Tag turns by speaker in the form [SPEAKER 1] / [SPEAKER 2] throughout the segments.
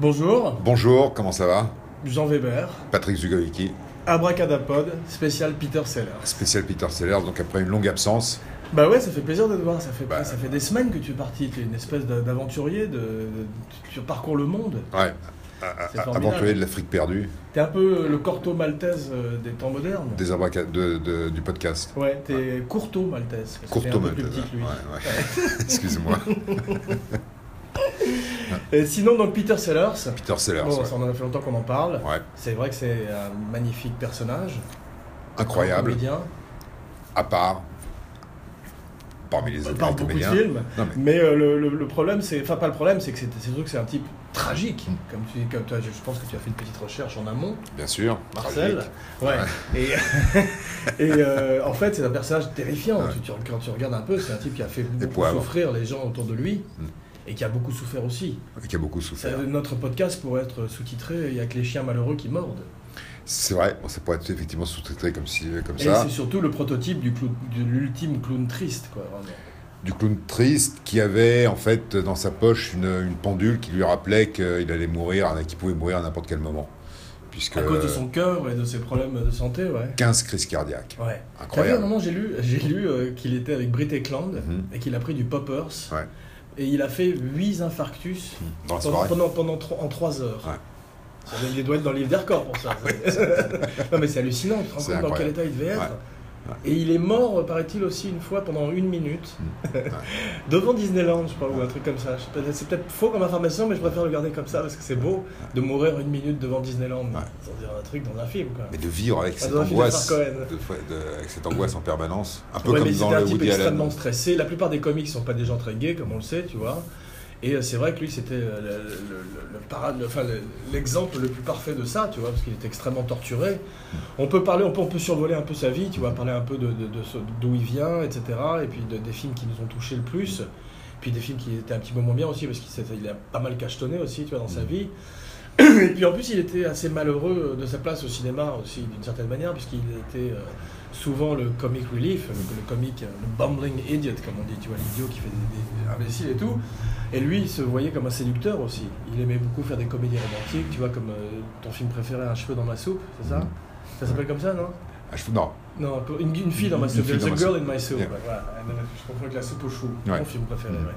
[SPEAKER 1] Bonjour,
[SPEAKER 2] Bonjour, comment ça va
[SPEAKER 1] Jean Weber,
[SPEAKER 2] Patrick Zugovicki,
[SPEAKER 1] Abracadapod, spécial Peter Seller.
[SPEAKER 2] spécial Peter Sellers, donc après une longue absence.
[SPEAKER 1] Bah ouais, ça fait plaisir de te voir, ça fait,
[SPEAKER 2] Bah.
[SPEAKER 1] ça fait des semaines que tu es parti, tu es une espèce d'a- d'aventurier, de, de- tu tu parcours le monde.
[SPEAKER 2] Ouais,
[SPEAKER 1] C'est formidable.
[SPEAKER 2] aventurier de l'Afrique perdue,
[SPEAKER 1] T'es un peu le Corto Maltese euh, des temps modernes.
[SPEAKER 2] des abraca- de- de- du podcast.
[SPEAKER 1] Ouais, t'es Courto Maltese. parce que t'es un
[SPEAKER 2] Courto
[SPEAKER 1] peu plus
[SPEAKER 2] Maltese,
[SPEAKER 1] petit que lui.
[SPEAKER 2] ouais, ouais. Excuse-moi,
[SPEAKER 1] Et sinon, donc Peter Sellers,
[SPEAKER 2] Peter Sellers.
[SPEAKER 1] bon,
[SPEAKER 2] ouais.
[SPEAKER 1] ça, on en a fait longtemps qu'on en parle.
[SPEAKER 2] Ouais,
[SPEAKER 1] C'est vrai que c'est un magnifique personnage. un
[SPEAKER 2] incroyable,
[SPEAKER 1] comédien.
[SPEAKER 2] à part parmi les
[SPEAKER 1] Il
[SPEAKER 2] autres
[SPEAKER 1] parle beaucoup de
[SPEAKER 2] comédiens.
[SPEAKER 1] films,
[SPEAKER 2] Non,
[SPEAKER 1] mais, euh, le, le- le problème, c'est, enfin pas le problème, c'est que c'est, c'est surtout que c'est un type tragique.
[SPEAKER 2] Mm.
[SPEAKER 1] Comme tu, comme toi, je je pense que tu as fait une petite recherche en amont,
[SPEAKER 2] Bien sûr,
[SPEAKER 1] Marcel.
[SPEAKER 2] tragique.
[SPEAKER 1] Ouais. Et, et, euh, en fait, c'est un personnage terrifiant.
[SPEAKER 2] Ouais.
[SPEAKER 1] Tu- tu- quand tu regardes un peu, c'est un type qui a fait beaucoup
[SPEAKER 2] poivres.
[SPEAKER 1] souffrir les gens autour de lui
[SPEAKER 2] Mm.
[SPEAKER 1] et qui a beaucoup souffert aussi.
[SPEAKER 2] qui a beaucoup
[SPEAKER 1] Ça,
[SPEAKER 2] souffert.
[SPEAKER 1] notre podcast pourrait être sous-titré "Il y a que les chiens malheureux qui mordent".
[SPEAKER 2] C'est vrai, bon, ça pourrait être effectivement sous-traité comme, si, comme
[SPEAKER 1] Et
[SPEAKER 2] ça.
[SPEAKER 1] c'est surtout le prototype du, clown- de l'ultime clown triste, quoi. vraiment.
[SPEAKER 2] du clown triste qui avait en fait dans sa poche une, une pendule qui lui rappelait qu'il allait mourir, qu'il pouvait mourir à n'importe quel moment. Puisque
[SPEAKER 1] À cause de son cœur et de ses problèmes de santé, ouais.
[SPEAKER 2] 15 crises cardiaques.
[SPEAKER 1] Ouais. T'as vu, à un
[SPEAKER 2] Incroyable.
[SPEAKER 1] moment, j'ai lu, j'ai lu euh, qu'il était avec Britt Eklund
[SPEAKER 2] Mhm.
[SPEAKER 1] et qu'il a pris du poppers.
[SPEAKER 2] Ouais.
[SPEAKER 1] Et il a fait 8 infarctus
[SPEAKER 2] Mmh. Dans la
[SPEAKER 1] pendant,
[SPEAKER 2] soirée.
[SPEAKER 1] pendant, pendant tro- en 3 heures.
[SPEAKER 2] Ouais.
[SPEAKER 1] Ça doit- Il doit être dans le livre des records pour ça. non, mais c'est hallucinant, tu te rends
[SPEAKER 2] C'est
[SPEAKER 1] compte dans quel
[SPEAKER 2] incroyable.
[SPEAKER 1] état il devait être.
[SPEAKER 2] Ouais.
[SPEAKER 1] Et il est mort, euh, paraît-il, aussi une fois pendant une minute.
[SPEAKER 2] Mm.
[SPEAKER 1] Devant Disneyland, je crois, ou un truc comme ça. Je sais pas, C'est peut-être faux comme information, mais je préfère le garder comme ça parce que c'est beau de mourir une minute devant Disneyland.
[SPEAKER 2] Ouais.
[SPEAKER 1] Ça veut dire un truc dans un film, quoi.
[SPEAKER 2] Mais de vivre avec cette
[SPEAKER 1] Ah, dans un film
[SPEAKER 2] angoisse.
[SPEAKER 1] d'Alfred Cohen.
[SPEAKER 2] de- de- avec cette angoisse en permanence. Un peu
[SPEAKER 1] Ouais, mais
[SPEAKER 2] comme
[SPEAKER 1] c'était
[SPEAKER 2] dans
[SPEAKER 1] un
[SPEAKER 2] le
[SPEAKER 1] type
[SPEAKER 2] Woody
[SPEAKER 1] extrêmement
[SPEAKER 2] Allen.
[SPEAKER 1] stressé. La plupart des comics sont pas des gens très gays, comme on le sait, tu vois. Et euh, c'est vrai que lui, c'était euh, le- le- le parade- le- enfin, le- l'exemple le plus parfait de ça, tu vois, parce qu'il était extrêmement torturé. On peut parler, on peut, on peut survoler un peu sa vie, tu vois, parler un peu de, de- de ce- d'où il vient, etc. Et puis de- des films qui nous ont touchés le plus. Puis des films qui étaient un petit peu moins bien aussi, parce qu'il s'est- il a pas mal cachetonné aussi, tu vois, dans
[SPEAKER 2] Mm.
[SPEAKER 1] sa vie. Et puis en plus, il était assez malheureux euh, de sa place au cinéma aussi, d'une certaine manière, puisqu'il était euh, souvent le comic relief, le, le comic, euh, le bumbling idiot, comme on dit, tu vois, l'idiot qui fait des, des imbéciles et tout. Et lui, il se voyait comme un séducteur aussi. Il aimait beaucoup faire des comédies romantiques, tu vois, comme euh, ton film préféré, Un cheveu dans ma soupe, c'est ça Ça s'appelle comme ça, non
[SPEAKER 2] Ah, je- non,
[SPEAKER 1] non, pour- une, une fille dans ma
[SPEAKER 2] Une
[SPEAKER 1] soupe.
[SPEAKER 2] fille
[SPEAKER 1] There's
[SPEAKER 2] dans
[SPEAKER 1] a
[SPEAKER 2] ma
[SPEAKER 1] girl
[SPEAKER 2] soupe.
[SPEAKER 1] in my soup.
[SPEAKER 2] Yeah.
[SPEAKER 1] ouais, voilà. Je confonds avec la soupe au chou,
[SPEAKER 2] Ouais.
[SPEAKER 1] mon film préféré.
[SPEAKER 2] Mhm.
[SPEAKER 1] ouais.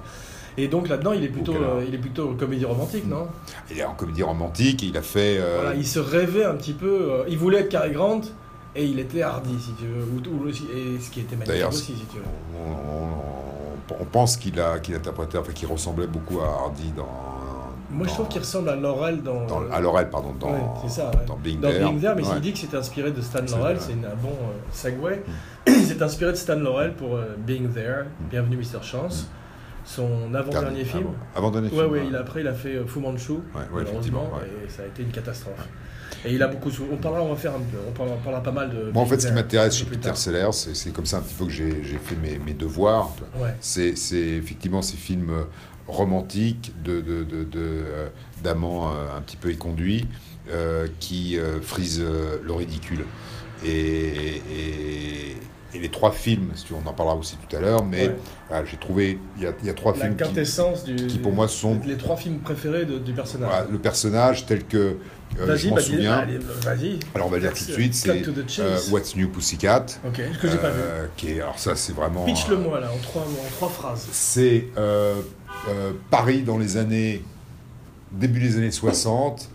[SPEAKER 1] Et donc là-dedans, il est plutôt,
[SPEAKER 2] Auquel-
[SPEAKER 1] euh, il est plutôt comédie romantique,
[SPEAKER 2] Mhm.
[SPEAKER 1] non
[SPEAKER 2] il est en comédie romantique, il a fait. euh,
[SPEAKER 1] Voilà, il se rêvait un petit peu. euh, il voulait être Cary Grant et il était hardi, si tu veux, ou, ou- et ce qui était magnifique
[SPEAKER 2] D'ailleurs,
[SPEAKER 1] aussi, si tu veux.
[SPEAKER 2] on, on- on pense qu'il a, qu'il interprétait, enfin qu'il ressemblait beaucoup à Hardy dans.
[SPEAKER 1] Moi, je
[SPEAKER 2] dans-
[SPEAKER 1] trouve qu'il ressemble à Laurel dans.
[SPEAKER 2] dans, à Laurel, pardon, dans,
[SPEAKER 1] Ouais, c'est ça, ouais.
[SPEAKER 2] dans Bling
[SPEAKER 1] dans
[SPEAKER 2] There.
[SPEAKER 1] Being There, mais
[SPEAKER 2] Ouais.
[SPEAKER 1] il dit que c'est inspiré de Stan
[SPEAKER 2] C'est
[SPEAKER 1] Laurel,
[SPEAKER 2] vrai. Mm.
[SPEAKER 1] c'est une- un bon euh, segue. Il s'est inspiré de Stan Laurel pour euh, Being There, Bienvenue Mr. Chance, son avant-dernier
[SPEAKER 2] Dernier-
[SPEAKER 1] film.
[SPEAKER 2] avant- Avant-dernier
[SPEAKER 1] Ouais,
[SPEAKER 2] Ah film.
[SPEAKER 1] ouais, il a, après il a fait euh, Fu Manchu,
[SPEAKER 2] ouais,
[SPEAKER 1] malheureusement,
[SPEAKER 2] effectivement, ouais.
[SPEAKER 1] et ça a été une catastrophe. Et il a beaucoup sou- On parlera, on va faire un peu, on parlera, on parlera pas mal de.
[SPEAKER 2] Moi, en fait, ce
[SPEAKER 1] Being
[SPEAKER 2] qui
[SPEAKER 1] There
[SPEAKER 2] m'intéresse chez
[SPEAKER 1] plus
[SPEAKER 2] Peter
[SPEAKER 1] tard.
[SPEAKER 2] Sellers, c'est c'est comme ça un petit peu que j'ai j'ai fait mes, mes devoirs.
[SPEAKER 1] Ouais.
[SPEAKER 2] C'est c'est effectivement ces films euh, romantiques de de- de- de, euh, d'amants euh, un petit peu éconduits euh, qui euh, frisent euh, le ridicule. Et, et- et les trois films, si tu veux, on en parlera aussi tout à l'heure, mais
[SPEAKER 1] Ouais.
[SPEAKER 2] voilà, j'ai trouvé, il y a, il y a trois
[SPEAKER 1] La
[SPEAKER 2] films qui-
[SPEAKER 1] quintessence du.
[SPEAKER 2] qui pour moi sont
[SPEAKER 1] Les trois films préférés de- du personnage.
[SPEAKER 2] Voilà, le personnage tel que euh, je
[SPEAKER 1] Vas-y,
[SPEAKER 2] m'en
[SPEAKER 1] bah, dis-
[SPEAKER 2] souviens.
[SPEAKER 1] allez, vas-y.
[SPEAKER 2] Alors on va dire tout de suite,
[SPEAKER 1] Cut
[SPEAKER 2] c'est
[SPEAKER 1] to the
[SPEAKER 2] euh,
[SPEAKER 1] chase.
[SPEAKER 2] What's New Pussycat,
[SPEAKER 1] Ok, ce que j'ai pas vu.
[SPEAKER 2] euh, qui est alors ça c'est vraiment.
[SPEAKER 1] Pitch le moi là, en trois, mots, en trois phrases.
[SPEAKER 2] C'est euh, euh, Paris dans les années début des années 60.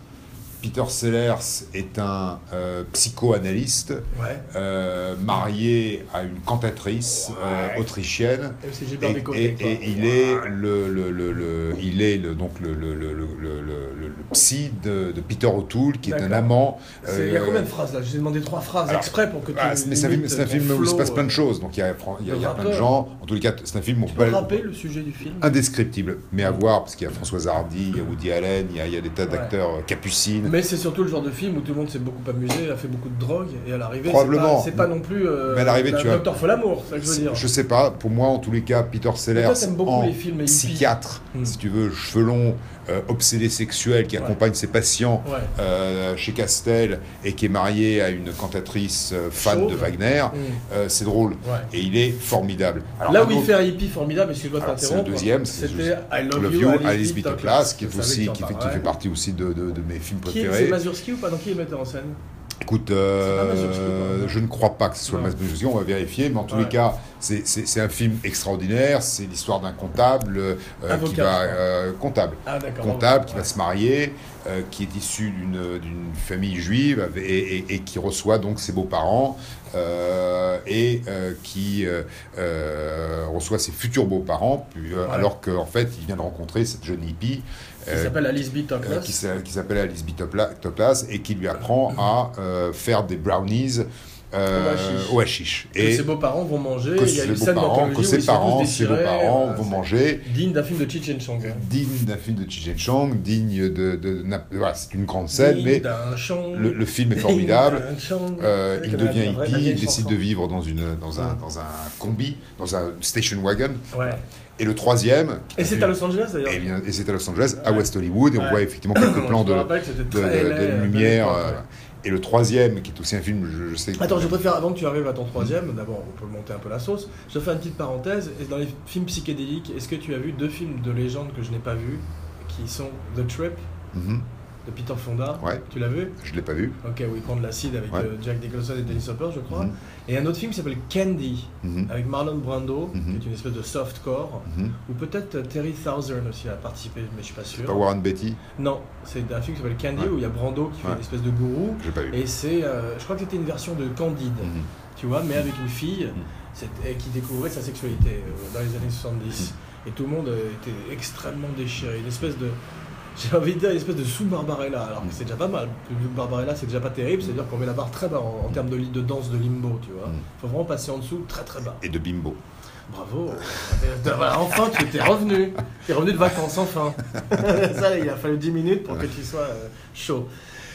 [SPEAKER 2] Peter Sellers est un euh, psychoanalyste
[SPEAKER 1] Ouais.
[SPEAKER 2] euh, marié à une cantatrice euh,
[SPEAKER 1] Ouais.
[SPEAKER 2] autrichienne.
[SPEAKER 1] MCG
[SPEAKER 2] Et,
[SPEAKER 1] Barbico.
[SPEAKER 2] et- et il est le, le- le- le- il est le- donc le, le- le- le- le- le- le psy de, de Peter O'Toole qui est un
[SPEAKER 1] D'accord.
[SPEAKER 2] amant.
[SPEAKER 1] C'est- Il y a
[SPEAKER 2] euh,
[SPEAKER 1] combien de phrases là J'ai demandé trois phrases
[SPEAKER 2] alors,
[SPEAKER 1] exprès pour que tu.
[SPEAKER 2] ah, c'est- mais c'est un film, c'est un film où il se passe plein de choses, donc il y a, Fran- il y a-
[SPEAKER 1] de
[SPEAKER 2] il y a plein de
[SPEAKER 1] rappeurs.
[SPEAKER 2] gens. En tous les cas, c'est un film où on
[SPEAKER 1] euh. Tu
[SPEAKER 2] peut
[SPEAKER 1] peux
[SPEAKER 2] aller-
[SPEAKER 1] rappeler le sujet du
[SPEAKER 2] Ah,
[SPEAKER 1] film
[SPEAKER 2] indescriptible, mais à voir, parce qu'il y a Françoise Hardy, il y a Woody Allen, il y a, il y a des tas
[SPEAKER 1] Ouais.
[SPEAKER 2] d'acteurs, euh, Capucine.
[SPEAKER 1] Mais c'est surtout le genre de film où tout le monde s'est beaucoup amusé, a fait beaucoup de drogue, et à l'arrivée, c'est
[SPEAKER 2] Probablement.
[SPEAKER 1] pas- c'est pas, non plus. Euh,
[SPEAKER 2] Mais à l'arrivée,
[SPEAKER 1] la-
[SPEAKER 2] tu as-
[SPEAKER 1] Docteur Folamour, c'est ça que je veux dire.
[SPEAKER 2] Je sais pas, pour moi, en tous les cas, Peter
[SPEAKER 1] Mais
[SPEAKER 2] Sellers
[SPEAKER 1] toi, t'aimes beaucoup
[SPEAKER 2] en
[SPEAKER 1] les films hippies.
[SPEAKER 2] psychiatre,
[SPEAKER 1] Hmm.
[SPEAKER 2] si tu veux, cheveux longs, euh, obsédé sexuel qui
[SPEAKER 1] Ouais.
[SPEAKER 2] accompagne ses patients
[SPEAKER 1] Ouais.
[SPEAKER 2] euh, chez Castel et qui est marié à une cantatrice euh, fan
[SPEAKER 1] Chauve.
[SPEAKER 2] de Wagner,
[SPEAKER 1] Mm.
[SPEAKER 2] euh, c'est drôle.
[SPEAKER 1] Ouais.
[SPEAKER 2] Et il est formidable. Alors,
[SPEAKER 1] Là
[SPEAKER 2] un
[SPEAKER 1] où il
[SPEAKER 2] autre-
[SPEAKER 1] fait un hippie formidable, excuse-moi de
[SPEAKER 2] Alors, c'est le
[SPEAKER 1] t'interrompre.
[SPEAKER 2] deuxième, c'est
[SPEAKER 1] C'était I Love,
[SPEAKER 2] le
[SPEAKER 1] You,
[SPEAKER 2] vieux Alice Beat
[SPEAKER 1] Beat
[SPEAKER 2] the
[SPEAKER 1] Up.
[SPEAKER 2] Class,
[SPEAKER 1] Je
[SPEAKER 2] qui, est
[SPEAKER 1] savais
[SPEAKER 2] aussi,
[SPEAKER 1] que
[SPEAKER 2] qui,
[SPEAKER 1] t'en
[SPEAKER 2] fait, qui
[SPEAKER 1] parlerais.
[SPEAKER 2] fait partie aussi de, de- de mes films
[SPEAKER 1] Qui est- C'est
[SPEAKER 2] préférés.
[SPEAKER 1] Mazurski ou pas Dans qui est le metteur en scène
[SPEAKER 2] Écoute,
[SPEAKER 1] pas
[SPEAKER 2] euh,
[SPEAKER 1] Mazurski, pardon.
[SPEAKER 2] je ne crois pas que ce soit
[SPEAKER 1] Non.
[SPEAKER 2] Mazurski, on va vérifier, mais en tous
[SPEAKER 1] Ouais.
[SPEAKER 2] les cas, c'est- c'est c'est un film extraordinaire, c'est l'histoire d'un comptable euh, qui
[SPEAKER 1] Avocat,
[SPEAKER 2] va...
[SPEAKER 1] je crois.
[SPEAKER 2] euh, comptable.
[SPEAKER 1] Ah d'accord.
[SPEAKER 2] comptable qui
[SPEAKER 1] Ouais.
[SPEAKER 2] va se marier, euh, qui est issu d'une d'une famille juive avec- et, et- et qui reçoit donc ses beaux-parents euh, et euh, qui euh, euh, reçoit ses futurs beaux-parents, puis, euh,
[SPEAKER 1] Ouais.
[SPEAKER 2] alors qu'en fait il vient de rencontrer cette jeune hippie
[SPEAKER 1] Qui
[SPEAKER 2] euh,
[SPEAKER 1] s'appelle Alice Beat Up.
[SPEAKER 2] euh, qui s'a- qui s'appelle Alice B. Topla- Toplas et qui lui apprend à euh, faire des brownies euh,
[SPEAKER 1] Au hashish.
[SPEAKER 2] au hashish.
[SPEAKER 1] Que
[SPEAKER 2] Et
[SPEAKER 1] ses beaux-parents vont manger.
[SPEAKER 2] que
[SPEAKER 1] Il y a
[SPEAKER 2] ses
[SPEAKER 1] une scène
[SPEAKER 2] beaux-parents,
[SPEAKER 1] d'anthologie
[SPEAKER 2] que
[SPEAKER 1] où
[SPEAKER 2] ses
[SPEAKER 1] ils sont
[SPEAKER 2] parents,
[SPEAKER 1] tous
[SPEAKER 2] ses
[SPEAKER 1] déchirés.
[SPEAKER 2] beaux-parents
[SPEAKER 1] voilà,
[SPEAKER 2] vont
[SPEAKER 1] c'est
[SPEAKER 2] manger.
[SPEAKER 1] Digne d'un film de Cheech and Chong. hein.
[SPEAKER 2] digne d'un film de Cheech and Chong, digne de... de- de- na- voilà, c'est une grande scène,
[SPEAKER 1] Digne
[SPEAKER 2] mais
[SPEAKER 1] d'un Chong.
[SPEAKER 2] le, le film est formidable.
[SPEAKER 1] Digne d'un Chong.
[SPEAKER 2] Euh, il
[SPEAKER 3] C'est
[SPEAKER 2] devient
[SPEAKER 3] la vraie- la
[SPEAKER 2] hippie,
[SPEAKER 3] vieille
[SPEAKER 2] il décide
[SPEAKER 3] chanson.
[SPEAKER 2] de vivre dans, une, dans, un, dans un combi, dans un station wagon.
[SPEAKER 1] Ouais.
[SPEAKER 2] Et le troisième...
[SPEAKER 1] Et c'est à Los Angeles d'ailleurs.
[SPEAKER 2] et bien- et c'est à Los Angeles, à
[SPEAKER 1] Ouais.
[SPEAKER 2] West Hollywood, et
[SPEAKER 1] Ouais.
[SPEAKER 2] on voit effectivement quelques plans
[SPEAKER 1] Je me
[SPEAKER 2] de,
[SPEAKER 1] rappelle que c'était
[SPEAKER 2] de,
[SPEAKER 1] très
[SPEAKER 2] de-
[SPEAKER 1] laid,
[SPEAKER 2] de
[SPEAKER 1] euh,
[SPEAKER 2] lumière.
[SPEAKER 1] belle époque,
[SPEAKER 2] euh, et le troisième, qui est aussi un film, je, je sais... que-
[SPEAKER 1] Attends, je préfère, avant que tu arrives à ton troisième, d'abord on peut monter un peu la sauce, je fais une petite parenthèse, et dans les films psychédéliques, est-ce que tu as vu deux films de légende que je n'ai pas vus, qui sont The Trip
[SPEAKER 2] Mhm,
[SPEAKER 1] de Peter Fonda,
[SPEAKER 2] Ouais.
[SPEAKER 1] tu l'as vu
[SPEAKER 2] je ne l'ai pas vu.
[SPEAKER 1] Ok, où il prend de l'acide avec
[SPEAKER 2] Ouais.
[SPEAKER 1] euh, Jack Nicholson et Dennis Hopper, je crois,
[SPEAKER 2] Mhm,
[SPEAKER 1] et un autre film qui s'appelle Candy,
[SPEAKER 2] mhm,
[SPEAKER 1] avec Marlon Brando,
[SPEAKER 2] Mhm.
[SPEAKER 1] qui est une espèce de softcore,
[SPEAKER 2] mhm.
[SPEAKER 1] ou peut-être euh, Terry Thousand aussi a participé, mais je suis pas sûr.
[SPEAKER 2] Pas Warren Betty,
[SPEAKER 1] Non, c'est un film qui s'appelle Candy,
[SPEAKER 2] Ouais.
[SPEAKER 1] où il y a Brando qui fait
[SPEAKER 2] Ouais.
[SPEAKER 1] une espèce de gourou,
[SPEAKER 2] je l'ai pas vu.
[SPEAKER 1] et c'est, euh, je crois que c'était une version de Candide.
[SPEAKER 2] Mhm.
[SPEAKER 1] tu vois, mais avec une fille
[SPEAKER 2] Mm.
[SPEAKER 1] c'est- et qui découvrait sa sexualité euh, dans les années 70.
[SPEAKER 2] Mm.
[SPEAKER 1] Et tout le monde euh, était extrêmement déchiré. Une espèce de. J'ai envie de dire une espèce de sous-Barbarella, alors
[SPEAKER 2] Mm.
[SPEAKER 1] que c'est déjà pas mal. Le Barbarella, c'est déjà pas terrible, c'est-à-dire qu'on met la barre très bas en, en termes de, li- de danse de limbo, tu vois.
[SPEAKER 2] Mm.
[SPEAKER 1] Faut vraiment passer en dessous très très bas.
[SPEAKER 2] Et de Bimbo.
[SPEAKER 1] Bravo Et voilà, Enfin, tu t'es revenu T'es revenu de vacances, enfin Ça, il a fallu 10 minutes pour que tu sois euh, chaud.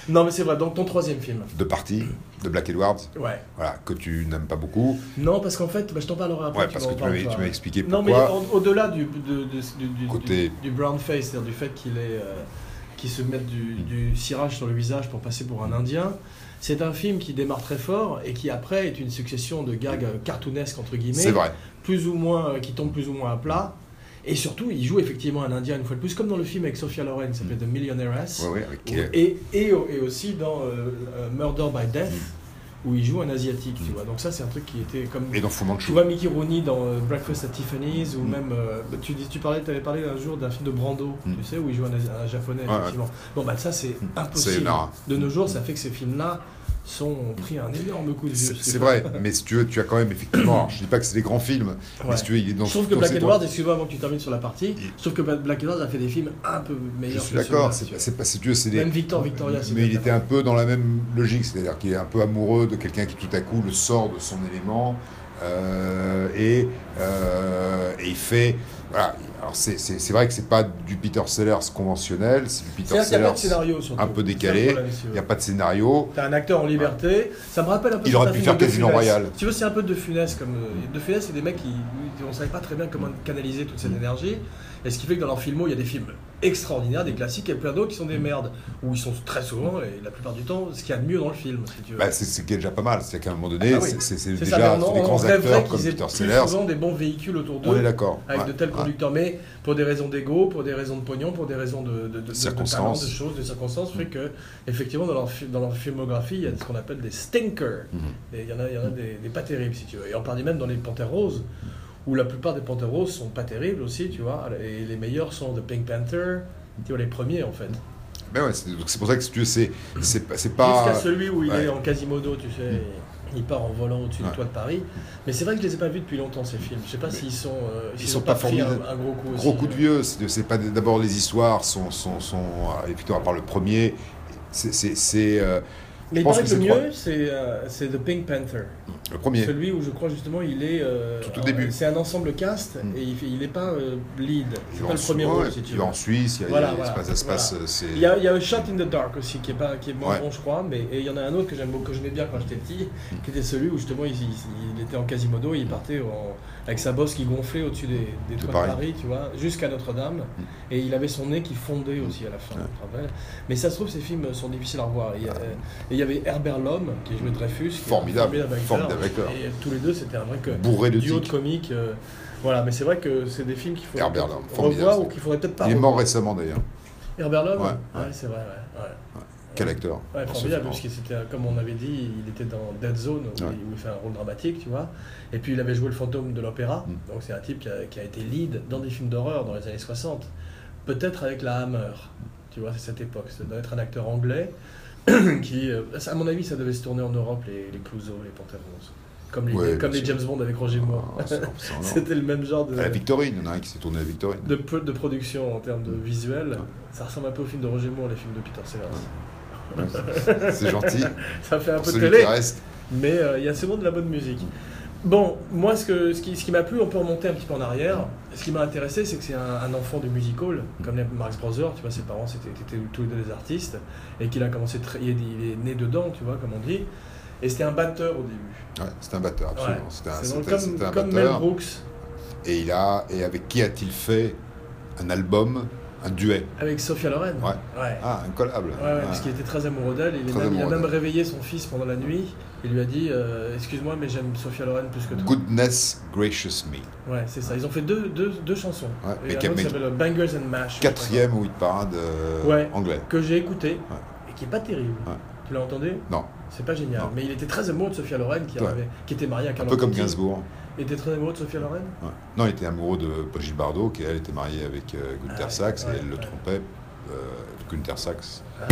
[SPEAKER 1] Non, mais c'est vrai, donc ton troisième film.
[SPEAKER 2] De Party, de Black Edwards,
[SPEAKER 1] Ouais.
[SPEAKER 2] voilà, que tu n'aimes pas beaucoup.
[SPEAKER 1] Non, parce qu'en fait, bah, je t'en parlerai après.
[SPEAKER 2] Ouais,
[SPEAKER 1] tu
[SPEAKER 2] parce
[SPEAKER 1] m'en
[SPEAKER 2] que tu
[SPEAKER 1] parles,
[SPEAKER 2] m'avais-
[SPEAKER 1] toi.
[SPEAKER 2] tu m'as expliqué
[SPEAKER 1] Non, mais
[SPEAKER 2] pourquoi.
[SPEAKER 1] au- au-delà du, de- de- du, du-
[SPEAKER 2] Côté-
[SPEAKER 1] du- du brown face, c'est-à-dire du fait qu'il est, euh, qu'il se mette du,
[SPEAKER 2] Mm.
[SPEAKER 1] du cirage sur le visage pour passer pour un Indien, c'est un film qui démarre très fort et qui après est une succession de gags euh, cartoonesques entre
[SPEAKER 2] C'est
[SPEAKER 1] guillemets,
[SPEAKER 2] vrai.
[SPEAKER 1] plus ou moins euh, qui tombent plus ou moins à plat. Et surtout, il joue effectivement un Indien une fois de plus, comme dans le film avec Sophia Loren, qui s'appelait The Millionaires.
[SPEAKER 2] Mm. Ouais, ouais, avec, euh,
[SPEAKER 1] Et, et, au- et aussi dans euh, euh, Murder by Death,
[SPEAKER 2] Mm.
[SPEAKER 1] où il joue un Asiatique, tu vois. Donc ça, c'est un truc qui était comme
[SPEAKER 2] et dans Fu
[SPEAKER 1] tu
[SPEAKER 2] Manchu.
[SPEAKER 1] vois Mickey Rooney dans euh, Breakfast at Tiffany's ou
[SPEAKER 2] Mm.
[SPEAKER 1] même euh, bah, tu dis tu parlais t'avais parlé un jour d'un film de Brando
[SPEAKER 2] Mm.
[SPEAKER 1] tu sais où il joue un, Asi- un japonais
[SPEAKER 2] Ouais, Mm.
[SPEAKER 1] effectivement bon bah ça c'est impossible
[SPEAKER 2] Sayonara.
[SPEAKER 1] de nos jours ça fait que ces films là sont ont pris un énorme coup de vieux
[SPEAKER 2] C'est c'est vrai, mais si tu veux, tu as quand même effectivement. alors, je dis pas que c'est des grands films, mais si tu veux, il est dans.
[SPEAKER 1] je trouve que
[SPEAKER 2] dans
[SPEAKER 1] Black
[SPEAKER 2] ces
[SPEAKER 1] Edward
[SPEAKER 2] droits.
[SPEAKER 1] excuse-moi avant que tu termines sur la partie
[SPEAKER 2] Il-
[SPEAKER 1] sauf que Black Edward a fait des films un peu
[SPEAKER 2] Je
[SPEAKER 1] meilleurs
[SPEAKER 2] suis
[SPEAKER 1] que celui-là,
[SPEAKER 2] d'accord. C'est
[SPEAKER 1] tu
[SPEAKER 2] pas,
[SPEAKER 1] vois.
[SPEAKER 2] c'est pas- si tu veux, c'est des. Euh,
[SPEAKER 1] même Victor Victoria c'est
[SPEAKER 2] mais il
[SPEAKER 1] bien
[SPEAKER 2] était un peu dans la même logique, c'est-à-dire qu'il est un peu amoureux de quelqu'un qui tout à coup le sort de son élément euh, et, euh, et il fait. Voilà. Alors c'est- c'est c'est vrai que c'est pas du Peter Sellers conventionnel, c'est du Peter
[SPEAKER 1] c'est-à-dire qu'il n'y a pas de
[SPEAKER 2] Sellers.
[SPEAKER 1] scénario surtout
[SPEAKER 2] un peu
[SPEAKER 1] C'est ça le
[SPEAKER 2] décalé.
[SPEAKER 1] problème, si tu
[SPEAKER 2] Il
[SPEAKER 1] veux.
[SPEAKER 2] n'y a pas de scénario.
[SPEAKER 1] T'as un acteur en liberté, ça me rappelle un peu.
[SPEAKER 2] Il
[SPEAKER 1] certains
[SPEAKER 2] aurait pu
[SPEAKER 1] films
[SPEAKER 2] faire
[SPEAKER 1] de De
[SPEAKER 2] Casino
[SPEAKER 1] Funès.
[SPEAKER 2] Royale.
[SPEAKER 1] Tu vois, c'est un peu de funeste comme euh, de funeste, c'est des mecs qui on savait pas très bien comment canaliser toute
[SPEAKER 2] Mm.
[SPEAKER 1] cette énergie. Et ce qui fait que dans leur filmo, il y a des films extraordinaires, des classiques, et plein d'autres qui sont des
[SPEAKER 2] Mm.
[SPEAKER 1] merdes, où ils sont très souvent et la plupart du temps ce qu'il y a de mieux dans le film, si tu veux.
[SPEAKER 2] Bah, c'est ce qui est déjà pas mal, c'est qu'à un moment donné,
[SPEAKER 1] Ah bah oui.
[SPEAKER 2] c'est- c'est c'est
[SPEAKER 1] c'est
[SPEAKER 2] déjà
[SPEAKER 1] ça, mais on,
[SPEAKER 2] des
[SPEAKER 1] on
[SPEAKER 2] grands
[SPEAKER 1] rêverait
[SPEAKER 2] acteurs comme
[SPEAKER 1] qu'ils aient
[SPEAKER 2] Peter
[SPEAKER 1] plus
[SPEAKER 2] Sellers,
[SPEAKER 1] souvent des bons véhicules autour
[SPEAKER 2] on
[SPEAKER 1] d'eux.
[SPEAKER 2] est d'accord.
[SPEAKER 1] Avec
[SPEAKER 2] Ouais,
[SPEAKER 1] de tels
[SPEAKER 2] ouais.
[SPEAKER 1] conducteurs, mais pour des raisons d'ego, pour des raisons de pognon, pour des raisons de, de, de- de- de talent,
[SPEAKER 2] Circonstances. Mm.
[SPEAKER 1] de choses, de circonstances, fait que, effectivement, dans leur, fi- dans leur filmographie, il y a ce qu'on appelle des stinkers.
[SPEAKER 2] Mhm.
[SPEAKER 1] Et il y en a, il y en a des, des pas terribles, si tu veux. Et on parlait même dans les Panthères Roses, où la plupart des Panthères Roses sont pas terribles aussi, tu vois. Et les meilleurs sont The Pink Panther, tu vois, les premiers, en fait.
[SPEAKER 2] Ben ouais, c'est donc c'est pour ça que si tu veux, c'est- c'est pas- c'est pas.
[SPEAKER 1] Jusqu'à celui où il
[SPEAKER 2] ouais. Mm.
[SPEAKER 1] est en Quasimodo, tu sais, et il part en volant au-dessus
[SPEAKER 2] Ouais.
[SPEAKER 1] du toit de Paris. Mais c'est vrai que je les ai pas vus depuis longtemps, ces films. Je sais pas s'ils sont... euh,
[SPEAKER 2] Ils
[SPEAKER 1] s'ils
[SPEAKER 2] sont
[SPEAKER 1] ont
[SPEAKER 2] pas
[SPEAKER 1] pris un-
[SPEAKER 2] formidables.
[SPEAKER 1] Un, gros coup
[SPEAKER 2] Gros
[SPEAKER 1] aussi,
[SPEAKER 2] coup de
[SPEAKER 1] euh.
[SPEAKER 2] vieux, c'est c'est pas d'abord les histoires sont. sont, sont et plutôt à part le premier, c'est- c'est. c'est, euh,
[SPEAKER 1] Mais il
[SPEAKER 2] pense
[SPEAKER 1] paraît que
[SPEAKER 2] que
[SPEAKER 1] le
[SPEAKER 2] c'est trois.
[SPEAKER 1] mieux, c'est euh, c'est The Pink Panther.
[SPEAKER 2] Le premier.
[SPEAKER 1] Celui où je crois justement il est. euh,
[SPEAKER 2] Tout au
[SPEAKER 1] en-
[SPEAKER 2] début.
[SPEAKER 1] C'est un ensemble cast
[SPEAKER 2] Mm.
[SPEAKER 1] et il fait- il n'est pas euh, lead.
[SPEAKER 2] Il
[SPEAKER 1] C'est
[SPEAKER 2] va
[SPEAKER 1] pas
[SPEAKER 2] en
[SPEAKER 1] le premier
[SPEAKER 2] Suisse,
[SPEAKER 1] rôle
[SPEAKER 2] ouais,
[SPEAKER 1] si tu
[SPEAKER 2] il
[SPEAKER 1] veux.
[SPEAKER 2] va en Suisse, il y a,
[SPEAKER 1] Voilà,
[SPEAKER 2] il se
[SPEAKER 1] voilà,
[SPEAKER 2] passe, ça se passe, euh, c'est-
[SPEAKER 1] Il y, a, il y a A Shot in the Dark aussi qui est, pas, qui est moins
[SPEAKER 2] Ouais. Mm.
[SPEAKER 1] bon, je crois, mais et il y en a un autre que j'aime beaucoup, que j'aimais bien quand j'étais petit, qui était celui où justement il, il- il était en Quasimodo et il partait en- avec sa bosse qui gonflait au-dessus des, des
[SPEAKER 2] De
[SPEAKER 1] toits
[SPEAKER 2] Paris.
[SPEAKER 1] de Paris, tu vois, jusqu'à Notre-Dame,
[SPEAKER 2] Mm.
[SPEAKER 1] et il avait son nez qui fondait aussi à la fin, tu te rappelles Mais ça se trouve, ces films sont difficiles à revoir. Il y a- et il y avait Herbert Lom qui jouait Dreyfus, qui est un
[SPEAKER 2] Ah. Formidable, formidable acteur.
[SPEAKER 1] Et tous les deux, c'était un vrai que,
[SPEAKER 2] bourré de
[SPEAKER 1] duo de
[SPEAKER 2] tics.
[SPEAKER 1] comiques. euh, voilà, mais c'est vrai que c'est des films qu'il faut
[SPEAKER 2] Herbert Lom,
[SPEAKER 1] revoir
[SPEAKER 2] formidable.
[SPEAKER 1] ou qu'il faudrait peut-être pas
[SPEAKER 2] Il est
[SPEAKER 1] revoir.
[SPEAKER 2] mort récemment d'ailleurs.
[SPEAKER 1] Herbert Love
[SPEAKER 2] Ouais,
[SPEAKER 1] Ouais,
[SPEAKER 2] ouais.
[SPEAKER 1] c'est vrai, ouais. ouais.
[SPEAKER 2] Quel acteur
[SPEAKER 1] Ouais,
[SPEAKER 2] dans ce
[SPEAKER 1] formidable,
[SPEAKER 2] film.
[SPEAKER 1] parce que c'était, comme on avait dit, il était dans Dead Zone, où,
[SPEAKER 2] Ouais.
[SPEAKER 1] il, où il fait un rôle dramatique, tu vois. Et puis il avait joué le fantôme de l'opéra,
[SPEAKER 2] Mm.
[SPEAKER 1] donc c'est un type qui a, qui a été lead dans des films d'horreur dans les années 60, peut-être avec la Hammer, tu vois, c'est cette époque. Ça doit être un acteur anglais qui, euh, ça, à mon avis, ça devait se tourner en Europe, les, les Clouseau, les Panthères Roses. Comme les,
[SPEAKER 2] Ouais,
[SPEAKER 1] comme
[SPEAKER 2] bien
[SPEAKER 1] les
[SPEAKER 2] sûr.
[SPEAKER 1] James Bond avec Roger Moore.
[SPEAKER 2] Ah, c'est- c'est un
[SPEAKER 1] C'était le même genre de
[SPEAKER 2] À la Victorine, il y en a un qui s'est tourné à Victorine.
[SPEAKER 1] de, peu- de production en termes de
[SPEAKER 2] Mm.
[SPEAKER 1] visuel, ça ressemble un peu au film de Roger Moore, les films de Peter Sellers.
[SPEAKER 2] C'est gentil.
[SPEAKER 1] Ça fait un
[SPEAKER 2] Pour
[SPEAKER 1] peu de
[SPEAKER 2] celui qui
[SPEAKER 1] télé,
[SPEAKER 2] reste.
[SPEAKER 1] mais euh, il y a souvent de la bonne musique. Bon, moi, ce, que, ce qui, ce qui m'a plu, on peut remonter un petit peu en arrière. Ce qui m'a intéressé, c'est que c'est un, un enfant du musical, comme les Marx Brothers, tu vois, ses parents c'était- étaient tous les deux des artistes, et qu'il a commencé, très- il est- il est né dedans, tu vois, comme on dit. Et c'était un batteur au début.
[SPEAKER 2] Ouais, c'est un batteur, absolument.
[SPEAKER 1] Ouais.
[SPEAKER 2] C'était un,
[SPEAKER 1] C'est drôle,
[SPEAKER 2] Ah, c'était-
[SPEAKER 1] comme,
[SPEAKER 2] c'était un
[SPEAKER 1] comme Mel
[SPEAKER 2] batteur.
[SPEAKER 1] Brooks
[SPEAKER 2] Et, il a, et avec qui a-t-il fait un album, un duet
[SPEAKER 1] avec Sophia Loren.
[SPEAKER 2] Ouais.
[SPEAKER 1] ouais.
[SPEAKER 2] Ah, un collable.
[SPEAKER 1] Ouais, ouais,
[SPEAKER 2] Ah.
[SPEAKER 1] parce qu'il était très amoureux d'elle. Il, est
[SPEAKER 2] Très
[SPEAKER 1] même- il a
[SPEAKER 2] amoureux
[SPEAKER 1] même
[SPEAKER 2] d'elle.
[SPEAKER 1] réveillé son fils pendant la nuit. Il lui a dit euh, Excuse-moi, mais j'aime Sophia Loren plus que toi.
[SPEAKER 2] Goodness Gracious Me.
[SPEAKER 1] Ouais, c'est ça. Ils ont fait deux, deux, deux chansons.
[SPEAKER 2] Ouais,
[SPEAKER 1] Et
[SPEAKER 2] mais
[SPEAKER 1] un
[SPEAKER 2] qui a-
[SPEAKER 1] autre
[SPEAKER 2] mais-
[SPEAKER 1] s'appelle Bangers and Mash.
[SPEAKER 2] Quatrième ou de parade euh,
[SPEAKER 1] Ouais.
[SPEAKER 2] anglais.
[SPEAKER 1] Que j'ai écouté
[SPEAKER 2] Ouais.
[SPEAKER 1] et qui est pas terrible.
[SPEAKER 2] Ouais.
[SPEAKER 1] Tu l'as entendu
[SPEAKER 2] Non,
[SPEAKER 1] C'est pas génial.
[SPEAKER 2] Non.
[SPEAKER 1] Mais il était très amoureux de Sophia Loren qui,
[SPEAKER 2] Ouais.
[SPEAKER 1] avait- qui était mariée à
[SPEAKER 2] un
[SPEAKER 1] Carlo
[SPEAKER 2] peu comme
[SPEAKER 1] Conti.
[SPEAKER 2] Gainsbourg.
[SPEAKER 1] Il était très amoureux de Sophia Loren
[SPEAKER 2] Ouais. Non, il était amoureux de Brigitte Bardot, qui elle était mariée avec euh,
[SPEAKER 1] Ah
[SPEAKER 2] Gunther
[SPEAKER 1] ouais,
[SPEAKER 2] Sachs,
[SPEAKER 1] ouais,
[SPEAKER 2] et elle le
[SPEAKER 1] ouais.
[SPEAKER 2] trompait. euh, Gunther Sachs,
[SPEAKER 1] Ah,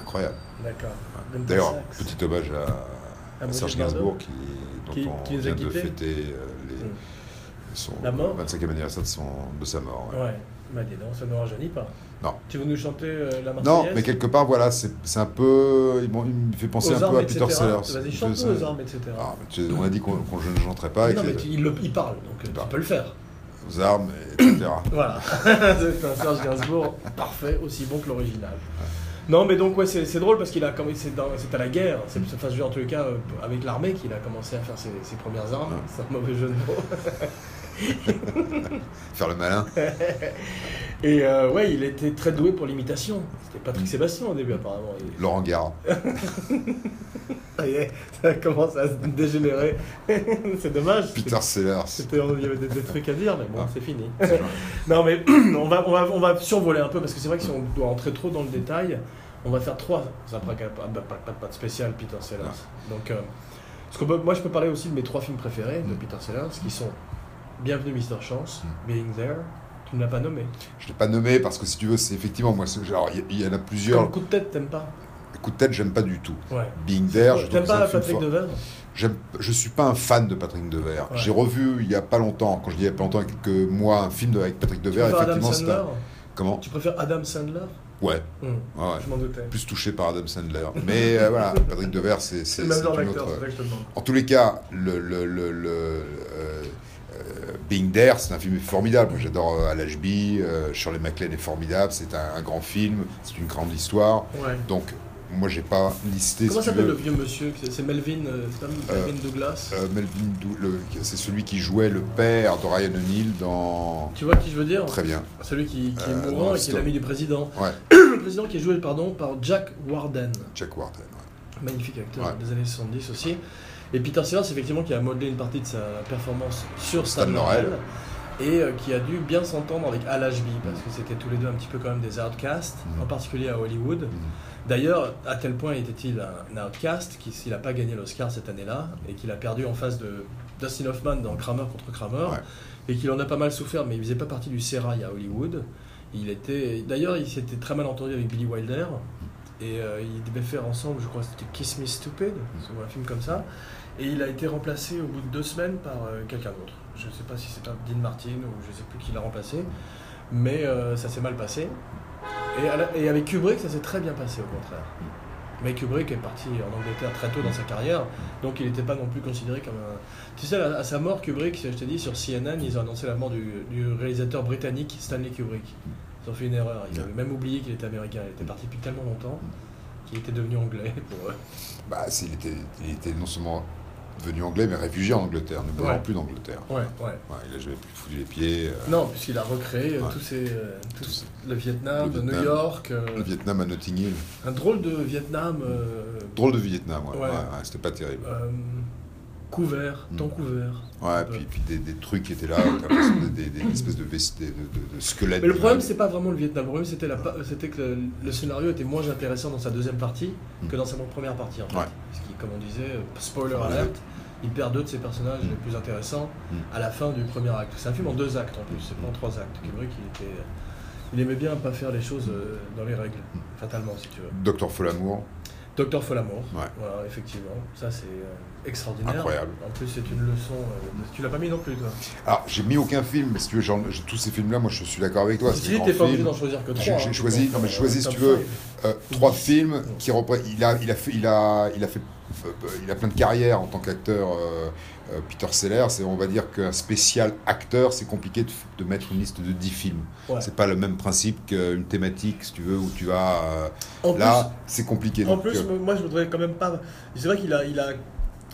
[SPEAKER 2] incroyable.
[SPEAKER 1] D'accord. Gunther
[SPEAKER 2] D'ailleurs,
[SPEAKER 1] Sachs.
[SPEAKER 2] petit hommage à, à
[SPEAKER 1] Brigitte
[SPEAKER 2] Serge
[SPEAKER 1] Bardot.
[SPEAKER 2] Gainsbourg, qui, dont
[SPEAKER 1] Qui-
[SPEAKER 2] on
[SPEAKER 1] qui nous a
[SPEAKER 2] vient de
[SPEAKER 1] quittés.
[SPEAKER 2] fêter euh, les-
[SPEAKER 1] Mm.
[SPEAKER 2] son
[SPEAKER 1] La mort.
[SPEAKER 2] 25e anniversaire de, son, de sa mort. ouais.
[SPEAKER 1] Ouais. Bah dis donc, ça ne rajeunit pas.
[SPEAKER 2] Non.
[SPEAKER 1] Tu veux nous chanter euh, la Marseillaise
[SPEAKER 2] Non, mais quelque part, voilà, c'est c'est un peu. Il m'en- il me fait penser
[SPEAKER 1] Aux
[SPEAKER 2] un peu
[SPEAKER 1] armes,
[SPEAKER 2] à Peter
[SPEAKER 1] etc.
[SPEAKER 2] Sellers.
[SPEAKER 1] Vas-y,
[SPEAKER 2] Je-
[SPEAKER 1] chante-nous
[SPEAKER 2] ça-
[SPEAKER 1] aux armes, etc.
[SPEAKER 2] Ah, mais tu- on a dit qu'on qu'on- je ne chanterai pas Ah, avec
[SPEAKER 1] non, mais
[SPEAKER 2] les-
[SPEAKER 1] tu- il, le- il parle, donc euh,
[SPEAKER 2] parle.
[SPEAKER 1] tu peux le faire.
[SPEAKER 2] aux armes, etc.
[SPEAKER 1] Voilà. c'est un Serge Gainsbourg parfait, aussi bon que l'original. Non, mais donc, ouais, c'est c'est drôle parce qu'il a commencé, c'est dans- c'est à la guerre, c'est enfin, je veux dire, en tous les cas, euh, avec l'armée qu'il a commencé à faire ses, ses premières armes.
[SPEAKER 2] Ouais.
[SPEAKER 1] C'est un mauvais jeu de mots.
[SPEAKER 2] Faire le malin.
[SPEAKER 1] Et euh, ouais, il était très doué pour l'imitation. C'était Patrick Sébastien au début, apparemment. Il-
[SPEAKER 2] Laurent Garra.
[SPEAKER 1] Ça y est, ça commence à se dégénérer. c'est dommage.
[SPEAKER 2] Peter Sellers.
[SPEAKER 1] C'était, il y avait des, des trucs à dire, mais bon,
[SPEAKER 2] Ah.
[SPEAKER 1] c'est fini. non, mais on va, on, va, on va survoler un peu, parce que c'est vrai que si on doit entrer trop dans le détail, on va faire trois après pas, pas, pas, pas- pas de spécial Peter Sellers. Donc, euh, ce qu'on peut- moi, je peux parler aussi de mes trois films préférés de
[SPEAKER 2] Mm.
[SPEAKER 1] Peter Sellers, qui sont Bienvenue Mr. Chance, Being There, tu ne l'as pas nommé.
[SPEAKER 2] Je ne l'ai pas nommé parce que si tu veux, c'est effectivement moi. c'est- Alors, il y- il y, en a
[SPEAKER 1] Comme
[SPEAKER 2] plusieurs.
[SPEAKER 1] coup de tête, t'aimes pas
[SPEAKER 2] Coup de tête, j'aime pas du tout.
[SPEAKER 1] Ouais.
[SPEAKER 2] Being There, je trouve
[SPEAKER 1] T'aimes
[SPEAKER 2] que c'est un
[SPEAKER 1] pas
[SPEAKER 2] film
[SPEAKER 1] Patrick
[SPEAKER 2] fort.
[SPEAKER 1] Devers
[SPEAKER 2] J'aime- Je suis pas un fan de Patrick Devers.
[SPEAKER 1] Ouais.
[SPEAKER 2] J'ai revu il y a pas longtemps, quand je dis il y a pas longtemps, il y a quelques mois, un film de- avec Patrick
[SPEAKER 1] Tu
[SPEAKER 2] Devers.
[SPEAKER 1] préfères Adam
[SPEAKER 2] Effectivement, c'est
[SPEAKER 1] Sandler
[SPEAKER 2] un... Comment
[SPEAKER 1] Tu préfères Adam Sandler
[SPEAKER 2] Ouais,
[SPEAKER 1] Hum,
[SPEAKER 2] ouais, ouais.
[SPEAKER 1] Je m'en doutais.
[SPEAKER 2] Plus touché par Adam Sandler. Mais euh, voilà, Patrick Devers, c'est
[SPEAKER 1] C'est
[SPEAKER 2] c'est-
[SPEAKER 1] le
[SPEAKER 2] c'est
[SPEAKER 1] même genre
[SPEAKER 2] une
[SPEAKER 1] d'acteur, c'est
[SPEAKER 2] autre.
[SPEAKER 1] ça que je te demande.
[SPEAKER 2] En tous les cas, le, le, le, le, euh, euh, Being There, c'est un film formidable. Moi, J'adore euh, Al Ashby, euh, Shirley MacLaine est formidable. C'est un, un grand film, c'est une grande histoire.
[SPEAKER 1] Ouais.
[SPEAKER 2] Donc, moi, j'ai pas listé.
[SPEAKER 1] Comment
[SPEAKER 2] si tu
[SPEAKER 1] s'appelle
[SPEAKER 2] veux.
[SPEAKER 1] le vieux monsieur que c'est- C'est Melvin, euh, c'est pas Melvin Douglas.
[SPEAKER 2] Euh, Melvin Dou- le- c'est celui qui jouait le père de Ryan O'Neill dans.
[SPEAKER 1] tu vois qui je veux dire
[SPEAKER 2] Très bien.
[SPEAKER 1] Ah, Celui qui, qui est
[SPEAKER 2] Euh,
[SPEAKER 1] mourant
[SPEAKER 2] dans
[SPEAKER 1] et qui est l'ami du président.
[SPEAKER 2] Ouais,
[SPEAKER 1] Le président qui est joué pardon, par Jack Warden,
[SPEAKER 2] Jack Warden. ouais.
[SPEAKER 1] magnifique acteur
[SPEAKER 2] Ouais.
[SPEAKER 1] des années 70 aussi. Et Peter Sellers, effectivement, qui a modelé une partie de sa performance sur Stan,
[SPEAKER 2] Stan
[SPEAKER 1] Laurel.
[SPEAKER 2] Laurel.
[SPEAKER 1] Et euh, qui a dû bien s'entendre avec Al Ashby, parce que c'était tous les deux un petit peu quand même des outcasts,
[SPEAKER 2] Mhm.
[SPEAKER 1] en particulier à Hollywood. D'ailleurs, à tel point était-il un un outcast qu'il n'a pas gagné l'Oscar cette année-là et qu'il a perdu en face de Dustin Hoffman dans Kramer contre Kramer
[SPEAKER 2] Ouais.
[SPEAKER 1] et qu'il en a pas mal souffert, mais il faisait pas partie du sérail à Hollywood. Il était, d'ailleurs, il s'était très mal entendu avec Billy Wilder et euh, ils devaient faire ensemble, je crois, c'était Kiss Me Stupid
[SPEAKER 2] Mhm.
[SPEAKER 1] ou un film comme ça. Et il a été remplacé au bout de deux semaines par euh, quelqu'un d'autre. Je ne sais pas si c'est pas Dean Martin ou je sais plus qui l'a remplacé, mais euh, ça s'est mal passé. Et, à la- et avec Kubrick, ça s'est très bien passé au contraire. Mike Kubrick est parti en Angleterre très tôt dans sa carrière, donc il n'était pas non plus considéré comme un. Tu sais, à, à sa mort, Kubrick, je t'ai dit, sur CNN, ils ont annoncé la mort du, du réalisateur britannique Stanley Kubrick. Ils ont fait une erreur, ils avaient même oublié qu'il était américain, il était parti depuis tellement longtemps qu'il était devenu anglais pour eux.
[SPEAKER 2] Bah, s'il était, il était non seulement devenu anglais, mais réfugié en Angleterre, ne bougeant
[SPEAKER 1] Ouais.
[SPEAKER 2] plus d'Angleterre.
[SPEAKER 1] Ouais, ouais.
[SPEAKER 2] Ouais, il a jamais plus foutu les pieds. euh,
[SPEAKER 1] Non, puisqu'il a recréé euh,
[SPEAKER 2] Ouais.
[SPEAKER 1] tous ces. euh, tous-
[SPEAKER 2] Tout ça.
[SPEAKER 1] le Vietnam,
[SPEAKER 2] Le
[SPEAKER 1] New
[SPEAKER 2] Vietnam.
[SPEAKER 1] York. euh,
[SPEAKER 2] Le Vietnam à Notting Hill.
[SPEAKER 1] un drôle de Vietnam. euh,
[SPEAKER 2] Drôle de Vietnam, ouais.
[SPEAKER 1] Ouais.
[SPEAKER 2] ouais, ouais, c'était pas terrible.
[SPEAKER 1] euh, couvert,
[SPEAKER 2] Mm.
[SPEAKER 1] temps couvert.
[SPEAKER 2] Ouais, puis, puis des, des trucs qui étaient là, t'as l'impression des, des- des espèces de, vestes, des- de, de- de squelettes.
[SPEAKER 1] Mais le
[SPEAKER 2] de
[SPEAKER 1] problème,
[SPEAKER 2] vagues.
[SPEAKER 1] c'est pas vraiment le Vietnam. Le problème, c'était la pa- c'était que le, le scénario était moins intéressant dans sa deuxième partie que dans sa première partie, en fait.
[SPEAKER 2] Mm. Ouais.
[SPEAKER 1] Parce qu'il, comme on disait, euh, spoiler
[SPEAKER 2] Ouais.
[SPEAKER 1] alert, il perd deux de ses personnages
[SPEAKER 2] Mm.
[SPEAKER 1] les plus intéressants
[SPEAKER 2] Mm. Mm.
[SPEAKER 1] à la fin du premier acte. C'est un film en deux actes, en plus, c'est pas en trois actes. Kubrick, il était... euh, Il aimait bien pas faire les choses euh, dans les règles,
[SPEAKER 2] Mm.
[SPEAKER 1] fatalement, si tu veux.
[SPEAKER 2] Docteur Folamour,
[SPEAKER 1] Docteur Folamour,
[SPEAKER 2] Ouais.
[SPEAKER 1] voilà, effectivement. Ça, c'est euh, extraordinaire.
[SPEAKER 2] incroyable.
[SPEAKER 1] En plus, c'est une leçon. euh, tu l'as pas mis non plus, toi.
[SPEAKER 2] Alors, j'ai mis aucun film, mais si tu veux, genre, j'ai- tous ces films-là, moi je suis d'accord avec toi.
[SPEAKER 1] Si
[SPEAKER 2] c'est des
[SPEAKER 1] t'es
[SPEAKER 2] grands
[SPEAKER 1] pas obligé
[SPEAKER 2] films.
[SPEAKER 1] d'en choisir que
[SPEAKER 2] J'ai-
[SPEAKER 1] trois.
[SPEAKER 2] j'ai
[SPEAKER 1] hein,
[SPEAKER 2] choisi-
[SPEAKER 1] tu
[SPEAKER 2] non, mais
[SPEAKER 1] peux
[SPEAKER 2] j'ai choisi,
[SPEAKER 1] en faire
[SPEAKER 2] si tu veux,
[SPEAKER 1] cinq.
[SPEAKER 2] Euh, trois films qui représentent. Il a, il, a fait, il, a, il, a fait, euh, il a plein de carrières en tant qu'acteur, euh, euh, Peter Seller. C'est, on va dire qu'un spécial acteur, c'est compliqué de, f- de mettre une liste de 10 films.
[SPEAKER 1] Ouais.
[SPEAKER 2] C'est pas le même principe qu'une thématique, si tu veux, où tu vas. euh,
[SPEAKER 1] En plus,
[SPEAKER 2] là, c'est compliqué.
[SPEAKER 1] En
[SPEAKER 2] donc,
[SPEAKER 1] plus,
[SPEAKER 2] euh,
[SPEAKER 1] moi, je voudrais quand même pas. C'est vrai qu'il a, il a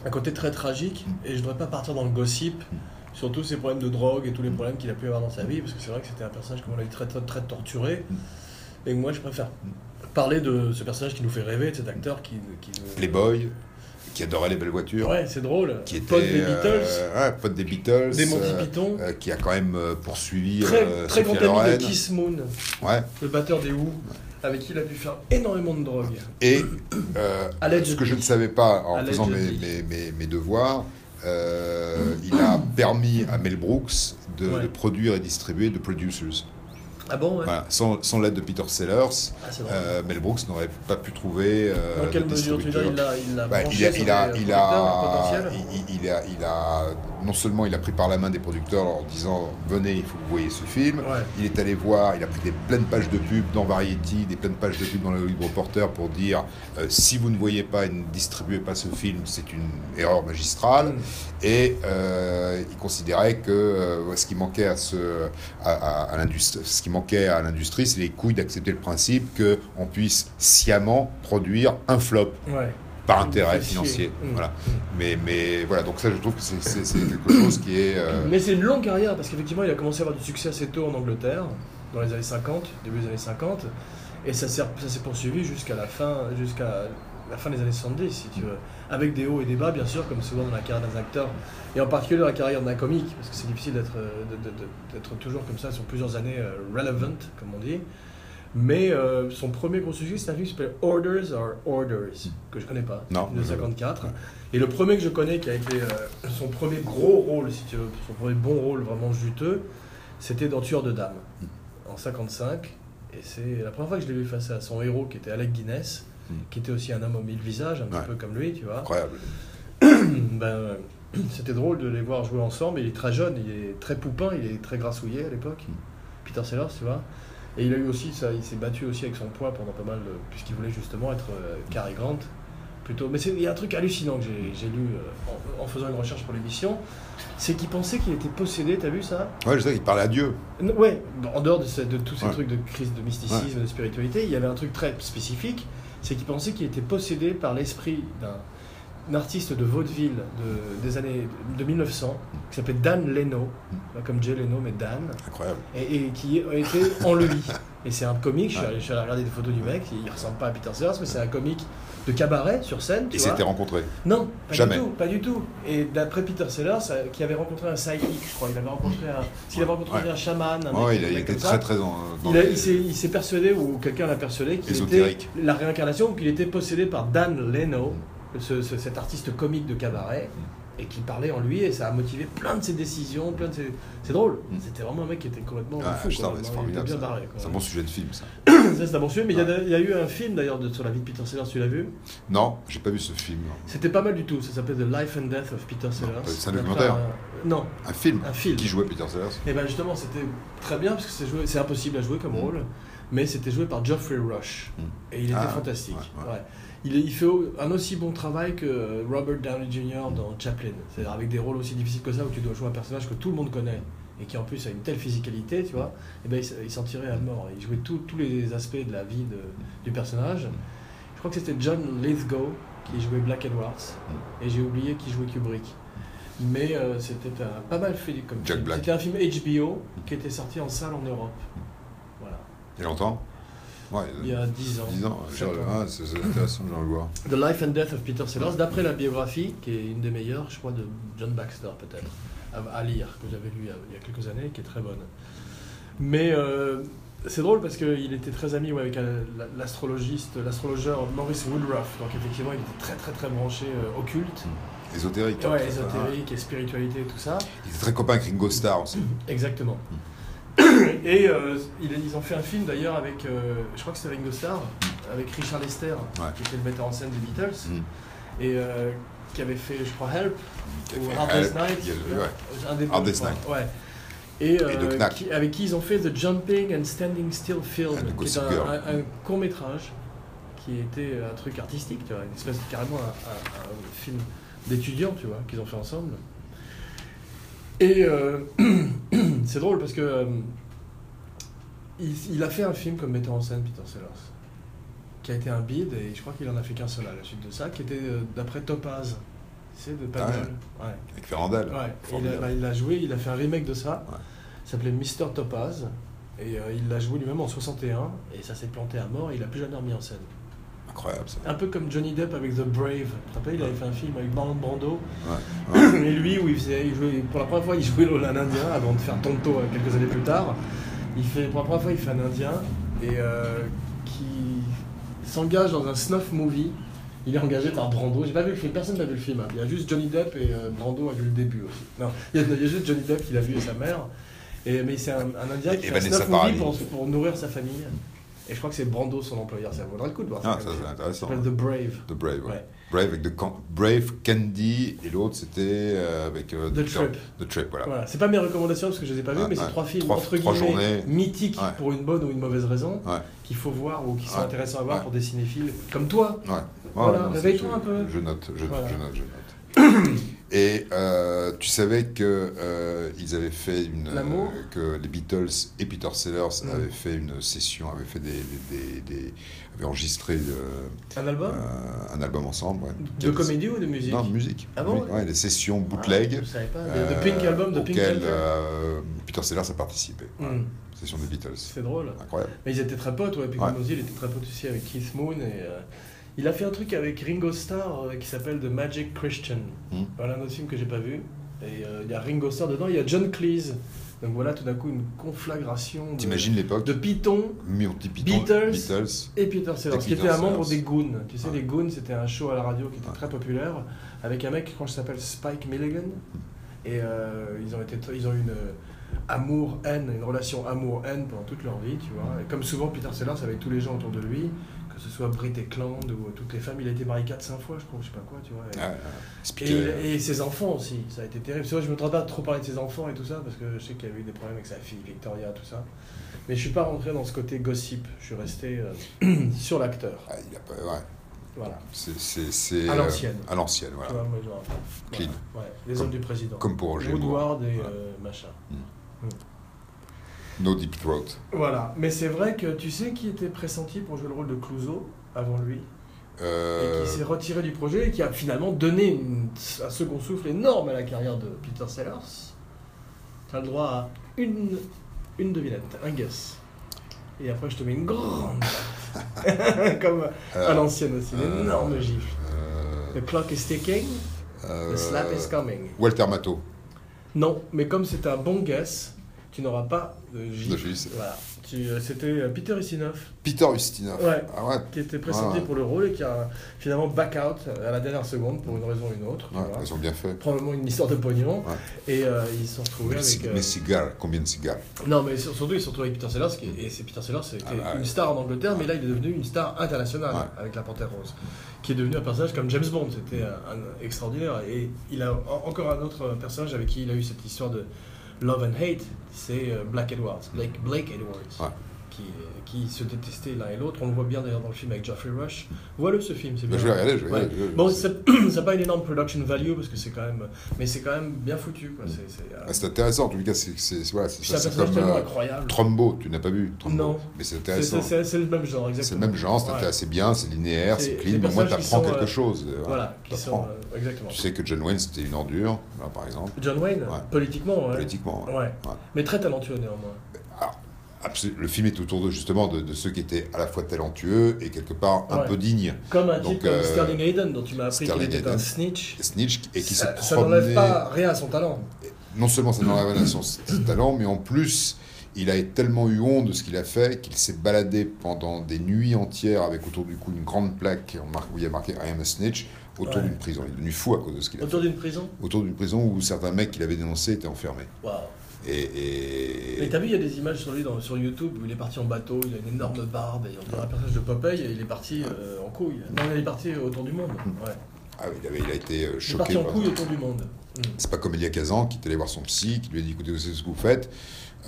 [SPEAKER 1] un côté très tragique, et je voudrais pas partir dans le gossip sur tous ses problèmes de drogue et tous les problèmes qu'il a pu avoir dans sa vie, parce que c'est vrai que c'était un personnage, comme on l'a dit, très, très, très torturé. Et moi, je préfère parler de ce personnage qui nous fait rêver, de cet acteur qui. qui nous-
[SPEAKER 2] Playboy, qui adorait les belles voitures,
[SPEAKER 1] Ouais, c'est drôle.
[SPEAKER 2] qui était.
[SPEAKER 1] Pote des Beatles,
[SPEAKER 2] euh, ouais, pote des Beatles.
[SPEAKER 1] des Monty
[SPEAKER 2] euh,
[SPEAKER 1] Python.
[SPEAKER 2] euh, qui a quand même euh, poursuivi
[SPEAKER 1] Très,
[SPEAKER 2] euh,
[SPEAKER 1] très
[SPEAKER 2] Sophia
[SPEAKER 1] grand ami de
[SPEAKER 2] Loren.
[SPEAKER 1] Kiss Moon,
[SPEAKER 2] Ouais.
[SPEAKER 1] le batteur des Who, avec qui il a dû faire énormément de drogue.
[SPEAKER 2] Et euh,
[SPEAKER 1] Allegedly.
[SPEAKER 2] ce que je ne savais pas en
[SPEAKER 1] Allegedly.
[SPEAKER 2] faisant mes, mes- mes- mes devoirs, euh, il a permis à Mel Brooks de,
[SPEAKER 1] Ouais.
[SPEAKER 2] de produire et distribuer The Producers.
[SPEAKER 1] Ah bon, ouais.
[SPEAKER 2] Voilà. Sans, sans l'aide de Peter Sellers,
[SPEAKER 1] Ah, c'est drôle.
[SPEAKER 2] euh, Mel Brooks n'aurait pas pu trouver euh,
[SPEAKER 1] Dans quelle
[SPEAKER 2] de
[SPEAKER 1] mesure tu veux dire,
[SPEAKER 2] distributeur.
[SPEAKER 1] il l'a il l'a
[SPEAKER 2] Bah, il
[SPEAKER 1] branché
[SPEAKER 2] a,
[SPEAKER 1] sur
[SPEAKER 2] il a,
[SPEAKER 1] des
[SPEAKER 2] il
[SPEAKER 1] producteurs
[SPEAKER 2] a,
[SPEAKER 1] potentiels
[SPEAKER 2] il, il a, il a, non seulement il a pris par la main des producteurs en leur disant venez, il faut que vous voyez ce film.
[SPEAKER 1] Ouais.
[SPEAKER 2] Il est allé voir, il a pris des pleines pages de pub dans Variety, des pleines pages de pub dans le Libre Reporter pour dire euh, si vous ne voyez pas et ne distribuez pas ce film, c'est une erreur magistrale. Et euh, il considérait que euh, ce qui manquait à ce, à, à- à l'industrie, ce qui manquait à l'industrie, c'est les couilles d'accepter le principe que on puisse sciemment produire un flop
[SPEAKER 1] Ouais.
[SPEAKER 2] par
[SPEAKER 1] Ou
[SPEAKER 2] intérêt
[SPEAKER 1] financier.
[SPEAKER 2] financier.
[SPEAKER 1] Mm.
[SPEAKER 2] Voilà. Mais, mais voilà, donc ça, je trouve que c'est- c'est c'est quelque chose qui est. euh,
[SPEAKER 1] Mais c'est une longue carrière parce qu'effectivement, il a commencé à avoir du succès assez tôt en Angleterre, dans les années 50, début des années 50, et ça s'est ça s'est poursuivi jusqu'à la fin, jusqu'à la fin des années 70, si tu veux, avec des hauts et des bas, bien sûr, comme souvent dans la carrière d'un acteur, et en particulier dans la carrière d'un comique, parce que c'est difficile d'être euh, de- de- de- d'être toujours comme ça sur plusieurs années euh, relevant, comme on dit. Mais euh, son premier gros succès, c'est un film qui s'appelle Orders are Orders, que je connais pas,
[SPEAKER 2] Non,
[SPEAKER 1] de
[SPEAKER 2] je l'ai pas.
[SPEAKER 1] 54. Et le premier que je connais qui a été euh, son premier gros rôle, si tu veux, son premier bon rôle vraiment juteux, c'était dans Tueur de Dames, en 55. Et c'est la première fois que je l'ai vu face à son héros qui était Alec Guinness,
[SPEAKER 2] Mm.
[SPEAKER 1] qui était aussi un homme aux mille visages, un
[SPEAKER 2] Ouais.
[SPEAKER 1] petit peu comme lui, tu vois.
[SPEAKER 2] Incroyable.
[SPEAKER 1] Ben, euh, c'était drôle de les voir jouer ensemble. Il est très jeune, il est très poupin, il est très grassouillet à l'époque. Peter Sellers, tu vois. Et il a eu aussi ça, il s'est battu aussi avec son poids pendant pas mal de. puisqu'il voulait justement être euh, Cary Grant. Plutôt. Mais c'est- il y a un truc hallucinant que j'ai- j'ai lu euh, en, en faisant une recherche pour l'émission, c'est qu'il pensait qu'il était possédé, t'as vu ça
[SPEAKER 2] Ouais, je sais qu'il parlait à Dieu.
[SPEAKER 1] N- Ouais, en dehors de, ce- de tous ces
[SPEAKER 2] Ouais.
[SPEAKER 1] trucs de crise de mysticisme, de spiritualité, il y avait un truc très spécifique, c'est qu'il pensait qu'il était possédé par l'esprit d'un d'un artiste de vaudeville de, des années de 1900, qui s'appelait Dan Leno, pas comme Jay Leno, mais Dan,
[SPEAKER 2] Incroyable.
[SPEAKER 1] et, et qui était en lui. Et c'est un comique, je suis allé- je suis allé regarder des photos du mec, il ressemble pas à Peter Sellers, mais c'est un comique de cabaret sur scène. Tu
[SPEAKER 2] Ils
[SPEAKER 1] vois.
[SPEAKER 2] s'étaient rencontrés.
[SPEAKER 1] Non, pas
[SPEAKER 2] Jamais.
[SPEAKER 1] du tout, pas du tout. Et d'après Peter Sellers, euh, qui avait rencontré un psychic, je crois, il avait rencontré un, s'il avait rencontré
[SPEAKER 2] Ouais.
[SPEAKER 1] un chaman, un
[SPEAKER 2] Ouais,
[SPEAKER 1] mec,
[SPEAKER 2] il, a-
[SPEAKER 1] un
[SPEAKER 2] il
[SPEAKER 1] mec
[SPEAKER 2] était
[SPEAKER 1] comme
[SPEAKER 2] très
[SPEAKER 1] ça.
[SPEAKER 2] très dans. dans
[SPEAKER 1] Il, a-
[SPEAKER 2] les-
[SPEAKER 1] il s'est, il s'est persuadé, ou quelqu'un l'a persuadé, qu'il était
[SPEAKER 2] Ésotérique.
[SPEAKER 1] la réincarnation, ou qu'il était possédé par Dan Leno, ce- ce- cet artiste comique de cabaret, et qu'il parlait en lui, et ça a motivé plein de ses décisions, plein de ses... C'est drôle,
[SPEAKER 2] Mm.
[SPEAKER 1] c'était vraiment un mec qui était complètement
[SPEAKER 2] Ah,
[SPEAKER 1] fou,
[SPEAKER 2] putain,
[SPEAKER 1] quoi.
[SPEAKER 2] mais c'est
[SPEAKER 1] Il était
[SPEAKER 2] formidable.
[SPEAKER 1] bien
[SPEAKER 2] ça.
[SPEAKER 1] barré, quoi.
[SPEAKER 2] C'est un bon sujet de film, ça.
[SPEAKER 1] Ça, c'est un bon sujet, mais il y a- il y, a eu un film d'ailleurs de- sur la vie de Peter Sellers, tu l'as vu
[SPEAKER 2] Non, j'ai pas vu ce film.
[SPEAKER 1] C'était pas mal du tout, ça s'appelait The Life and Death of Peter Sellers.
[SPEAKER 2] c'est un documentaire.
[SPEAKER 1] Après, euh, non, eh
[SPEAKER 2] Un film
[SPEAKER 1] un film.
[SPEAKER 2] Qui jouait Peter Sellers
[SPEAKER 1] Et ben justement, c'était très bien parce que c'est joué- c'est impossible à jouer comme rôle. mais c'était joué par Geoffrey Rush.
[SPEAKER 2] Mm.
[SPEAKER 1] Et il était
[SPEAKER 2] Ah,
[SPEAKER 1] fantastique.
[SPEAKER 2] ouais, ouais.
[SPEAKER 1] Ouais. Il, est- il fait au- un aussi bon travail que Robert Downey Jr. dans Chaplin. C'est-à-dire avec des rôles aussi difficiles que ça, où tu dois jouer un personnage que tout le monde connaît, et qui en plus a une telle physicalité, tu vois, et ben il, s- il s'en tirait à mort. Il jouait tout- tous les aspects de la vie de- du personnage. Je crois que c'était John Lithgow qui jouait Black Edwards,
[SPEAKER 2] Mm.
[SPEAKER 1] et j'ai oublié qui jouait Kubrick. Mais euh, c'était un pas mal fait comme
[SPEAKER 2] Jack
[SPEAKER 1] film.
[SPEAKER 2] Black. Mm.
[SPEAKER 1] C'était un film HBO qui était sorti en salle en Europe. Voilà.
[SPEAKER 2] Il y a longtemps Ouais,
[SPEAKER 1] Il y a 10 ans.
[SPEAKER 2] 10 Euh, ans.
[SPEAKER 1] Sept
[SPEAKER 2] genre,
[SPEAKER 1] ans.
[SPEAKER 2] ah, c'est c'est intéressant de le revoir.
[SPEAKER 1] The Life and Death of Peter Sellers, d'après la biographie, qui est une des meilleures, je crois, de John Baxter, peut-être, à, à lire, que j'avais lu il y a- il y a quelques années, qui est très bonne. Mais euh, c'est drôle parce qu'il était très ami ouais, avec un- la- l'astrologiste, l'astrologeur Maurice Woodruff, donc effectivement, il était très, très, très branché euh, occulte,
[SPEAKER 2] Ésotérique.
[SPEAKER 1] ouais,
[SPEAKER 2] Ah,
[SPEAKER 1] ésotérique Mm. et spiritualité et tout ça.
[SPEAKER 2] Il était très copain avec Ringo Starr aussi.
[SPEAKER 1] Exactement. Et euh, ils, ils ont fait un film d'ailleurs avec, euh, je crois que c'était Ringo Starr, avec Richard Lester,
[SPEAKER 2] Ouais.
[SPEAKER 1] qui était le metteur en scène des Beatles,
[SPEAKER 2] Mm.
[SPEAKER 1] et euh, qui avait fait, je crois, Help,
[SPEAKER 2] Qui a
[SPEAKER 1] ou
[SPEAKER 2] fait
[SPEAKER 1] Hard Day's
[SPEAKER 2] Help,
[SPEAKER 1] Night.
[SPEAKER 2] il y a le- ouais.
[SPEAKER 1] un des
[SPEAKER 2] Hard
[SPEAKER 1] deux,
[SPEAKER 2] Day's
[SPEAKER 1] je crois.
[SPEAKER 2] Night.
[SPEAKER 1] Ouais. Et, euh,
[SPEAKER 2] de Knack.
[SPEAKER 1] qui- avec qui ils ont fait The Jumping and Standing Still Film,
[SPEAKER 2] Ah, de
[SPEAKER 1] qui est
[SPEAKER 2] Gossip
[SPEAKER 1] un,
[SPEAKER 2] Girl.
[SPEAKER 1] un- un court-métrage qui était un truc artistique, tu vois, une espèce de- carrément un, un- un film d'étudiants, tu vois, qu'ils ont fait ensemble. Et euh, c'est drôle parce que euh, il, il a fait un film comme metteur en scène Peter Sellers, qui a été un bide et je crois qu'il en a fait qu'un seul à la suite de ça, qui était euh, d'après Topaz, c'est de
[SPEAKER 2] Ah
[SPEAKER 1] Pagnol. Ouais.
[SPEAKER 2] Avec
[SPEAKER 1] Ouais,
[SPEAKER 2] Ferrandel.
[SPEAKER 1] et il, a,
[SPEAKER 2] Formidable.
[SPEAKER 1] bah, il a joué, il a fait un remake de ça.
[SPEAKER 2] Ouais.
[SPEAKER 1] Il s'appelait Mister Topaz. Et euh, il l'a joué lui-même en 61. Et ça s'est planté à mort. Et il a plus jamais remis en scène.
[SPEAKER 2] Incroyable ça.
[SPEAKER 1] Un peu comme Johnny Depp avec The Brave. Tu te rappelles, il avait fait un film avec Marlon Brando.
[SPEAKER 2] Ouais. Ouais.
[SPEAKER 1] Et lui, où il faisait, il jouait, pour la première fois, il jouait le- un Indien avant de faire Tonto euh, quelques années plus tard. Il fait, pour la première fois, il fait un Indien et euh, qui s'engage dans un snuff movie. Il est engagé par Brando. J'ai pas vu le film, personne n'a vu le film. hein. Il y a juste Johnny Depp et euh, Brando a vu le début aussi. Non, il y a, il y a juste Johnny Depp qui l'a vu et sa mère. Et, mais c'est un, un Indien
[SPEAKER 2] Et-
[SPEAKER 1] qui
[SPEAKER 2] et
[SPEAKER 1] fait un
[SPEAKER 2] Vanessa
[SPEAKER 1] snuff movie
[SPEAKER 2] Paradis.
[SPEAKER 1] pour, pour nourrir sa famille. Et je crois que c'est Brando son employeur. Ça vaudrait le coup de voir
[SPEAKER 2] Ah,
[SPEAKER 1] ça.
[SPEAKER 2] ça c'est
[SPEAKER 1] Ça
[SPEAKER 2] intéressant. hein.
[SPEAKER 1] s'appelle The Brave.
[SPEAKER 2] The Brave, ouais.
[SPEAKER 1] Ouais.
[SPEAKER 2] Brave avec The Can- Brave Candy et l'autre c'était euh, avec euh,
[SPEAKER 1] The Trip.
[SPEAKER 2] The Trip, voilà.
[SPEAKER 1] Voilà, c'est pas mes recommandations parce que je les ai pas vues,
[SPEAKER 2] Ouais,
[SPEAKER 1] mais c'est
[SPEAKER 2] ouais.
[SPEAKER 1] trois films
[SPEAKER 2] Trois-
[SPEAKER 1] entre
[SPEAKER 2] trois
[SPEAKER 1] guillemets
[SPEAKER 2] journées.
[SPEAKER 1] mythiques
[SPEAKER 2] Ouais.
[SPEAKER 1] pour une bonne ou une mauvaise raison
[SPEAKER 2] Ouais.
[SPEAKER 1] qu'il faut voir ou qui sont
[SPEAKER 2] Ouais.
[SPEAKER 1] intéressants à voir
[SPEAKER 2] Ouais.
[SPEAKER 1] pour des cinéphiles comme toi.
[SPEAKER 2] Ouais. Ouais,
[SPEAKER 1] Voilà,
[SPEAKER 2] ouais, Ah, non,
[SPEAKER 1] réveille-toi
[SPEAKER 2] c'est-
[SPEAKER 1] un peu.
[SPEAKER 2] Je note, je,
[SPEAKER 1] Voilà.
[SPEAKER 2] je note, je note. Et euh, tu savais que euh, ils avaient fait une
[SPEAKER 1] L'amour.
[SPEAKER 2] euh, que les Beatles et Peter Sellers
[SPEAKER 1] Mm.
[SPEAKER 2] avaient fait une session, avaient fait des, des, des- des- avaient enregistré euh,
[SPEAKER 1] Un album
[SPEAKER 2] euh, un album ensemble. ouais.
[SPEAKER 1] Ah. de comédie ou de musique
[SPEAKER 2] Non, musique.
[SPEAKER 1] Ah bon
[SPEAKER 2] Oui, ouais, des sessions
[SPEAKER 1] Ah,
[SPEAKER 2] bootleg.
[SPEAKER 1] je savais pas.
[SPEAKER 2] euh,
[SPEAKER 1] De de Pink Album, de Pink
[SPEAKER 2] auxquelles,
[SPEAKER 1] Album.
[SPEAKER 2] euh, Peter Sellers a participé. Voilà.
[SPEAKER 1] Hum,
[SPEAKER 2] Session des Beatles.
[SPEAKER 1] C'est drôle.
[SPEAKER 2] Incroyable.
[SPEAKER 1] Mais ils étaient très potes, ouais. Puis
[SPEAKER 2] Ouais.
[SPEAKER 1] comme on dit, il était très pote aussi avec Keith Moon. Et, euh, il a fait un truc avec Ringo Starr euh, qui s'appelle The Magic Christian.
[SPEAKER 2] Hmm.
[SPEAKER 1] Voilà un autre film que j'ai pas vu. Et euh, il y a Ringo Starr dedans, il y a John Cleese. Donc voilà tout d'un coup une conflagration de,
[SPEAKER 2] T'imagines l'époque
[SPEAKER 1] de Python
[SPEAKER 2] Monty Python,
[SPEAKER 1] Beatles.
[SPEAKER 2] Beatles.
[SPEAKER 1] Et Peter Sellers,
[SPEAKER 2] Et
[SPEAKER 1] qui
[SPEAKER 2] Peter
[SPEAKER 1] était un membre
[SPEAKER 2] Sellers.
[SPEAKER 1] des Goons. Tu sais,
[SPEAKER 2] Ouais.
[SPEAKER 1] les Goons, c'était un show à la radio qui était
[SPEAKER 2] Ouais.
[SPEAKER 1] très populaire, avec un mec, quand je s'appelle Spike Milligan. Et euh, ils, ont été, ils ont eu une euh, amour-haine, une relation amour-haine pendant toute leur vie, tu vois. Et comme souvent, Peter Sellers, avec tous les gens autour de lui, que ce soit Brit et Cland ou toutes les femmes, il a été marié 4-5 fois, je crois, je sais pas quoi, tu vois. Et-
[SPEAKER 2] Ah,
[SPEAKER 1] et,
[SPEAKER 2] Speaker.
[SPEAKER 1] il- et ses enfants aussi, ça a été terrible. C'est vrai, je me traite pas de trop parler de ses enfants et tout ça, parce que je sais qu'il y avait eu des problèmes avec sa fille, Victoria, tout ça. Mais je suis pas rentré dans ce côté gossip, je suis resté euh, sur l'acteur.
[SPEAKER 2] Ah, il a pas- ouais.
[SPEAKER 1] Voilà.
[SPEAKER 2] C'est- c'est- c'est,
[SPEAKER 1] À
[SPEAKER 2] euh,
[SPEAKER 1] l'ancienne.
[SPEAKER 2] À l'ancienne, voilà.
[SPEAKER 1] Tu vois, moi, genre,
[SPEAKER 2] Clean.
[SPEAKER 1] voilà. Ouais, les
[SPEAKER 2] Comme-
[SPEAKER 1] hommes du président.
[SPEAKER 2] Comme pour Roger Moore.
[SPEAKER 1] Woodward et
[SPEAKER 2] Ouais.
[SPEAKER 1] euh, machin.
[SPEAKER 2] No Deep Throat.
[SPEAKER 1] Voilà. Mais c'est vrai que tu sais qui était pressenti pour jouer le rôle de Clouseau avant lui
[SPEAKER 2] Euh,
[SPEAKER 1] et qui s'est retiré du projet et qui a finalement donné une- un second souffle énorme à la carrière de Peter Sellers. Tu as le droit à une, une devinette, un guess. Et après, je te mets une grande. tarte. Comme à
[SPEAKER 2] euh,
[SPEAKER 1] l'ancienne aussi, une
[SPEAKER 2] euh,
[SPEAKER 1] énorme gifle.
[SPEAKER 2] euh,
[SPEAKER 1] The clock is ticking,
[SPEAKER 2] euh,
[SPEAKER 1] the slap is coming.
[SPEAKER 2] Walter Matto.
[SPEAKER 1] Non, mais comme c'est un bon guess, tu n'auras pas de
[SPEAKER 2] De
[SPEAKER 1] gifle.
[SPEAKER 2] gifle.
[SPEAKER 1] Voilà. Tu- euh, C'était euh, Peter Ustinov
[SPEAKER 2] Peter Ustinov.
[SPEAKER 1] Ouais.
[SPEAKER 2] Ah ouais.
[SPEAKER 1] qui était pressenti
[SPEAKER 2] Ah.
[SPEAKER 1] pour le rôle et qui a finalement back out à la dernière seconde pour une raison ou une autre. tu
[SPEAKER 2] Ouais,
[SPEAKER 1] vois.
[SPEAKER 2] Ils ont bien fait.
[SPEAKER 1] probablement une histoire de pognon.
[SPEAKER 2] Ouais.
[SPEAKER 1] Et euh, ils se sont retrouvés
[SPEAKER 2] Mais
[SPEAKER 1] avec.
[SPEAKER 2] cig-
[SPEAKER 1] euh,
[SPEAKER 2] mais cigares, combien de cigares
[SPEAKER 1] Non, mais sur- surtout, ils se sont retrouvés avec Peter Sellers. qui- Et c'est Peter Sellers, c'était
[SPEAKER 2] Ah bah,
[SPEAKER 1] une
[SPEAKER 2] ouais.
[SPEAKER 1] star en Angleterre, mais là, il est devenu une star internationale
[SPEAKER 2] Ouais.
[SPEAKER 1] avec la Panthère Rose, qui est devenu un personnage comme James Bond. C'était un- un extraordinaire. Et il a en- encore un autre personnage avec qui il a eu cette histoire de love and hate, c'est euh, Black Edwards, Blake, Blake Edwards.
[SPEAKER 2] Mm. Ouais.
[SPEAKER 1] qui, qui se détestaient l'un et l'autre. On le voit bien d'ailleurs dans le film avec Geoffrey Rush. Voilà ce film, c'est bien.
[SPEAKER 2] je vais regarder, je vais
[SPEAKER 1] Ouais.
[SPEAKER 2] regarder, je vais-
[SPEAKER 1] Bon,
[SPEAKER 2] c'est-
[SPEAKER 1] c'est- ça n'a pas une énorme production value parce que c'est quand même, mais c'est quand même bien foutu. Quoi. C'est, c'est, euh,
[SPEAKER 2] Ah, c'est intéressant, en tout cas, c'est c'est- voilà, c'est-
[SPEAKER 1] c'est un
[SPEAKER 2] ça, c'est
[SPEAKER 1] personnage
[SPEAKER 2] comme
[SPEAKER 1] tellement
[SPEAKER 2] euh,
[SPEAKER 1] incroyable.
[SPEAKER 2] Trumbo, tu n'as pas vu Trumbo.
[SPEAKER 1] Non.
[SPEAKER 2] Mais c'est
[SPEAKER 1] C'est,
[SPEAKER 2] intéressant.
[SPEAKER 1] c'est- c'est- c'est le même genre, exactement.
[SPEAKER 2] C'est le même genre, c'est
[SPEAKER 1] Ouais.
[SPEAKER 2] assez bien, c'est linéaire,
[SPEAKER 1] C'est-
[SPEAKER 2] c'est
[SPEAKER 1] les
[SPEAKER 2] clean, mais au moins
[SPEAKER 1] personnages qui
[SPEAKER 2] t'apprends
[SPEAKER 1] sont,
[SPEAKER 2] quelque
[SPEAKER 1] euh,
[SPEAKER 2] chose. euh,
[SPEAKER 1] Voilà, qui sont
[SPEAKER 2] t'apprends.
[SPEAKER 1] euh, exactement.
[SPEAKER 2] Tu sais que John Wayne c'était une endure, là, par exemple,
[SPEAKER 1] John Wayne,
[SPEAKER 2] Ouais.
[SPEAKER 1] politiquement, ouais.
[SPEAKER 2] politiquement. hein.
[SPEAKER 1] Ouais. mais très talentueux néanmoins.
[SPEAKER 2] Absolu- Le film est autour de justement de, de ceux qui étaient à la fois talentueux et quelque part un
[SPEAKER 1] Ouais.
[SPEAKER 2] peu dignes.
[SPEAKER 1] Comme un
[SPEAKER 2] Donc,
[SPEAKER 1] type comme
[SPEAKER 2] euh,
[SPEAKER 1] Sterling Hayden, dont tu m'as appris qu'il
[SPEAKER 2] Sterling
[SPEAKER 1] était un
[SPEAKER 2] Hayden.
[SPEAKER 1] snitch.
[SPEAKER 2] Snitch et qui
[SPEAKER 1] ça,
[SPEAKER 2] se
[SPEAKER 1] ça n'enlève
[SPEAKER 2] promenaient...
[SPEAKER 1] pas rien à son talent.
[SPEAKER 2] non seulement ça n'enlève rien à son son talent, mais en plus, il a tellement eu honte de ce qu'il a fait qu'il s'est baladé pendant des nuits entières avec autour du cou une grande plaque en mar- où il y a marqué I am a snitch autour
[SPEAKER 1] Ouais.
[SPEAKER 2] d'une prison. Il est devenu fou à cause de ce qu'il a fait.
[SPEAKER 1] Autour d'une prison
[SPEAKER 2] Autour d'une prison où certains mecs qu'il avait dénoncés étaient enfermés.
[SPEAKER 1] Waouh.
[SPEAKER 2] Et,
[SPEAKER 1] Mais
[SPEAKER 2] et...
[SPEAKER 1] t'as vu, il y a des images sur lui dans- sur YouTube où il est parti en bateau, il a une énorme barbe, et on dirait un personnage de Popeye, et il est parti euh, en couille. Non, il est parti autour du monde. Ouais.
[SPEAKER 2] Ah, il, avait, il a été euh,
[SPEAKER 1] Il est
[SPEAKER 2] choqué.
[SPEAKER 1] parti en
[SPEAKER 2] par-
[SPEAKER 1] couille autour du monde. Mm.
[SPEAKER 2] C'est pas comme il y a 15 ans, qui est allé voir son psy, qui lui a dit écoutez, vous savez ce que vous faites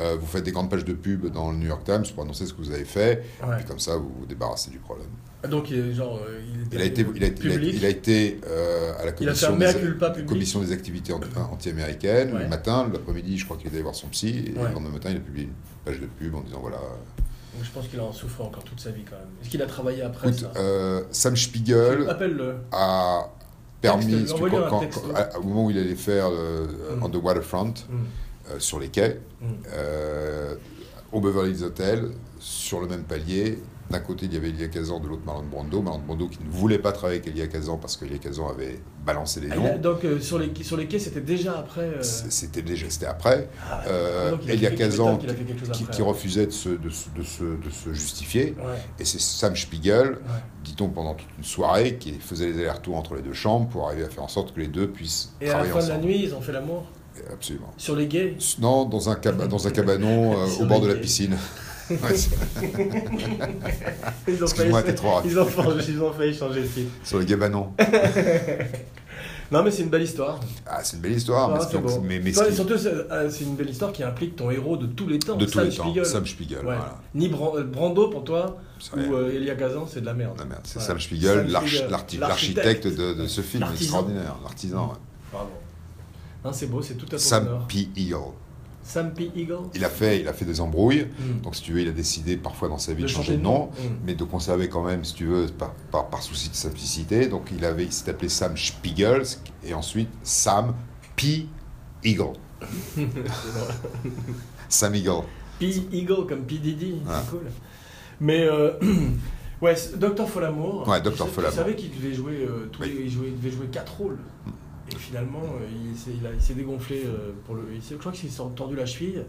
[SPEAKER 2] Euh, Vous faites des grandes pages de pub dans le New York Times pour annoncer ce que vous avez fait,
[SPEAKER 1] Mmh. Ouais.
[SPEAKER 2] et comme ça, vous vous débarrassez du problème.
[SPEAKER 1] Donc, il est genre. euh, Il, était
[SPEAKER 2] Il a été, il a, il a-
[SPEAKER 1] public.
[SPEAKER 2] il a été euh, à la
[SPEAKER 1] Il a fait un
[SPEAKER 2] commission,
[SPEAKER 1] mea
[SPEAKER 2] des,
[SPEAKER 1] culpa
[SPEAKER 2] la
[SPEAKER 1] public.
[SPEAKER 2] commission des activités anti- anti-américaines
[SPEAKER 1] Ouais.
[SPEAKER 2] le matin, l'après-midi, je crois qu'il est allé voir son psy, et
[SPEAKER 1] Ouais.
[SPEAKER 2] le lendemain matin, il a publié une page de pub en disant voilà.
[SPEAKER 1] Donc, je pense qu'il en souffre encore toute sa vie quand même. Est-ce qu'il a travaillé après
[SPEAKER 2] Écoute,
[SPEAKER 1] ça
[SPEAKER 2] euh, Sam Spiegel
[SPEAKER 1] Appelle-le.
[SPEAKER 2] a permis,
[SPEAKER 1] Texte,
[SPEAKER 2] si tu-
[SPEAKER 1] envoie-lui
[SPEAKER 2] quand-
[SPEAKER 1] un
[SPEAKER 2] quand-
[SPEAKER 1] texte.
[SPEAKER 2] quand- à- au moment où il allait faire euh,
[SPEAKER 1] Mm.
[SPEAKER 2] On the Waterfront,
[SPEAKER 1] Mm.
[SPEAKER 2] euh, sur les quais,
[SPEAKER 1] Mm.
[SPEAKER 2] euh, au Beverly Hills Hotel, sur le même palier. D'un côté, il y avait Elia Kazan, de l'autre, Marlon Brando. Marlon Brando qui ne voulait pas travailler avec Elia Kazan parce qu'Elia Kazan avait balancé les
[SPEAKER 1] Ah, il a-
[SPEAKER 2] noms.
[SPEAKER 1] donc, euh, sur, les, sur les quais, c'était déjà après. euh,
[SPEAKER 2] C- C'était déjà c'était après.
[SPEAKER 1] ah,
[SPEAKER 2] euh,
[SPEAKER 1] donc, il a
[SPEAKER 2] Elia
[SPEAKER 1] fait-
[SPEAKER 2] Kazan
[SPEAKER 1] il a fait quelque chose
[SPEAKER 2] Qui,
[SPEAKER 1] après,
[SPEAKER 2] qui
[SPEAKER 1] ouais.
[SPEAKER 2] refusait de se, de, se, de se- de se justifier.
[SPEAKER 1] Ouais,
[SPEAKER 2] Et c'est Sam Spiegel,
[SPEAKER 1] ouais.
[SPEAKER 2] dit-on pendant toute une soirée, qui faisait les allers-retours entre les deux chambres pour arriver à faire en sorte que les deux puissent
[SPEAKER 1] Et à la
[SPEAKER 2] travailler
[SPEAKER 1] fin de la
[SPEAKER 2] ensemble.
[SPEAKER 1] nuit, ils ont fait l'amour
[SPEAKER 2] Absolument.
[SPEAKER 1] sur les gays.
[SPEAKER 2] Non, dans un, cab- dans un cabanon euh,
[SPEAKER 1] Sur
[SPEAKER 2] au bord
[SPEAKER 1] les
[SPEAKER 2] de la
[SPEAKER 1] quais.
[SPEAKER 2] piscine. Ouais, c'est-
[SPEAKER 1] Ils ont failli,
[SPEAKER 2] Excuse-moi, t'es trop rapide.
[SPEAKER 1] ils ont, failli- ils ont failli changer le titre.
[SPEAKER 2] sur le cabanon.
[SPEAKER 1] Non, mais c'est une belle histoire.
[SPEAKER 2] Ah, c'est une belle histoire,
[SPEAKER 1] Ah,
[SPEAKER 2] mais,
[SPEAKER 1] c'est
[SPEAKER 2] donc-
[SPEAKER 1] bon.
[SPEAKER 2] mais, mais
[SPEAKER 1] Toi,
[SPEAKER 2] ce qui-
[SPEAKER 1] surtout, c'est euh, c'est une belle histoire qui implique ton héros de tous les temps,
[SPEAKER 2] de tous
[SPEAKER 1] Sam
[SPEAKER 2] les temps,
[SPEAKER 1] Spiegel.
[SPEAKER 2] Sam Spiegel,
[SPEAKER 1] Ouais.
[SPEAKER 2] voilà.
[SPEAKER 1] Ni Bran- euh, Brando pour toi,
[SPEAKER 2] C'est
[SPEAKER 1] ou
[SPEAKER 2] rien.
[SPEAKER 1] euh, Elia Kazan, c'est de la merde.
[SPEAKER 2] Ah, merde, c'est
[SPEAKER 1] Ouais.
[SPEAKER 2] Sam Spiegel,
[SPEAKER 1] Sam
[SPEAKER 2] l'arch-
[SPEAKER 1] Spiegel,
[SPEAKER 2] l'arti-
[SPEAKER 1] l'architecte.
[SPEAKER 2] l'architecte de, de ce film
[SPEAKER 1] L'artisan.
[SPEAKER 2] extraordinaire, l'artisan. ouais.
[SPEAKER 1] Bravo. Non, Hein, c'est beau, c'est tout à ton
[SPEAKER 2] Sam
[SPEAKER 1] honneur.
[SPEAKER 2] P. Eagle.
[SPEAKER 1] Sam P. Eagle.
[SPEAKER 2] Il a fait, il a fait des embrouilles.
[SPEAKER 1] Hmm.
[SPEAKER 2] Donc, si tu veux, il a décidé parfois dans sa vie de, changer
[SPEAKER 1] changer
[SPEAKER 2] de nom,
[SPEAKER 1] Hmm.
[SPEAKER 2] mais de conserver quand même, si tu veux, par, par, par souci de simplicité. Donc, il avait, il s'est appelé Sam Spiegel et ensuite Sam P. Eagle.
[SPEAKER 1] C'est drôle.
[SPEAKER 2] Sam Eagle.
[SPEAKER 1] Mm. P. Eagle comme P. Diddy,
[SPEAKER 2] Ah.
[SPEAKER 1] c'est cool. Mais euh, ouais, c'est- Dr. Folamour.
[SPEAKER 2] Ouais, Dr.
[SPEAKER 1] tu sais-
[SPEAKER 2] Folamour.
[SPEAKER 1] Tu savais qu'il devait jouer euh, tous
[SPEAKER 2] Oui.
[SPEAKER 1] les- il, jouait- il devait jouer quatre rôles. Et finalement, euh, il s'est- il a- il s'est dégonflé euh, pour le. il s'est- je crois qu'il s'est tordu la cheville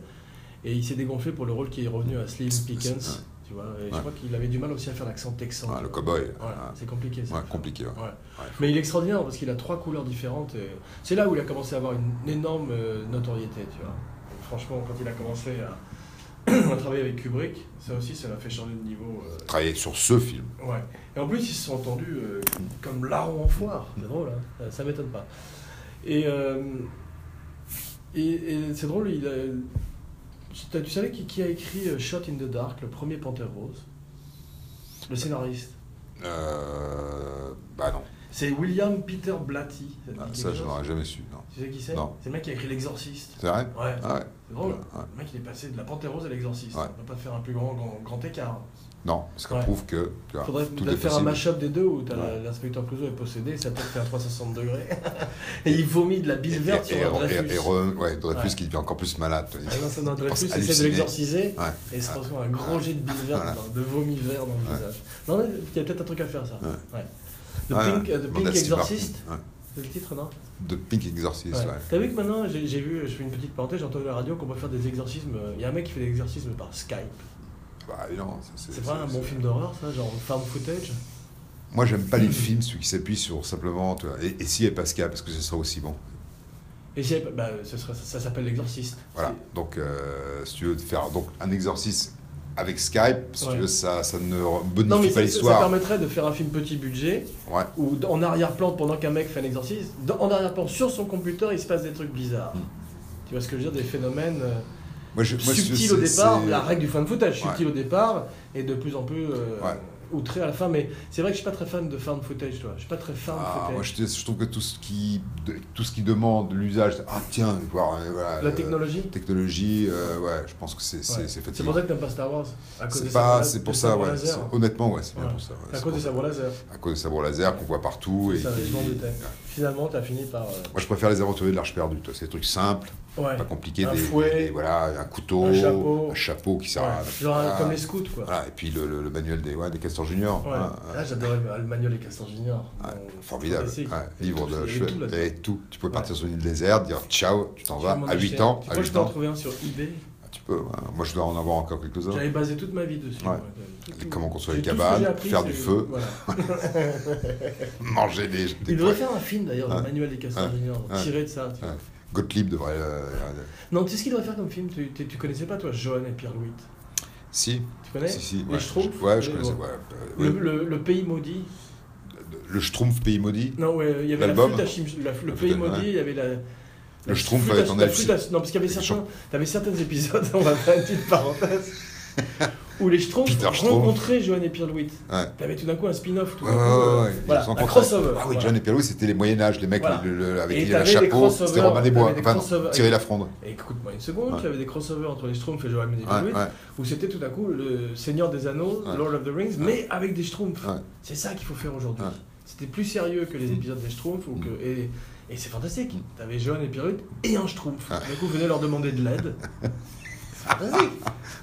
[SPEAKER 1] et il s'est dégonflé pour le rôle qui est revenu à Slim
[SPEAKER 2] C'est-
[SPEAKER 1] Pickens.
[SPEAKER 2] c'est- ouais.
[SPEAKER 1] Tu vois, et je
[SPEAKER 2] Ouais.
[SPEAKER 1] crois qu'il avait du mal aussi à faire l'accent texan.
[SPEAKER 2] Ouais,
[SPEAKER 1] tu
[SPEAKER 2] hein, le
[SPEAKER 1] vois.
[SPEAKER 2] cowboy.
[SPEAKER 1] Voilà,
[SPEAKER 2] Ouais.
[SPEAKER 1] c'est compliqué. Ça,
[SPEAKER 2] Ouais, compliqué. ouais.
[SPEAKER 1] Ouais.
[SPEAKER 2] Ouais.
[SPEAKER 1] Mais il est extraordinaire parce qu'il a trois couleurs différentes. et C'est là où il a commencé à avoir une énorme euh, notoriété, tu vois. Donc, franchement, quand il a commencé à, à travailler avec Kubrick, ça aussi, ça l'a fait changer de niveau. euh,
[SPEAKER 2] Travailler sur ce film.
[SPEAKER 1] ouais. Et en plus, ils se sont entendus euh, comme larrons en foire. C'est drôle, hein. Euh, ça m'étonne pas. Et, euh, et, et c'est drôle, il a- tu- t'as- tu savais qui, qui a écrit euh, Shot in the Dark, le premier Panthère Rose Le scénariste.
[SPEAKER 2] Euh, bah non.
[SPEAKER 1] C'est William Peter Blatty. te dit
[SPEAKER 2] Ah,
[SPEAKER 1] quelque
[SPEAKER 2] ça, je
[SPEAKER 1] chose
[SPEAKER 2] n'aurais jamais su. Non.
[SPEAKER 1] Tu sais qui c'est
[SPEAKER 2] Non.
[SPEAKER 1] C'est le mec qui a écrit L'Exorciste.
[SPEAKER 2] C'est vrai
[SPEAKER 1] Ouais,
[SPEAKER 2] Ah ouais.
[SPEAKER 1] c'est drôle.
[SPEAKER 2] Ouais.
[SPEAKER 1] Le mec, il est passé de la Panthère Rose à L'Exorciste.
[SPEAKER 2] Ouais.
[SPEAKER 1] On peut pas faire un plus grand, grand, grand écart.
[SPEAKER 2] Non, parce qu'on
[SPEAKER 1] Ouais.
[SPEAKER 2] prouve que tu vois,
[SPEAKER 1] Faudrait
[SPEAKER 2] Ah, tout
[SPEAKER 1] peut-être
[SPEAKER 2] est
[SPEAKER 1] faire un
[SPEAKER 2] possible.
[SPEAKER 1] mash-up des deux où t'as la-
[SPEAKER 2] Ouais.
[SPEAKER 1] l'inspecteur Clouseau est possédé, ça peut faire un 360 degrés. et il vomit de la
[SPEAKER 2] Et,
[SPEAKER 1] bile verte sur
[SPEAKER 2] et, et,
[SPEAKER 1] un
[SPEAKER 2] et,
[SPEAKER 1] Dreyfus.
[SPEAKER 2] et re- ouais, Dreyfus
[SPEAKER 1] Ouais.
[SPEAKER 2] qui devient encore plus malade.
[SPEAKER 1] Ah non, ça, non,
[SPEAKER 2] Il
[SPEAKER 1] Dreyfus
[SPEAKER 2] pense
[SPEAKER 1] essaie de
[SPEAKER 2] halluciner.
[SPEAKER 1] l'exorciser
[SPEAKER 2] Ouais.
[SPEAKER 1] et se reçoit un gros jet de bile verte,
[SPEAKER 2] Voilà.
[SPEAKER 1] dans- de vomi vert dans le
[SPEAKER 2] Ouais.
[SPEAKER 1] visage. Non, mais il y a peut-être un truc à faire ça.
[SPEAKER 2] Ouais.
[SPEAKER 1] Ouais. The
[SPEAKER 2] Ouais,
[SPEAKER 1] Pink,
[SPEAKER 2] ouais.
[SPEAKER 1] euh, The
[SPEAKER 2] Demande à
[SPEAKER 1] Pink
[SPEAKER 2] Steve Martin.
[SPEAKER 1] Exorcist,
[SPEAKER 2] Ouais.
[SPEAKER 1] c'est le titre, non
[SPEAKER 2] The Pink Exorcist,
[SPEAKER 1] Ouais.
[SPEAKER 2] ouais.
[SPEAKER 1] T'as vu que maintenant, j'ai j'ai vu, je fais une petite parenthèse, j'ai entendu à la radio qu'on peut faire des exorcismes. euh, Il y a un mec qui fait des exorcismes par Skype.
[SPEAKER 2] Bah, non, ça,
[SPEAKER 1] C'est pas un
[SPEAKER 2] c'est-
[SPEAKER 1] bon film d'horreur, ça, genre farm footage
[SPEAKER 2] Moi, j'aime pas les films, celui qui s'appuie sur simplement. tu vois, et, et si et Pascal, parce que ce serait aussi bon.
[SPEAKER 1] Et j'ai- bah, ce serait, ça, ça s'appelle l'exorciste.
[SPEAKER 2] Voilà. Donc, euh, si tu veux faire donc, un exorcisme avec Skype, si
[SPEAKER 1] Ouais.
[SPEAKER 2] tu veux, ça, ça ne re-
[SPEAKER 1] C'est- Non, mais
[SPEAKER 2] bonifie
[SPEAKER 1] ça,
[SPEAKER 2] pas
[SPEAKER 1] ça- ça
[SPEAKER 2] l'histoire.
[SPEAKER 1] permettrait de faire un film petit budget
[SPEAKER 2] Ouais.
[SPEAKER 1] où, d- en arrière-plan, pendant qu'un mec fait un exorcisme, dans- en arrière-plan sur son computer, il se passe des trucs bizarres.
[SPEAKER 2] Mm.
[SPEAKER 1] Tu vois ce que je veux dire Des phénomènes. euh,
[SPEAKER 2] Moi, je- moi, je-
[SPEAKER 1] subtil
[SPEAKER 2] c'est-
[SPEAKER 1] au départ,
[SPEAKER 2] c'est-
[SPEAKER 1] la règle du fan footage,
[SPEAKER 2] Ouais.
[SPEAKER 1] subtil au départ et de plus en plus euh,
[SPEAKER 2] Ouais.
[SPEAKER 1] outré à la fin. Mais c'est vrai que je suis pas très fan de fan footage, toi. Je suis pas très fan
[SPEAKER 2] Ah, moi,
[SPEAKER 1] footage.
[SPEAKER 2] je, je trouve que tout ce qui, de- tout ce qui demande l'usage, ah tiens, voilà, voilà,
[SPEAKER 1] la
[SPEAKER 2] euh,
[SPEAKER 1] technologie.
[SPEAKER 2] technologie, euh, ouais, je pense que c'est c'est-
[SPEAKER 1] Ouais.
[SPEAKER 2] c'est
[SPEAKER 1] C'est pour
[SPEAKER 2] fatigant.
[SPEAKER 1] ça que t'aimes pas Star Wars. à cause des
[SPEAKER 2] C'est pas,
[SPEAKER 1] sabres-
[SPEAKER 2] c'est pour
[SPEAKER 1] des
[SPEAKER 2] ça,
[SPEAKER 1] sabres
[SPEAKER 2] ouais.
[SPEAKER 1] laser.
[SPEAKER 2] c'est- Honnêtement, ouais, c'est bien
[SPEAKER 1] Ouais.
[SPEAKER 2] pour ça. ouais,
[SPEAKER 1] C'est à
[SPEAKER 2] c'est
[SPEAKER 1] cause des
[SPEAKER 2] pour ça.
[SPEAKER 1] sabres laser.
[SPEAKER 2] À cause des sabres laser qu'on voit partout.
[SPEAKER 1] C'est
[SPEAKER 2] et
[SPEAKER 1] ça,
[SPEAKER 2] qui-
[SPEAKER 1] les gens détestent.
[SPEAKER 2] Ouais.
[SPEAKER 1] Finalement, t'as fini par. euh,
[SPEAKER 2] Moi, je préfère les aventuriers de l'Arche perdue. toi. C'est des trucs simples,
[SPEAKER 1] Ouais.
[SPEAKER 2] pas compliqués.
[SPEAKER 1] Un
[SPEAKER 2] des,
[SPEAKER 1] fouet,
[SPEAKER 2] des- voilà, un couteau,
[SPEAKER 1] un chapeau.
[SPEAKER 2] un chapeau qui sert
[SPEAKER 1] Ouais.
[SPEAKER 2] à.
[SPEAKER 1] Genre
[SPEAKER 2] voilà.
[SPEAKER 1] euh, comme les scouts, quoi.
[SPEAKER 2] Voilà, et puis le, le- le manuel des, ouais, des castors juniors.
[SPEAKER 1] Ouais.
[SPEAKER 2] hein, hein.
[SPEAKER 1] Là, j'adorais euh, le manuel et Castor Junior. Mon-
[SPEAKER 2] Ah, Formidable.
[SPEAKER 1] classique.
[SPEAKER 2] Ouais, livre
[SPEAKER 1] Il y
[SPEAKER 2] de
[SPEAKER 1] avait
[SPEAKER 2] chevet.
[SPEAKER 1] tout
[SPEAKER 2] Il y
[SPEAKER 1] là-dedans.
[SPEAKER 2] avait tout. Tu peux
[SPEAKER 1] Ouais.
[SPEAKER 2] partir sur une île déserte, dire ciao, tu t'en
[SPEAKER 1] Tu
[SPEAKER 2] vas.
[SPEAKER 1] vas m'en
[SPEAKER 2] À 8
[SPEAKER 1] acheter.
[SPEAKER 2] ans,
[SPEAKER 1] Tu
[SPEAKER 2] à
[SPEAKER 1] crois que je
[SPEAKER 2] 8
[SPEAKER 1] peux en
[SPEAKER 2] ans.
[SPEAKER 1] trouver un sur eBay
[SPEAKER 2] Tu peux. ouais. Moi, je dois en avoir encore quelques-uns.
[SPEAKER 1] J'avais basé toute ma vie dessus.
[SPEAKER 2] Ouais.
[SPEAKER 1] moi, quand même. Tout- tout.
[SPEAKER 2] Comment construire
[SPEAKER 1] J'ai
[SPEAKER 2] une
[SPEAKER 1] tout ce que
[SPEAKER 2] cabane,
[SPEAKER 1] j'ai appris,
[SPEAKER 2] faire du
[SPEAKER 1] c'est-
[SPEAKER 2] feu.
[SPEAKER 1] voilà.
[SPEAKER 2] Manger des. des
[SPEAKER 1] Il devrait
[SPEAKER 2] pois-
[SPEAKER 1] faire un film d'ailleurs,
[SPEAKER 2] Ouais.
[SPEAKER 1] le manuel des Castor
[SPEAKER 2] Ouais.
[SPEAKER 1] Junior,
[SPEAKER 2] Ouais.
[SPEAKER 1] tiré de ça. tu vois.
[SPEAKER 2] Ouais. Gottlieb devrait. euh, euh,
[SPEAKER 1] Non, tu sais ce qu'il devrait faire comme film tu, tu- tu connaissais pas toi, Johan et Pierre Louis
[SPEAKER 2] Si,
[SPEAKER 1] Tu connais
[SPEAKER 2] si, si.
[SPEAKER 1] Les
[SPEAKER 2] ouais.
[SPEAKER 1] Schtroumpfs
[SPEAKER 2] Ouais, je
[SPEAKER 1] les-
[SPEAKER 2] connaissais.
[SPEAKER 1] bon.
[SPEAKER 2] ouais, euh,
[SPEAKER 1] Le,
[SPEAKER 2] ouais.
[SPEAKER 1] le- le pays maudit.
[SPEAKER 2] Le Schtroumpf Pays Maudit.
[SPEAKER 1] Non, ouais, il y avait la
[SPEAKER 2] L'album
[SPEAKER 1] flûte à Chim- la- Le
[SPEAKER 2] La
[SPEAKER 1] pays
[SPEAKER 2] flûte,
[SPEAKER 1] maudit,
[SPEAKER 2] ouais.
[SPEAKER 1] il y avait la. la
[SPEAKER 2] Schtroumpf
[SPEAKER 1] flûte
[SPEAKER 2] avec
[SPEAKER 1] à-
[SPEAKER 2] un
[SPEAKER 1] la
[SPEAKER 2] elfe.
[SPEAKER 1] flûte à- Non, parce qu'il y avait
[SPEAKER 2] Avec
[SPEAKER 1] certains, t'avais certains épisodes, on va faire une petite parenthèse, où les Schtroumpfs
[SPEAKER 2] Peter Schtroumpf.
[SPEAKER 1] rencontraient Johan et Pierre Louis.
[SPEAKER 2] Ouais.
[SPEAKER 1] T'avais tout d'un coup un spin-off. tout
[SPEAKER 2] Ouais,
[SPEAKER 1] d'un coup, euh,
[SPEAKER 2] ouais, ouais, ils
[SPEAKER 1] Voilà,
[SPEAKER 2] sont
[SPEAKER 1] un
[SPEAKER 2] rencontrés.
[SPEAKER 1] crossover.
[SPEAKER 2] Ah oui,
[SPEAKER 1] voilà.
[SPEAKER 2] John et Pierre Louis, c'était les Moyen-Âge, les mecs
[SPEAKER 1] Voilà.
[SPEAKER 2] avec, le, le- avec
[SPEAKER 1] Et
[SPEAKER 2] il y a un
[SPEAKER 1] t'avais des
[SPEAKER 2] chapeau. C'était
[SPEAKER 1] crossovers,
[SPEAKER 2] Robin des Bois.
[SPEAKER 1] t'avais des
[SPEAKER 2] Enfin, non,
[SPEAKER 1] crossovers.
[SPEAKER 2] Thierry Lafronde.
[SPEAKER 1] Et Écoute-moi une seconde,
[SPEAKER 2] Ouais.
[SPEAKER 1] tu avais des crossovers entre les Schtroumpfs et Johan et Pierre
[SPEAKER 2] Ouais,
[SPEAKER 1] Louis,
[SPEAKER 2] ouais.
[SPEAKER 1] où c'était tout à coup le Seigneur des Anneaux,
[SPEAKER 2] Ouais.
[SPEAKER 1] Lord of the Rings, mais avec des Schtroumpfs.
[SPEAKER 2] Ouais.
[SPEAKER 1] C'est ça qu'il faut faire aujourd'hui.
[SPEAKER 2] Ouais.
[SPEAKER 1] C'était plus sérieux que les
[SPEAKER 2] Mm.
[SPEAKER 1] épisodes des Schtroumpfs. Ou que, et et c'est fantastique.
[SPEAKER 2] Mm.
[SPEAKER 1] T'avais Johan et Pierre et un Schtroumpf.
[SPEAKER 2] Ouais.
[SPEAKER 1] Du coup, venez leur demander de l'aide. c'est fantastique.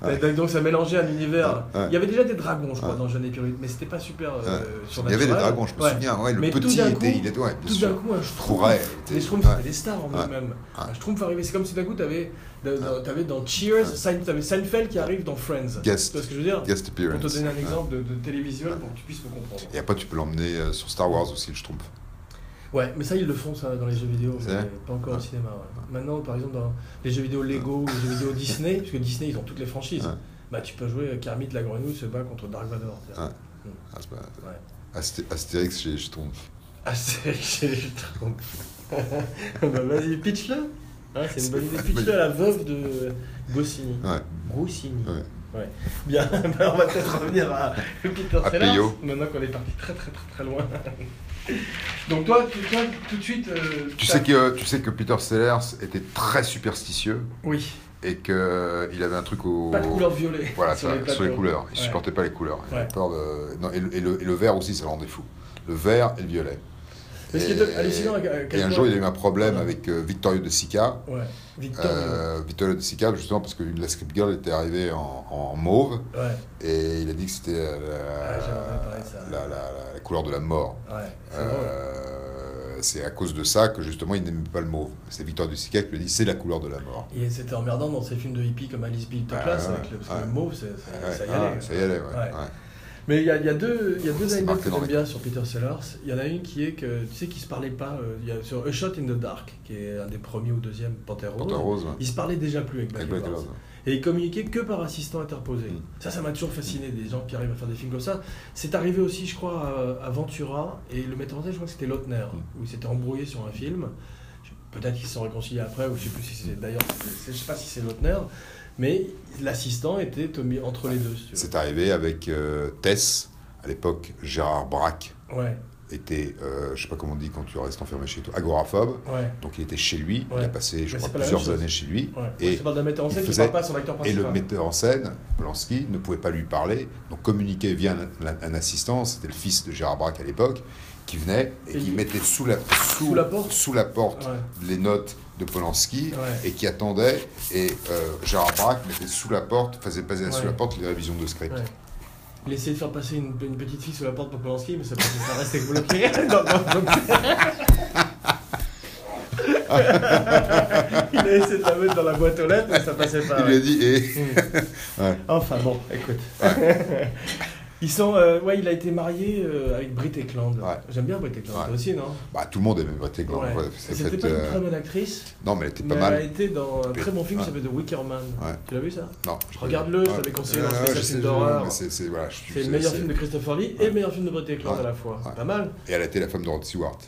[SPEAKER 1] T'as- Donc ça mélangeait un univers.
[SPEAKER 2] Ouais, ouais.
[SPEAKER 1] Il y avait déjà des dragons, je crois,
[SPEAKER 2] Ouais.
[SPEAKER 1] dans Johan et Pierre mais c'était pas super euh,
[SPEAKER 2] Ouais. Il y
[SPEAKER 1] surnaturel.
[SPEAKER 2] avait des dragons, je me
[SPEAKER 1] Ouais.
[SPEAKER 2] souviens. Ouais, le
[SPEAKER 1] Mais tout
[SPEAKER 2] petit
[SPEAKER 1] d'un
[SPEAKER 2] était.
[SPEAKER 1] coup-
[SPEAKER 2] Il était. Ouais, bien
[SPEAKER 1] Tout d'un
[SPEAKER 2] sûr.
[SPEAKER 1] coup, un Schtroumpf.
[SPEAKER 2] Trouret.
[SPEAKER 1] Les Schtroumpfs,
[SPEAKER 2] Ouais.
[SPEAKER 1] c'était des stars en
[SPEAKER 2] Ouais.
[SPEAKER 1] eux-mêmes. Un
[SPEAKER 2] Ouais.
[SPEAKER 1] Schtroumpf arrivait, c'est comme si d'un coup, t'avais de- de- t'avais dans Cheers, Sein- t'avais Seinfeld qui arrive dans Friends.
[SPEAKER 2] Guest.
[SPEAKER 1] Tu vois ce que je veux dire
[SPEAKER 2] Guest
[SPEAKER 1] Pour
[SPEAKER 2] appearance.
[SPEAKER 1] te donner un
[SPEAKER 2] Ouais.
[SPEAKER 1] exemple de, de télévisuel pour que tu puisses me comprendre.
[SPEAKER 2] Et après, tu peux l'emmener euh, sur Star Wars aussi, le Schtroumpf.
[SPEAKER 1] Ouais, mais ça, ils le font ça dans les jeux vidéo,
[SPEAKER 2] C'est
[SPEAKER 1] mais
[SPEAKER 2] vrai
[SPEAKER 1] pas encore au
[SPEAKER 2] Ouais.
[SPEAKER 1] cinéma. ouais. Maintenant, par exemple, dans les jeux vidéo Lego ou les jeux vidéo Disney, parce que Disney, ils ont toutes les franchises,
[SPEAKER 2] Ouais.
[SPEAKER 1] bah tu peux jouer Kermit la grenouille se bat contre Dark Vador. tu vois.
[SPEAKER 2] Ouais. Ah, c'est pas-
[SPEAKER 1] Ouais.
[SPEAKER 2] Asté- Astérix chez Schtroumpf.
[SPEAKER 1] Ah, c'est j'ai le trompe. bah vas-y, pitch-le. Hein, c'est une bonne idée. Pitch-le à la veuve de Goscinny.
[SPEAKER 2] Ouais.
[SPEAKER 1] Goscinny.
[SPEAKER 2] Ouais.
[SPEAKER 1] Bien, bah, on va peut-être revenir à Peter
[SPEAKER 2] À
[SPEAKER 1] Sellers,
[SPEAKER 2] Peyo.
[SPEAKER 1] maintenant qu'on est parti très très très très loin. Donc toi, tu- toi, tout de suite... euh,
[SPEAKER 2] Tu
[SPEAKER 1] t'as-
[SPEAKER 2] sais que tu sais que Peter Sellers était très superstitieux
[SPEAKER 1] Oui,
[SPEAKER 2] et que euh, il avait un truc au
[SPEAKER 1] pas de couleur violet.
[SPEAKER 2] Oh. voilà sur, les, sur les
[SPEAKER 1] plateaux.
[SPEAKER 2] couleurs. Il
[SPEAKER 1] Ouais.
[SPEAKER 2] supportait pas les couleurs. Il avait
[SPEAKER 1] Ouais.
[SPEAKER 2] peur de- non, et, le, et le- et le vert aussi, ça le rendait fou. Le vert et le violet.
[SPEAKER 1] Mais ce qui est hallucinant euh, avec-
[SPEAKER 2] et,
[SPEAKER 1] avec
[SPEAKER 2] et un
[SPEAKER 1] Alcor-
[SPEAKER 2] jour, il a eu un problème
[SPEAKER 1] Ouais.
[SPEAKER 2] avec euh, Victorio de Sica.
[SPEAKER 1] Ouais, Victor.
[SPEAKER 2] Euh, Victorio de Sica, justement, parce que la script girl était arrivée en, en mauve
[SPEAKER 1] Ouais, ouais,
[SPEAKER 2] et il a dit que c'était la, la-
[SPEAKER 1] Ouais, j'avais entendu parler de ça.
[SPEAKER 2] la- la- la couleur de la mort.
[SPEAKER 1] c'est drôle.
[SPEAKER 2] Euh, C'est à cause de ça que justement il n'aimait pas le mauve. C'est Victor de Sica qui lui a dit c'est la couleur de la mort.
[SPEAKER 1] Et c'était emmerdant dans ces films de hippies comme Alice Bill
[SPEAKER 2] Ouais,
[SPEAKER 1] Toplas,
[SPEAKER 2] ouais,
[SPEAKER 1] avec le, parce que
[SPEAKER 2] Ah, ouais.
[SPEAKER 1] le mot, c'est- c'est-
[SPEAKER 2] Ouais,
[SPEAKER 1] Euh, ça y
[SPEAKER 2] ah,
[SPEAKER 1] allait.
[SPEAKER 2] ça y allait, ouais.
[SPEAKER 1] Ouais.
[SPEAKER 2] ouais.
[SPEAKER 1] Mais il y a, il y a deux, il y a deux
[SPEAKER 2] C'est
[SPEAKER 1] anecdotes
[SPEAKER 2] marqué
[SPEAKER 1] que
[SPEAKER 2] dans
[SPEAKER 1] j'aime
[SPEAKER 2] les-
[SPEAKER 1] bien sur Peter Sellers. Il y en a une qui est que, tu sais, qu'il se parlait pas. euh, il y a, sur A Shot in the Dark, qui est un des premiers ou deuxièmes Panthère Rose,
[SPEAKER 2] Panthère rose, ouais.
[SPEAKER 1] il se parlait déjà plus avec
[SPEAKER 2] Avec
[SPEAKER 1] Black
[SPEAKER 2] Black
[SPEAKER 1] Edwards.
[SPEAKER 2] Rose.
[SPEAKER 1] Et il communiquait que par assistant interposé.
[SPEAKER 2] Mm.
[SPEAKER 1] Ça, ça m'a toujours fasciné, des gens qui arrivent à faire des films comme ça. C'est arrivé aussi, je crois, à, à Ventura, et le metteur en scène, je crois que c'était Lautner,
[SPEAKER 2] Mm.
[SPEAKER 1] où ils s'étaient embrouillés sur un film. Je- Peut-être qu'ils se sont réconciliés après, ou je sais plus si c'est. D'ailleurs, c'est- c'est- je sais pas si c'est Lautner, mais l'assistant était Tommy entre les deux. si tu
[SPEAKER 2] C'est arrivé avec euh, Tess, à l'époque Gérard Braque
[SPEAKER 1] veux. Ouais,
[SPEAKER 2] était, euh, je sais pas comment on dit quand tu restes enfermé chez toi, agoraphobe.
[SPEAKER 1] ouais.
[SPEAKER 2] Donc il était chez lui, il
[SPEAKER 1] Ouais.
[SPEAKER 2] a passé je
[SPEAKER 1] Mais c'est
[SPEAKER 2] crois
[SPEAKER 1] pas la même
[SPEAKER 2] plusieurs
[SPEAKER 1] chose.
[SPEAKER 2] années chez lui.
[SPEAKER 1] Ouais.
[SPEAKER 2] Et,
[SPEAKER 1] Et parle d'un metteur en
[SPEAKER 2] il
[SPEAKER 1] scène qui
[SPEAKER 2] faisait-
[SPEAKER 1] parle pas à son acteur
[SPEAKER 2] et
[SPEAKER 1] principal.
[SPEAKER 2] le metteur en scène, Polanski, ne pouvait pas lui parler, donc communiquait via un, un- un assistant, c'était le fils de Gérard Braque à l'époque, qui venait et,
[SPEAKER 1] Et
[SPEAKER 2] qui
[SPEAKER 1] il-
[SPEAKER 2] mettait sous la, sous,
[SPEAKER 1] la porte Ah.
[SPEAKER 2] sous la porte
[SPEAKER 1] Ouais.
[SPEAKER 2] les notes de Polanski
[SPEAKER 1] Ouais.
[SPEAKER 2] et qui attendait. Et euh, Gérard Braque mettait sous la porte, faisait passer sous
[SPEAKER 1] Ouais.
[SPEAKER 2] la porte les révisions de script.
[SPEAKER 1] Ouais. Il essayait de faire passer une, une petite fille sous la porte pour Polanski, mais ça, ça restait bloqué. Non, non, non. Il a essayé de la mettre dans la boîte aux lettres, mais ça passait pas.
[SPEAKER 2] Il lui a dit eh. et
[SPEAKER 1] Enfin bon, écoute. Ils sont, euh, ouais, il a été marié euh, avec Britt Eklund.
[SPEAKER 2] Ouais.
[SPEAKER 1] J'aime bien Britt Eklund,
[SPEAKER 2] Ouais.
[SPEAKER 1] toi aussi, non
[SPEAKER 2] bah, tout le monde aimait Brett Eglon.
[SPEAKER 1] Ouais.
[SPEAKER 2] Ouais, c'est
[SPEAKER 1] C'était
[SPEAKER 2] fait,
[SPEAKER 1] pas une
[SPEAKER 2] euh,
[SPEAKER 1] très bonne actrice,
[SPEAKER 2] Non, mais elle était
[SPEAKER 1] mais
[SPEAKER 2] pas
[SPEAKER 1] elle a
[SPEAKER 2] mal.
[SPEAKER 1] été dans un
[SPEAKER 2] Mais-
[SPEAKER 1] très bon film qui
[SPEAKER 2] ouais.
[SPEAKER 1] s'appelle The Wicker Man.
[SPEAKER 2] Ouais.
[SPEAKER 1] Tu l'as vu ça
[SPEAKER 2] Non,
[SPEAKER 1] Regarde-le, je t'avais conseillé dans le
[SPEAKER 2] Ouais, ouais,
[SPEAKER 1] spécial
[SPEAKER 2] je sais,
[SPEAKER 1] film
[SPEAKER 2] je-
[SPEAKER 1] d'horreur.
[SPEAKER 2] mais c'est- c'est- voilà, je-
[SPEAKER 1] C'est
[SPEAKER 2] c'est-
[SPEAKER 1] le meilleur
[SPEAKER 2] c'est-
[SPEAKER 1] film de Christopher Lee et
[SPEAKER 2] Ouais.
[SPEAKER 1] le meilleur film de Brett Eklund
[SPEAKER 2] Ouais.
[SPEAKER 1] à la fois.
[SPEAKER 2] Ouais.
[SPEAKER 1] Pas mal.
[SPEAKER 2] Et elle a été la femme de Rod Stewart.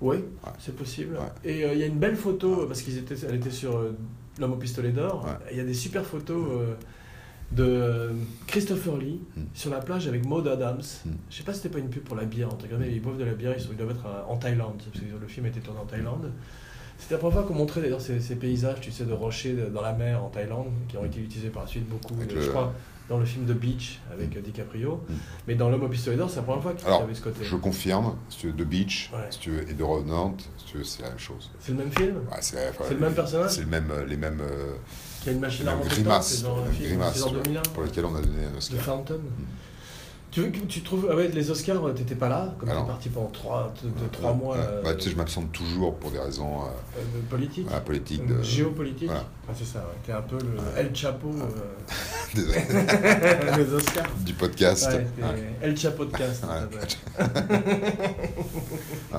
[SPEAKER 1] Oui,
[SPEAKER 2] Ouais.
[SPEAKER 1] c'est possible.
[SPEAKER 2] Ouais.
[SPEAKER 1] Et euh, il y a une belle photo, parce qu'ils étaient, elle était sur euh, L'homme au pistolet d'or.
[SPEAKER 2] Ouais.
[SPEAKER 1] Il y a des super photos euh, de euh, Christopher Lee
[SPEAKER 2] Mm.
[SPEAKER 1] sur la plage avec Maud Adams.
[SPEAKER 2] Mm.
[SPEAKER 1] Je sais pas si c'était pas une pub pour la bière, en tout cas,
[SPEAKER 2] Hmm.
[SPEAKER 1] mais ils boivent de la bière, ils, sont, ils doivent être à- euh, en Thaïlande, parce que le film était tourné en Thaïlande. C'était la première fois qu'on montrait d'ailleurs ces, ces paysages, tu sais, de rochers de- dans la mer en Thaïlande, qui ont été utilisés par la suite beaucoup,
[SPEAKER 2] Hmm. Avec
[SPEAKER 1] euh,
[SPEAKER 2] le-
[SPEAKER 1] je crois, dans le film de Beach avec euh, DiCaprio.
[SPEAKER 2] Mm.
[SPEAKER 1] Mais dans L'homme au pistolet d'or, c'est la première fois qu'il y
[SPEAKER 2] Alors,
[SPEAKER 1] avait ce côté.
[SPEAKER 2] Je confirme, si tu veux, de Beach,
[SPEAKER 1] Ouais.
[SPEAKER 2] si tu veux, et de Revenant, si tu veux, c'est la même chose.
[SPEAKER 1] C'est le même film
[SPEAKER 2] Ouais, c'est enfin,
[SPEAKER 1] C'est le même personnage
[SPEAKER 2] C'est le même, euh, les mêmes, euh,
[SPEAKER 1] qui a une
[SPEAKER 2] les
[SPEAKER 1] machine à
[SPEAKER 2] mêmes
[SPEAKER 1] remonter
[SPEAKER 2] grimaces,
[SPEAKER 1] c'est dans le
[SPEAKER 2] les mêmes
[SPEAKER 1] film,
[SPEAKER 2] grimaces,
[SPEAKER 1] c'est dans
[SPEAKER 2] ouais,
[SPEAKER 1] 2001.
[SPEAKER 2] pour lesquelles on a donné un
[SPEAKER 1] The
[SPEAKER 2] Oscar. Mm.
[SPEAKER 1] Fountain. Tu veux que tu trouves. Ah ouais, les Oscars, euh, t'étais pas là, comme
[SPEAKER 2] Ah
[SPEAKER 1] t'es
[SPEAKER 2] non.
[SPEAKER 1] parti pendant 3, de,
[SPEAKER 2] Ouais,
[SPEAKER 1] 3
[SPEAKER 2] ouais.
[SPEAKER 1] mois
[SPEAKER 2] Ouais.
[SPEAKER 1] euh,
[SPEAKER 2] Bah, tu sais, je m'absente toujours pour des raisons euh,
[SPEAKER 1] euh, de politique,
[SPEAKER 2] voilà, politiques.
[SPEAKER 1] euh,
[SPEAKER 2] De...
[SPEAKER 1] géopolitique.
[SPEAKER 2] voilà.
[SPEAKER 1] Ah, c'est ça, ouais. t'es un peu le El Chapo euh,
[SPEAKER 2] Désolé.
[SPEAKER 1] des Oscars.
[SPEAKER 2] du podcast.
[SPEAKER 1] Ouais, t'es
[SPEAKER 2] Ouais.
[SPEAKER 1] El Chapo de caste.
[SPEAKER 2] Ouais.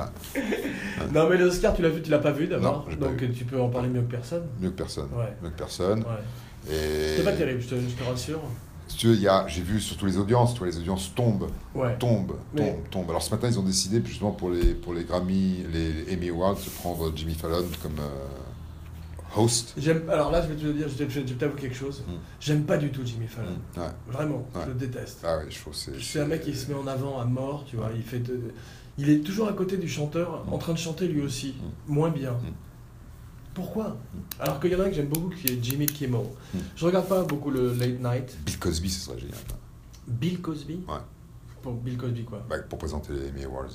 [SPEAKER 1] Non, mais les Oscars, tu l'as vu, tu l'as pas vu d'abord,
[SPEAKER 2] Non, j'ai pas
[SPEAKER 1] donc
[SPEAKER 2] vu.
[SPEAKER 1] tu peux en parler mieux que personne.
[SPEAKER 2] Mieux que personne.
[SPEAKER 1] Ouais.
[SPEAKER 2] Mieux que personne.
[SPEAKER 1] Ouais.
[SPEAKER 2] Et
[SPEAKER 1] C'est pas terrible, je te, je te rassure.
[SPEAKER 2] si tu veux, il y a- j'ai vu surtout les audiences, toi, les audiences tombent,
[SPEAKER 1] Ouais.
[SPEAKER 2] tombent,
[SPEAKER 1] Mais-
[SPEAKER 2] tombent, tombent. Alors ce matin, ils ont décidé justement pour les, pour les Grammy, les Emmy Awards, de prendre Jimmy Fallon comme euh, host.
[SPEAKER 1] J'aime- Alors là, je vais te le dire, je vais je vais t'avouer quelque chose.
[SPEAKER 2] Mm.
[SPEAKER 1] J'aime pas du tout Jimmy Fallon.
[SPEAKER 2] Ouais.
[SPEAKER 1] Vraiment,
[SPEAKER 2] Ouais.
[SPEAKER 1] je le déteste.
[SPEAKER 2] Ah ouais, je trouve que c'est.
[SPEAKER 1] C'est un mec qui se met en avant à mort, tu vois. Il, fait de- il est toujours à côté du
[SPEAKER 2] Mm.
[SPEAKER 1] chanteur, en train de chanter lui aussi, moins bien. Pourquoi Alors qu'il y en a un que j'aime beaucoup qui est Jimmy Kimmel.
[SPEAKER 2] Mm.
[SPEAKER 1] Je regarde pas beaucoup le Late Night.
[SPEAKER 2] Bill Cosby, ce serait génial. hein.
[SPEAKER 1] Bill Cosby
[SPEAKER 2] Ouais.
[SPEAKER 1] Pour Bill Cosby, quoi.
[SPEAKER 2] Bah, pour présenter les Emmy Awards.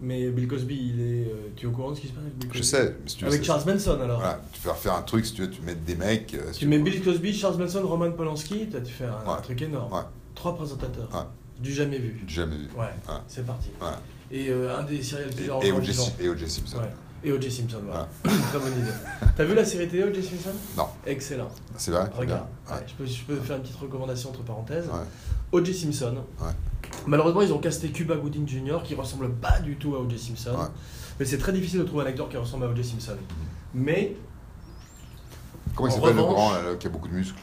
[SPEAKER 1] Mais Bill Cosby, il est. euh, Tu es au courant de ce qui se passe avec Bill Cosby
[SPEAKER 2] Je sais, mais si tu veux.
[SPEAKER 1] Avec
[SPEAKER 2] c'est-
[SPEAKER 1] Charles Manson, alors.
[SPEAKER 2] Voilà, tu peux faire un truc, si tu veux, tu mets des mecs. euh, si
[SPEAKER 1] Tu mets
[SPEAKER 2] veux.
[SPEAKER 1] Bill Cosby, Charles Manson, Roman Polanski, t'as- tu fais un
[SPEAKER 2] Ouais.
[SPEAKER 1] truc énorme.
[SPEAKER 2] Ouais.
[SPEAKER 1] Trois présentateurs.
[SPEAKER 2] Ouais.
[SPEAKER 1] Du jamais vu.
[SPEAKER 2] Jamais vu.
[SPEAKER 1] Ouais,
[SPEAKER 2] Ouais.
[SPEAKER 1] c'est parti.
[SPEAKER 2] Ouais.
[SPEAKER 1] Et euh, un des serial killers
[SPEAKER 2] Et, et
[SPEAKER 1] encore
[SPEAKER 2] O.J.
[SPEAKER 1] vivant.
[SPEAKER 2] Sim- et O.J. Simpson.
[SPEAKER 1] Ouais. Et O.J. Simpson, voilà. Très bonne idée. T'as vu la série télé O.J. Simpson
[SPEAKER 2] Non.
[SPEAKER 1] Excellent.
[SPEAKER 2] C'est vrai c'est
[SPEAKER 1] Regarde.
[SPEAKER 2] bien. Ouais.
[SPEAKER 1] Ouais, je, peux, je peux faire une petite recommandation entre parenthèses.
[SPEAKER 2] Ouais.
[SPEAKER 1] O.J. Simpson.
[SPEAKER 2] Ouais.
[SPEAKER 1] Malheureusement, ils ont casté Cuba Gooding Jr. qui ressemble pas du tout à O.J. Simpson.
[SPEAKER 2] Ouais. Mm.
[SPEAKER 1] Mais c'est très difficile de trouver un acteur qui ressemble à O.J. Simpson. Mais
[SPEAKER 2] Comment il
[SPEAKER 1] En
[SPEAKER 2] s'appelle le
[SPEAKER 1] revanche-
[SPEAKER 2] grand là, là, qui a beaucoup de muscles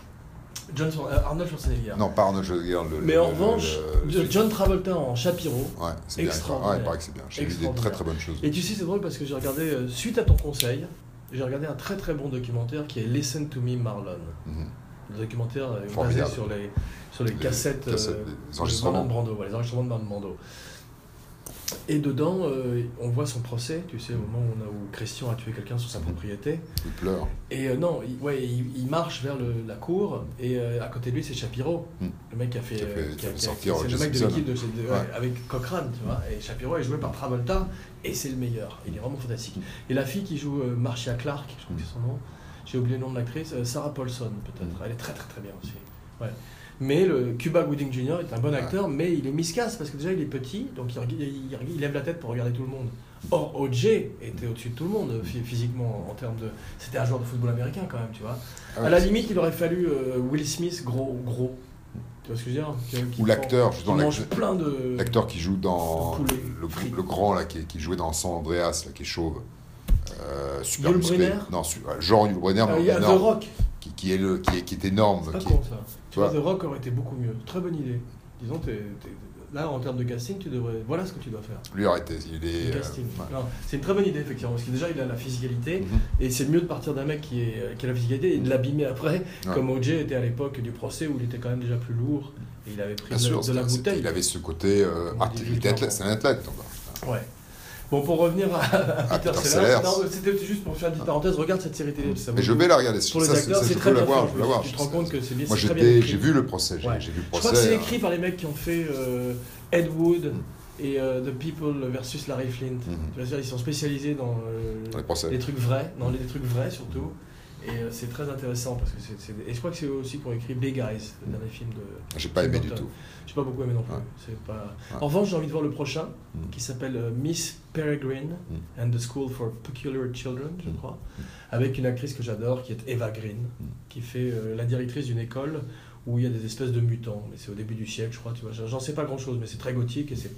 [SPEAKER 1] John, Schwar- euh, Arnold Schwarzenegger.
[SPEAKER 2] Non, pas Arnold Schwarzenegger. Le,
[SPEAKER 1] Mais
[SPEAKER 2] le-
[SPEAKER 1] en
[SPEAKER 2] le-
[SPEAKER 1] revanche,
[SPEAKER 2] le-
[SPEAKER 1] de-
[SPEAKER 2] celui-
[SPEAKER 1] John Travolta en Shapiro.
[SPEAKER 2] Ouais, c'est bien.
[SPEAKER 1] Extraordinaire.
[SPEAKER 2] Ouais, il paraît que c'est bien. J'ai vu des très
[SPEAKER 1] Extraordinaire.
[SPEAKER 2] très bonnes choses.
[SPEAKER 1] Et tu sais, c'est drôle parce que j'ai regardé, euh, suite à ton conseil, j'ai regardé un très très bon documentaire qui est Listen to Me Marlon.
[SPEAKER 2] Mhm.
[SPEAKER 1] Le documentaire euh, basé
[SPEAKER 2] Formidable.
[SPEAKER 1] sur les, sur les
[SPEAKER 2] Les
[SPEAKER 1] cassettes, euh,
[SPEAKER 2] cassettes, les enregistrements.
[SPEAKER 1] de Marlon Brando, ouais, les enregistrements de Marlon Brando. Et dedans, euh, on voit son procès, tu sais, au moment où, on a- où Christian a tué quelqu'un sur sa
[SPEAKER 2] Mhm.
[SPEAKER 1] propriété.
[SPEAKER 2] Il pleure. Ah
[SPEAKER 1] Et euh, non, il, ouais, il, il marche vers le- la cour, et euh, à côté de lui, c'est Shapiro,
[SPEAKER 2] Mm.
[SPEAKER 1] le mec qui a fait,
[SPEAKER 2] Qui a fait-
[SPEAKER 1] euh,
[SPEAKER 2] qui a fait
[SPEAKER 1] c'est
[SPEAKER 2] sortir
[SPEAKER 1] le
[SPEAKER 2] Jesse
[SPEAKER 1] mec de
[SPEAKER 2] Simpson.
[SPEAKER 1] l'équipe de, de- ouais,
[SPEAKER 2] Ouais.
[SPEAKER 1] avec Cochrane, tu vois. Et Shapiro est joué par Travolta, et c'est le meilleur. Il est vraiment fantastique.
[SPEAKER 2] Hmm.
[SPEAKER 1] Et la fille qui joue euh, Marcia Clark, je crois que c'est son nom, j'ai oublié le nom de l'actrice, euh, Sarah Paulson, peut-être.
[SPEAKER 2] Mm.
[SPEAKER 1] Elle est très très très bien aussi. Ouais. Mais le Cuba Gooding Jr. est un bon
[SPEAKER 2] Ouais.
[SPEAKER 1] acteur, mais il est miscasse parce que déjà il est petit, donc il, reg- il- il- il lève la tête pour regarder tout le monde. Or, OJ était au-dessus de tout le monde euh, phy- physiquement en termes de. C'était un joueur de football américain quand même, tu vois.
[SPEAKER 2] Ah ouais,
[SPEAKER 1] à la
[SPEAKER 2] c'est-
[SPEAKER 1] limite, il aurait fallu euh, Will Smith gros, gros. Tu vois ce que je veux dire Qui- qui
[SPEAKER 2] Ou l'acteur,
[SPEAKER 1] prend-
[SPEAKER 2] justement,
[SPEAKER 1] qui mange
[SPEAKER 2] l'acteur-
[SPEAKER 1] plein de.
[SPEAKER 2] L'acteur qui joue dans
[SPEAKER 1] Poulet.
[SPEAKER 2] le,
[SPEAKER 1] Frit.
[SPEAKER 2] le grand là qui, qui jouait dans San Andreas là qui est chauve. Euh, super
[SPEAKER 1] Yul
[SPEAKER 2] musclé.
[SPEAKER 1] Brynner
[SPEAKER 2] Non, su- ouais, genre Yul Brenner,
[SPEAKER 1] Ah, il y a The Rock,
[SPEAKER 2] qui, qui est le qui est, qui est énorme.
[SPEAKER 1] pas
[SPEAKER 2] qui
[SPEAKER 1] con ça. Tu vois,
[SPEAKER 2] vois.
[SPEAKER 1] The Rock aurait été beaucoup mieux. Très bonne idée. Disons, t'es- t'es- là en termes de casting, tu devrais. Voilà ce que tu dois faire.
[SPEAKER 2] Lui arrêtez, il
[SPEAKER 1] Le
[SPEAKER 2] est. euh,
[SPEAKER 1] casting.
[SPEAKER 2] ouais.
[SPEAKER 1] Non, C'est une très bonne idée, effectivement, parce que déjà, il a la physicalité.
[SPEAKER 2] Mhm.
[SPEAKER 1] Et c'est mieux de partir d'un mec qui, est, qui a la physicalité et de l'abîmer après,
[SPEAKER 2] Ouais.
[SPEAKER 1] comme OJ était à l'époque du procès où il était quand même déjà plus lourd et il avait pris
[SPEAKER 2] Bien
[SPEAKER 1] de,
[SPEAKER 2] sûr,
[SPEAKER 1] de la
[SPEAKER 2] c'était- c'était-
[SPEAKER 1] bouteille.
[SPEAKER 2] il avait ce côté. euh,
[SPEAKER 1] Comme on
[SPEAKER 2] ah,
[SPEAKER 1] dit,
[SPEAKER 2] il était athlète,
[SPEAKER 1] clairement.
[SPEAKER 2] c'est un athlète. donc.
[SPEAKER 1] Ouais. Bon, pour revenir à, à Peter
[SPEAKER 2] Ah, Peter
[SPEAKER 1] Sellers,
[SPEAKER 2] Sellers.
[SPEAKER 1] non, c'était juste pour faire une petite parenthèse, regarde cette série télé. ça vaut
[SPEAKER 2] Mais je
[SPEAKER 1] le
[SPEAKER 2] vais
[SPEAKER 1] coup.
[SPEAKER 2] la regarder. ça,
[SPEAKER 1] Pour les
[SPEAKER 2] ça,
[SPEAKER 1] acteurs,
[SPEAKER 2] ça,
[SPEAKER 1] c'est
[SPEAKER 2] je
[SPEAKER 1] très
[SPEAKER 2] peux la
[SPEAKER 1] bien
[SPEAKER 2] voir,
[SPEAKER 1] fait,
[SPEAKER 2] je peux la voir.
[SPEAKER 1] Tu te rends compte que c'est bien
[SPEAKER 2] Moi,
[SPEAKER 1] c'est très bien
[SPEAKER 2] j'étais-
[SPEAKER 1] écrit.
[SPEAKER 2] j'ai vu le procès. j'ai-
[SPEAKER 1] Ouais.
[SPEAKER 2] J'ai vu le
[SPEAKER 1] Je
[SPEAKER 2] procès.
[SPEAKER 1] crois que c'est
[SPEAKER 2] hein.
[SPEAKER 1] écrit par les mecs qui ont fait euh, Ed Wood
[SPEAKER 2] Mm.
[SPEAKER 1] et euh, The People versus Larry Flint.
[SPEAKER 2] Mhm.
[SPEAKER 1] Tu vois, c'est-à-dire, ils sont spécialisés dans, euh,
[SPEAKER 2] Dans les procès.
[SPEAKER 1] les trucs vrais, dans les trucs vrais surtout. Et euh, c'est très intéressant parce que c'est. c'est- Et je crois que c'est eux aussi qui ont écrit Big Eyes, le dernier film de.
[SPEAKER 2] J'ai pas
[SPEAKER 1] Tim
[SPEAKER 2] aimé du
[SPEAKER 1] Burton.
[SPEAKER 2] tout.
[SPEAKER 1] J'ai pas beaucoup aimé non plus.
[SPEAKER 2] Ouais.
[SPEAKER 1] C'est pas...
[SPEAKER 2] Ouais.
[SPEAKER 1] En revanche, j'ai envie de voir le prochain
[SPEAKER 2] Mm.
[SPEAKER 1] qui s'appelle euh, Miss Peregrine
[SPEAKER 2] Mm.
[SPEAKER 1] and the School for Peculiar Children, je
[SPEAKER 2] Mm.
[SPEAKER 1] crois, avec une actrice que j'adore qui est Eva Green, qui fait euh, la directrice d'une école où il y a des espèces de mutants. Mais c'est au début du siècle, je crois. Tu vois, j'en sais pas grand chose, mais c'est très gothique et c'est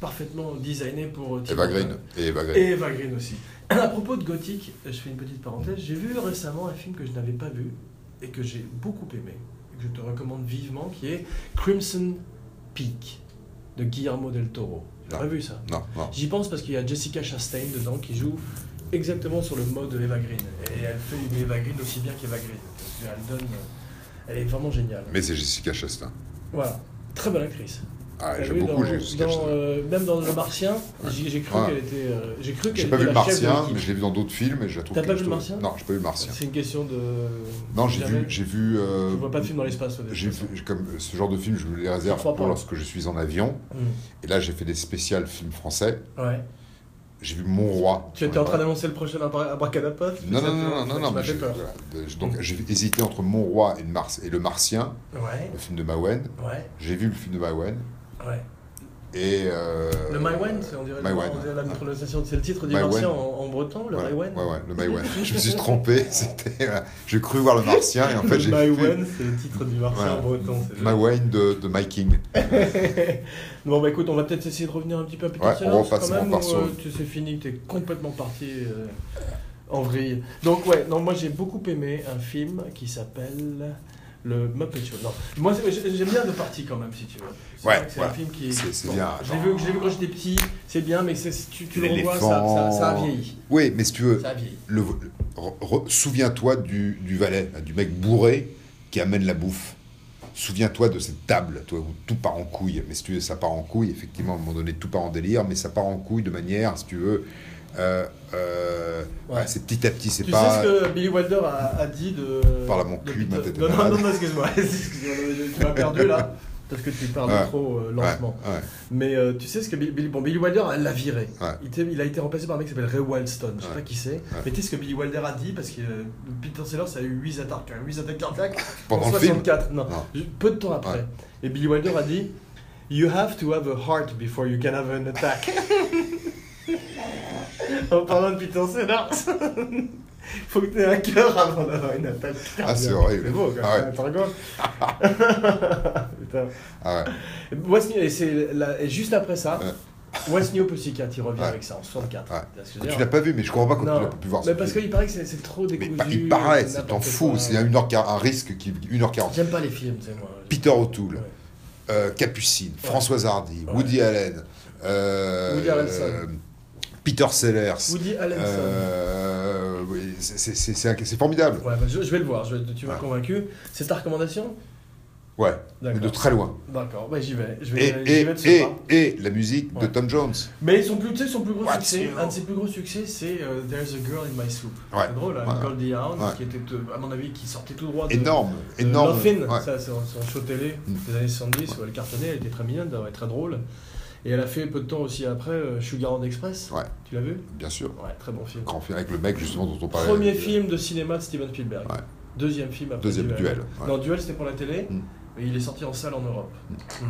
[SPEAKER 1] parfaitement designé pour. euh, Tim
[SPEAKER 2] Eva
[SPEAKER 1] Burton.
[SPEAKER 2] Green. Et Eva Green.
[SPEAKER 1] Et Eva Green aussi. À propos de gothique, je fais une petite parenthèse. J'ai vu récemment un film que je n'avais pas vu et que j'ai beaucoup aimé, et que je te recommande vivement, qui est Crimson Peak de Guillermo del Toro. Tu l'as
[SPEAKER 2] Non.
[SPEAKER 1] pas vu ça
[SPEAKER 2] Non, non.
[SPEAKER 1] J'y pense parce qu'il y a Jessica Chastain dedans qui joue exactement sur le mode Eva Green. Et elle fait une Eva Green aussi bien qu'Eva Green. Elle donne. Elle est vraiment géniale.
[SPEAKER 2] Mais c'est Jessica Chastain.
[SPEAKER 1] Voilà. Très bonne actrice.
[SPEAKER 2] Ah,
[SPEAKER 1] Elle
[SPEAKER 2] j'aime
[SPEAKER 1] est
[SPEAKER 2] beaucoup
[SPEAKER 1] dans-
[SPEAKER 2] Jessica
[SPEAKER 1] dans,
[SPEAKER 2] Chastain.
[SPEAKER 1] euh, Même dans Le Martien, j'ai j'ai cru
[SPEAKER 2] Ouais.
[SPEAKER 1] qu'elle était. euh, j'ai cru
[SPEAKER 2] J'ai
[SPEAKER 1] qu'elle
[SPEAKER 2] pas
[SPEAKER 1] était
[SPEAKER 2] vu le
[SPEAKER 1] la chef de
[SPEAKER 2] Martien,
[SPEAKER 1] l'équipe.
[SPEAKER 2] mais je l'ai vu dans d'autres films et je la trouve
[SPEAKER 1] T'as
[SPEAKER 2] que
[SPEAKER 1] pas
[SPEAKER 2] je
[SPEAKER 1] vu le
[SPEAKER 2] trouve-
[SPEAKER 1] Martien
[SPEAKER 2] Non, j'ai pas vu le Martien.
[SPEAKER 1] C'est une question de.
[SPEAKER 2] Non, j'ai
[SPEAKER 1] Jamais.
[SPEAKER 2] vu. J'ai vu euh,
[SPEAKER 1] Je vois pas de film dans l'espace. au début.
[SPEAKER 2] j'ai vu- j'ai- comme ce genre de film, je me les réserve
[SPEAKER 1] crois
[SPEAKER 2] pour
[SPEAKER 1] pas.
[SPEAKER 2] lorsque je suis en avion.
[SPEAKER 1] Hmm.
[SPEAKER 2] Et là, j'ai fait des spéciales films français.
[SPEAKER 1] Ouais.
[SPEAKER 2] J'ai vu Mon Roi.
[SPEAKER 1] Tu étais en train d'annoncer le prochain abra- abracadapod
[SPEAKER 2] Non, non,
[SPEAKER 1] Ça,
[SPEAKER 2] non, non,
[SPEAKER 1] ça
[SPEAKER 2] non, non,
[SPEAKER 1] m'a
[SPEAKER 2] mais
[SPEAKER 1] fait
[SPEAKER 2] j'ai-
[SPEAKER 1] peur. Mm.
[SPEAKER 2] voilà. De- donc j'ai hésité entre Mon Roi et le, Mars, et le Martien,
[SPEAKER 1] Ouais,
[SPEAKER 2] le film de Mawen.
[SPEAKER 1] ouais,
[SPEAKER 2] J'ai vu le film de Mawen
[SPEAKER 1] ouais.
[SPEAKER 2] et euh,
[SPEAKER 1] Le Maïwen, c'est- on dirait,
[SPEAKER 2] Maïwen.
[SPEAKER 1] on dirait la prononciation, c'est le titre du
[SPEAKER 2] Maïwen.
[SPEAKER 1] martien en, en breton, le
[SPEAKER 2] Voilà.
[SPEAKER 1] Maïwen.
[SPEAKER 2] Ouais, ouais, le Maïwen. je me suis trompé. C'était, euh, j'ai cru voir le Martien et en fait
[SPEAKER 1] le
[SPEAKER 2] j'ai vu
[SPEAKER 1] Maïwen, c'est le titre du martien
[SPEAKER 2] Voilà.
[SPEAKER 1] en breton. c'est joli.
[SPEAKER 2] Mawen de, de Mike King.
[SPEAKER 1] bon, bah écoute, on va peut-être essayer de revenir un petit peu à Peter
[SPEAKER 2] Ouais, on
[SPEAKER 1] Sellers,
[SPEAKER 2] repasse,
[SPEAKER 1] quand
[SPEAKER 2] on
[SPEAKER 1] même,
[SPEAKER 2] repart
[SPEAKER 1] ou,
[SPEAKER 2] sur-
[SPEAKER 1] euh, tu c'est fini, t'es complètement parti euh, en vrille. Donc, ouais, non, moi j'ai beaucoup aimé un film qui s'appelle. Le Muppet Show. Non, moi c'est- j'aime bien deux parties quand même si tu veux. C'est
[SPEAKER 2] Ouais,
[SPEAKER 1] vrai que c'est
[SPEAKER 2] voilà.
[SPEAKER 1] un film qui.
[SPEAKER 2] C'est- c'est bien,
[SPEAKER 1] Je l'ai vu, je l'ai vu quand j'étais petit, c'est bien, mais c'est- tu, tu le revois, ça,
[SPEAKER 2] L'éléphant.
[SPEAKER 1] ça, ça a vieilli.
[SPEAKER 2] Oui, mais si tu veux,
[SPEAKER 1] Ça a vieilli.
[SPEAKER 2] le, le- re- re- souviens-toi du, du valet, là, du mec bourré qui amène la bouffe. Souviens-toi de cette table, toi, où tout part en couille. Mais si tu veux, ça part en couille, effectivement, à un moment donné, tout part en délire, mais ça part en couille de manière, si tu veux, euh, euh,
[SPEAKER 1] Ouais.
[SPEAKER 2] ouais, c'est petit à petit, c'est
[SPEAKER 1] Tu
[SPEAKER 2] pas...
[SPEAKER 1] sais ce que Billy Wilder a, a dit de.
[SPEAKER 2] Parle à mon
[SPEAKER 1] de
[SPEAKER 2] cul,
[SPEAKER 1] Peter-
[SPEAKER 2] ma tête est
[SPEAKER 1] Non, non,
[SPEAKER 2] malade.
[SPEAKER 1] non, non, excuse-moi. Excuse-moi, non, mais tu m'as perdu là. Parce que tu parles
[SPEAKER 2] Ouais.
[SPEAKER 1] trop euh,
[SPEAKER 2] Ouais,
[SPEAKER 1] lentement.
[SPEAKER 2] ouais.
[SPEAKER 1] Mais euh, tu sais ce que Billy, Billy- bon, Billy Wilder, elle l'a viré.
[SPEAKER 2] Ouais.
[SPEAKER 1] Il, était- il a été remplacé par un mec qui s'appelle Ray Wildstone, je sais
[SPEAKER 2] Ouais.
[SPEAKER 1] pas qui c'est. Mais tu sais ce que Billy Wilder a dit Parce que euh, Peter Sellers a eu 8 attaques, hein, huit attaques cardiaques
[SPEAKER 2] Pendant
[SPEAKER 1] en
[SPEAKER 2] le film
[SPEAKER 1] 64. Non,
[SPEAKER 2] Non.
[SPEAKER 1] ju- peu de temps après.
[SPEAKER 2] Ouais.
[SPEAKER 1] Et Billy Wilder a dit You have to have a heart before you can have an attack. en parlant de Peter Sellers. Faut que t'aies un cœur avant d'avoir une attaque cardiaque.
[SPEAKER 2] Ah, c'est horrible.
[SPEAKER 1] C'est beau, quand
[SPEAKER 2] Ah
[SPEAKER 1] même.
[SPEAKER 2] ouais.
[SPEAKER 1] Fargo. Putain.
[SPEAKER 2] Ah ouais.
[SPEAKER 1] What's New- et c'est la- et juste après ça, What's New Pussycat, il revient
[SPEAKER 2] Ouais.
[SPEAKER 1] avec ça en 64.
[SPEAKER 2] Ouais.
[SPEAKER 1] Tu vois ce que je veux
[SPEAKER 2] Tu
[SPEAKER 1] dire
[SPEAKER 2] l'as pas vu, mais je crois pas que tu
[SPEAKER 1] Non,
[SPEAKER 2] l'as pas pu voir.
[SPEAKER 1] mais
[SPEAKER 2] ce
[SPEAKER 1] parce
[SPEAKER 2] film.
[SPEAKER 1] qu'il paraît que c'est- c'est trop
[SPEAKER 2] Mais
[SPEAKER 1] décousu.
[SPEAKER 2] pa- il paraît,
[SPEAKER 1] c'est
[SPEAKER 2] c'est t'en
[SPEAKER 1] n'importe
[SPEAKER 2] fous,
[SPEAKER 1] quoi.
[SPEAKER 2] c'est à 1h40, un risque qui 1h40.
[SPEAKER 1] J'aime pas les films, c'est moi.
[SPEAKER 2] Peter O'Toole,
[SPEAKER 1] Ouais.
[SPEAKER 2] euh, Capucine, Françoise Hardy, Woody Allen, euh,
[SPEAKER 1] Woody Harrelson.
[SPEAKER 2] euh, Peter Sellers.
[SPEAKER 1] Woody Allenson.
[SPEAKER 2] euh, oui, c'est- c'est- c'est c'est- c'est formidable.
[SPEAKER 1] Ouais, bah, je, je vais le voir, je- tu m'as
[SPEAKER 2] Ouais.
[SPEAKER 1] convaincu. C'est ta recommandation
[SPEAKER 2] Ouais, mais
[SPEAKER 1] D'accord.
[SPEAKER 2] de très loin.
[SPEAKER 1] D'accord, bah, j'y vais. Je vais,
[SPEAKER 2] Et,
[SPEAKER 1] j'y
[SPEAKER 2] et,
[SPEAKER 1] vais de ce
[SPEAKER 2] et,
[SPEAKER 1] pas.
[SPEAKER 2] et la musique de
[SPEAKER 1] Ouais.
[SPEAKER 2] Tom Jones.
[SPEAKER 1] Mais son plus, tu sais, son plus gros
[SPEAKER 2] What's
[SPEAKER 1] succès,
[SPEAKER 2] new
[SPEAKER 1] un de ses plus gros succès, c'est euh, There's a Girl in My Soup.
[SPEAKER 2] Ouais.
[SPEAKER 1] C'est drôle, hein,
[SPEAKER 2] Ouais.
[SPEAKER 1] Goldie Hawn,
[SPEAKER 2] Ouais.
[SPEAKER 1] qui était, euh, à mon avis, qui sortait tout droit de,
[SPEAKER 2] Énorme,
[SPEAKER 1] de
[SPEAKER 2] Euh, énorme.
[SPEAKER 1] Laugh-In,
[SPEAKER 2] Ouais.
[SPEAKER 1] ça, c'est son son show télé
[SPEAKER 2] Mm.
[SPEAKER 1] des années 70 où elle cartonnait, elle était très mignonne, d'ailleurs, elle est très drôle. Et elle a fait peu de temps aussi après euh, Sugar on Express.
[SPEAKER 2] Ouais.
[SPEAKER 1] Tu l'as vu
[SPEAKER 2] Bien sûr.
[SPEAKER 1] Ouais, très bon film.
[SPEAKER 2] Grand film avec le mec justement dont on parlait.
[SPEAKER 1] Premier
[SPEAKER 2] Euh,
[SPEAKER 1] film de cinéma de Steven Spielberg.
[SPEAKER 2] Ouais.
[SPEAKER 1] Deuxième film après
[SPEAKER 2] Deuxième duel. ouais.
[SPEAKER 1] Non, Duel c'était pour la télé,
[SPEAKER 2] Mm.
[SPEAKER 1] mais il est sorti en salle en Europe. Mm.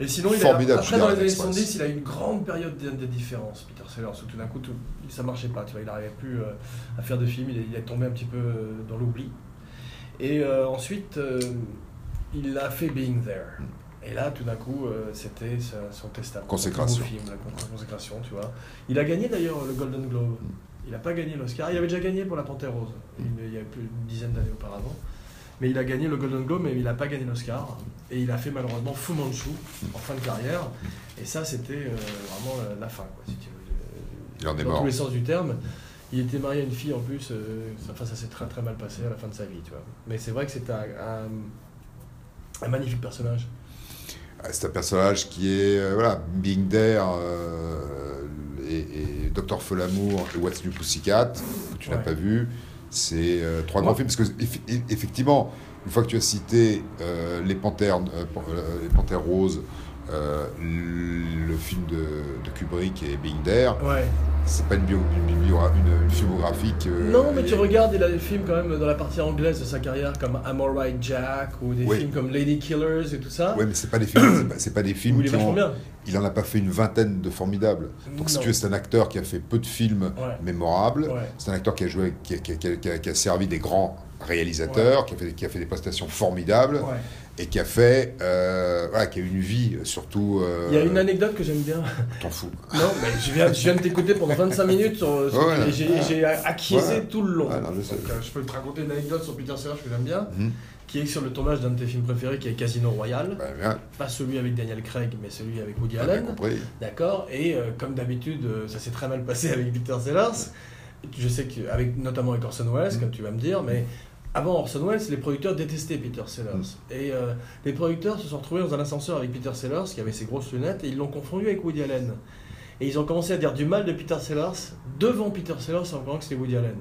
[SPEAKER 1] Et sinon, il
[SPEAKER 2] Formidable,
[SPEAKER 1] a, après
[SPEAKER 2] Julia
[SPEAKER 1] dans les années
[SPEAKER 2] Roberts.
[SPEAKER 1] 70, il a eu une grande période de, de différence, Peter Sellers, où tout d'un coup, tout, ça marchait pas, tu vois, il n'arrivait plus euh, à faire de films, il est, il est tombé un petit peu euh, dans l'oubli. Et euh, ensuite, euh, il a fait Being There.
[SPEAKER 2] Mm.
[SPEAKER 1] Et là, tout d'un coup, euh, c'était sa- son testament.
[SPEAKER 2] Consécration.
[SPEAKER 1] Le plus beau film, la cons- consécration, tu vois. Il a gagné d'ailleurs le Golden Globe.
[SPEAKER 2] Mm.
[SPEAKER 1] Il n'a pas gagné l'Oscar. Il avait déjà gagné pour La Panthère Rose, il il y a plus d'une dizaine d'années auparavant. Mais il a gagné le Golden Globe, mais il n'a pas gagné l'Oscar. Et il a fait malheureusement Fu Manchu en fin de carrière. Et ça, c'était euh, vraiment la, la fin, quoi, si tu veux.
[SPEAKER 2] Il en est
[SPEAKER 1] Dans
[SPEAKER 2] mort.
[SPEAKER 1] tous les sens du terme. Il était marié à une fille en plus. euh, ça- enfin, ça s'est très très mal passé à la fin de sa vie, tu vois. Mais c'est vrai que c'est un, un- un magnifique personnage.
[SPEAKER 2] Ah, C'est un personnage qui est, euh, voilà, Being There euh, et, et Docteur Folamour et What's New Pussycat, que tu n'as
[SPEAKER 1] Ouais.
[SPEAKER 2] pas vu. C'est euh, trois grands
[SPEAKER 1] Ouais.
[SPEAKER 2] films, parce que, eff- eff- effectivement, une fois que tu as cité euh, Les Panthères, euh, pan- euh, les Panthères Roses, euh, le film de, de Kubrick et Being There,
[SPEAKER 1] Ouais.
[SPEAKER 2] c'est pas une, bio, une, bio- une- une filmographie que-
[SPEAKER 1] non, mais
[SPEAKER 2] et-
[SPEAKER 1] tu regardes, il a des films quand même dans la partie anglaise de sa carrière, comme I'm Alright Jack, ou des
[SPEAKER 2] Oui.
[SPEAKER 1] films comme Lady Killers et tout ça.
[SPEAKER 2] Ouais, mais c'est pas des films, c'est pas, c'est pas des films
[SPEAKER 1] où il est
[SPEAKER 2] qui
[SPEAKER 1] vachement
[SPEAKER 2] ont-
[SPEAKER 1] bien.
[SPEAKER 2] Il en a pas fait une vingtaine de formidables. Donc si
[SPEAKER 1] Non.
[SPEAKER 2] tu veux, c'est un acteur qui a fait peu de films
[SPEAKER 1] Ouais.
[SPEAKER 2] mémorables.
[SPEAKER 1] Ouais.
[SPEAKER 2] C'est un acteur qui a joué, qui a, qui a- qui a- qui a- qui a servi des grands réalisateurs, qui, a fait, qui a fait des prestations formidables
[SPEAKER 1] Ouais.
[SPEAKER 2] et qui a fait, euh, voilà, qui a eu une vie surtout. euh,
[SPEAKER 1] Il y a une anecdote que j'aime bien.
[SPEAKER 2] T'en fous.
[SPEAKER 1] Non, mais je viens, je viens de t'écouter pendant 25 minutes sur, sur-
[SPEAKER 2] Voilà.
[SPEAKER 1] et j'ai- et j'ai acquiescé
[SPEAKER 2] Voilà.
[SPEAKER 1] tout le long.
[SPEAKER 2] Ah, non, je sais.
[SPEAKER 1] Donc, euh, je peux te raconter une anecdote sur Peter Sellers que j'aime bien,
[SPEAKER 2] Mhm.
[SPEAKER 1] qui est sur le tournage d'un de tes films préférés, qui est Casino Royale.
[SPEAKER 2] Bah, bien,
[SPEAKER 1] Pas celui avec Daniel Craig, mais celui avec Woody
[SPEAKER 2] t'as bien
[SPEAKER 1] Allen.
[SPEAKER 2] compris.
[SPEAKER 1] D'accord Et euh, comme d'habitude, euh, ça s'est très mal passé avec Peter Sellers. je sais qu'avec notamment avec Orson Welles, comme tu vas me dire, mais avant Orson Welles, les producteurs détestaient Peter Sellers.
[SPEAKER 2] Mm.
[SPEAKER 1] Et euh, les producteurs se sont retrouvés dans un ascenseur avec Peter Sellers, qui avait ses grosses lunettes, et ils l'ont confondu avec Woody Allen. Et ils ont commencé à dire du mal de Peter Sellers devant Peter Sellers en croyant que c'était Woody Allen.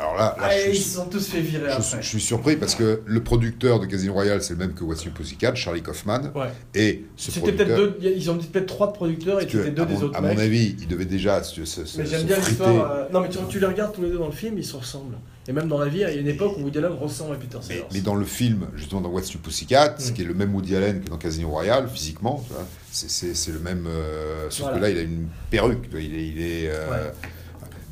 [SPEAKER 2] Alors là, là,
[SPEAKER 1] Ah,
[SPEAKER 2] je
[SPEAKER 1] et ils
[SPEAKER 2] suis-
[SPEAKER 1] se sont tous fait virer
[SPEAKER 2] je
[SPEAKER 1] après.
[SPEAKER 2] suis- je suis surpris parce que le producteur de Casino Royale, c'est le même que What's New Pussycat, Charlie Kaufman.
[SPEAKER 1] Ouais.
[SPEAKER 2] Et ce
[SPEAKER 1] C'était
[SPEAKER 2] producteur,
[SPEAKER 1] peut-être deux, ils ont dit peut-être trois de producteurs et
[SPEAKER 2] si tu veux,
[SPEAKER 1] c'était deux
[SPEAKER 2] à mon,
[SPEAKER 1] des autres
[SPEAKER 2] à
[SPEAKER 1] mecs.
[SPEAKER 2] mon avis, il devait déjà se, se, se-
[SPEAKER 1] mais j'aime
[SPEAKER 2] se
[SPEAKER 1] bien
[SPEAKER 2] friter.
[SPEAKER 1] l'histoire. euh, Non, mais tu, tu les regardes tous les deux dans le film, ils se ressemblent. Et même dans la vie, il y a une époque où Woody Allen ressemble à Peter
[SPEAKER 2] Mais,
[SPEAKER 1] Sellers.
[SPEAKER 2] mais dans le film, justement dans What's New Pussycat, ce
[SPEAKER 1] Mm.
[SPEAKER 2] qui est le même Woody Allen que dans Casino Royale, physiquement, tu vois, c'est- c'est c'est le même. euh, sauf
[SPEAKER 1] Voilà.
[SPEAKER 2] que là, il a une perruque. tu vois, il est. il est, euh,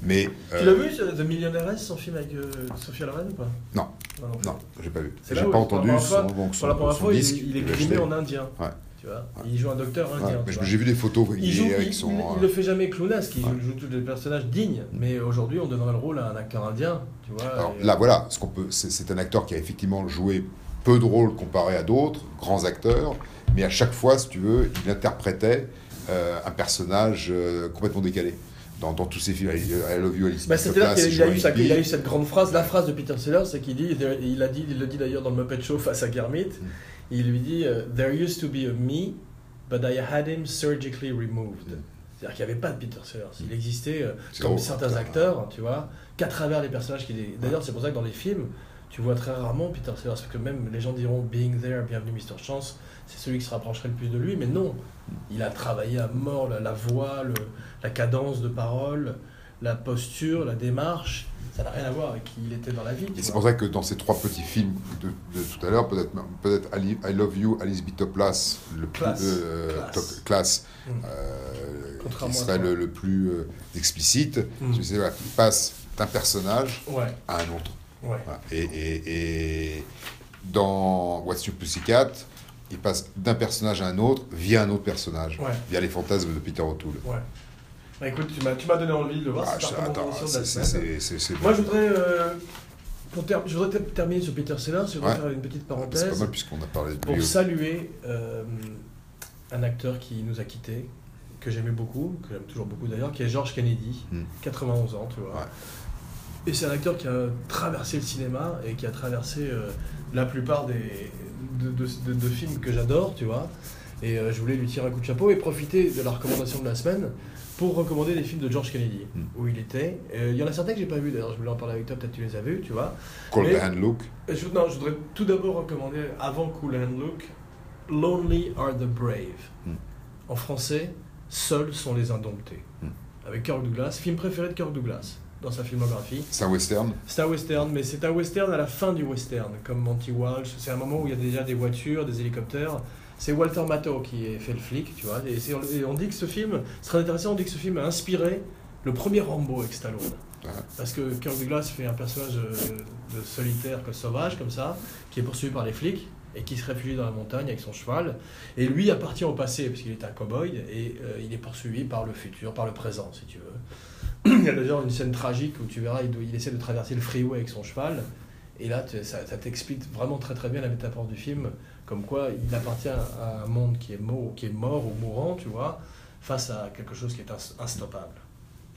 [SPEAKER 2] Mais.
[SPEAKER 1] Tu
[SPEAKER 2] euh,
[SPEAKER 1] l'as vu, ce- The Millionaires, son film avec euh, Sophia Loren ou pas
[SPEAKER 2] Non.
[SPEAKER 1] Non, non.
[SPEAKER 2] Non, j'ai pas vu.
[SPEAKER 1] C'est
[SPEAKER 2] J'ai
[SPEAKER 1] là où,
[SPEAKER 2] pas
[SPEAKER 1] pour la
[SPEAKER 2] entendu
[SPEAKER 1] première
[SPEAKER 2] son,
[SPEAKER 1] fois- Pour
[SPEAKER 2] bon,
[SPEAKER 1] la
[SPEAKER 2] son,
[SPEAKER 1] première
[SPEAKER 2] son
[SPEAKER 1] fois, il,
[SPEAKER 2] disque.
[SPEAKER 1] il est
[SPEAKER 2] je l'ai
[SPEAKER 1] grimé
[SPEAKER 2] acheté.
[SPEAKER 1] en indien.
[SPEAKER 2] Ouais.
[SPEAKER 1] Tu vois Il joue un docteur
[SPEAKER 2] Ouais,
[SPEAKER 1] indien.
[SPEAKER 2] mais
[SPEAKER 1] tu
[SPEAKER 2] je-
[SPEAKER 1] vois.
[SPEAKER 2] j'ai vu des photos il
[SPEAKER 1] il, joue,
[SPEAKER 2] est avec
[SPEAKER 1] il-
[SPEAKER 2] son.
[SPEAKER 1] il- il le
[SPEAKER 2] euh,
[SPEAKER 1] fait jamais clownesque, il
[SPEAKER 2] Ouais.
[SPEAKER 1] joue tous les personnages dignes. Mais aujourd'hui, on donnerait le rôle à un acteur indien. Tu vois
[SPEAKER 2] Alors
[SPEAKER 1] et-
[SPEAKER 2] là, voilà, ce qu'on peut, c'est, c'est un acteur qui a effectivement joué peu de rôles comparé à d'autres grands acteurs, mais à chaque fois, si tu veux, il interprétait euh, un personnage euh, complètement décalé. Dans, dans tous ses films, I I Love You, Alice. in
[SPEAKER 1] Bah,
[SPEAKER 2] Poplar,
[SPEAKER 1] C'est-à-dire qu'il a-
[SPEAKER 2] c'est
[SPEAKER 1] il a,
[SPEAKER 2] Jean
[SPEAKER 1] eu sa-
[SPEAKER 2] Higbee.
[SPEAKER 1] il a eu cette grande phrase, la phrase de Peter Sellers, c'est qu'il dit, il a dit, il le dit d'ailleurs dans le Muppet Show face à Kermit, il lui dit euh, There used to be a me, but I had him surgically removed. C'est-à-dire qu'il n'y avait pas de Peter Sellers, il existait euh,
[SPEAKER 2] C'est
[SPEAKER 1] comme
[SPEAKER 2] drôle,
[SPEAKER 1] certains
[SPEAKER 2] ça.
[SPEAKER 1] acteurs, hein, tu vois, qu'à travers les personnages qu'il est. D'ailleurs, c'est pour ça que dans les films, tu vois très rarement Peter Sellers, parce que même les gens diront Being There, Bienvenue Mr. Chance, c'est celui qui se rapprocherait le plus de lui, mais non, il a travaillé à mort la, la voix, le- la cadence de parole, la posture, la démarche. Ça n'a rien à voir avec qui il était dans la vie. tu
[SPEAKER 2] Et c'est
[SPEAKER 1] vois.
[SPEAKER 2] pour ça que dans ces trois petits films de, de tout à l'heure, peut-être peut-être Ali- I Love You, Alice Be Toplas, le plus
[SPEAKER 1] Classe.
[SPEAKER 2] euh,
[SPEAKER 1] Classe.
[SPEAKER 2] top- classe,
[SPEAKER 1] Mm.
[SPEAKER 2] euh, qui
[SPEAKER 1] Contrairement à
[SPEAKER 2] serait
[SPEAKER 1] toi.
[SPEAKER 2] le, le plus euh, explicite,
[SPEAKER 1] Mm.
[SPEAKER 2] tu sais, voilà, qui passe d'un personnage
[SPEAKER 1] Ouais,
[SPEAKER 2] à un autre.
[SPEAKER 1] ouais.
[SPEAKER 2] Voilà. Et, et- et dans What's New Pussycat, il passe d'un personnage à un autre via un autre personnage,
[SPEAKER 1] Ouais.
[SPEAKER 2] via les fantasmes de Peter O'Toole.
[SPEAKER 1] Bah, écoute, tu m'as, tu m'as donné envie de le voir.
[SPEAKER 2] Ah,
[SPEAKER 1] Bah, c'est par
[SPEAKER 2] je-
[SPEAKER 1] contre
[SPEAKER 2] attends,
[SPEAKER 1] mon émission de
[SPEAKER 2] c'est-
[SPEAKER 1] la
[SPEAKER 2] c'est-
[SPEAKER 1] semaine.
[SPEAKER 2] c'est- c'est- c'est-
[SPEAKER 1] Moi, je voudrais, euh, pour ter- je voudrais peut-être terminer sur Peter Sellers, je voudrais
[SPEAKER 2] Ouais.
[SPEAKER 1] faire une petite
[SPEAKER 2] C'est pas
[SPEAKER 1] parenthèse
[SPEAKER 2] mal puisqu'on a parlé de
[SPEAKER 1] pour
[SPEAKER 2] lui.
[SPEAKER 1] saluer euh, un acteur qui nous a quittés, que j'aimais beaucoup, que j'aime toujours beaucoup d'ailleurs, qui est George Kennedy,
[SPEAKER 2] Hmm.
[SPEAKER 1] 91 ans, tu vois.
[SPEAKER 2] Ouais.
[SPEAKER 1] Et c'est un acteur qui a traversé le cinéma et qui a traversé euh, la plupart des de, de- de- de films que j'adore, tu vois. Et euh, je voulais lui tirer un coup de chapeau et profiter de la recommandation de la semaine pour recommander les films de George Kennedy,
[SPEAKER 2] Hmm.
[SPEAKER 1] où il était. Euh, Il y en a certains que j'ai pas vus d'ailleurs, je voulais en parler avec toi, peut-être tu les as vus, tu vois.
[SPEAKER 2] Cold
[SPEAKER 1] Mais-
[SPEAKER 2] Hand Look.
[SPEAKER 1] Je, non, je voudrais tout d'abord recommander, avant Cool and Look, Lonely Are the Brave.
[SPEAKER 2] Mm.
[SPEAKER 1] En français, Seuls sont les indomptés.
[SPEAKER 2] Mm.
[SPEAKER 1] Avec Kirk Douglas, film préféré de Kirk Douglas dans sa filmographie.
[SPEAKER 2] C'est un western.
[SPEAKER 1] C'est un western, mais c'est un western à la fin du western, comme Monty Walsh. C'est un moment où il y a déjà des voitures, des hélicoptères. C'est Walter Matthau qui est fait le flic, tu vois. Et, c'est- et on dit que ce film, c'est très intéressant, on dit que ce film a inspiré le premier Rambo avec Stallone.
[SPEAKER 2] Ouais.
[SPEAKER 1] Parce que Kirk Douglas fait un personnage euh, de solitaire, que sauvage, comme ça, qui est poursuivi par les flics et qui se réfugie dans la montagne avec son cheval. Et lui appartient au passé, puisqu'il est un cow-boy, et euh, il est poursuivi par le futur, par le présent, si tu veux. Il y a d'ailleurs une scène tragique où tu verras, il, doit- il essaie de traverser le freeway avec son cheval. Et là, tu- ça, ça t'explique vraiment très très bien la métaphore du film, comme quoi il appartient à un monde qui est, mort, qui est mort ou mourant, tu vois, face à quelque chose qui est ins- instoppable.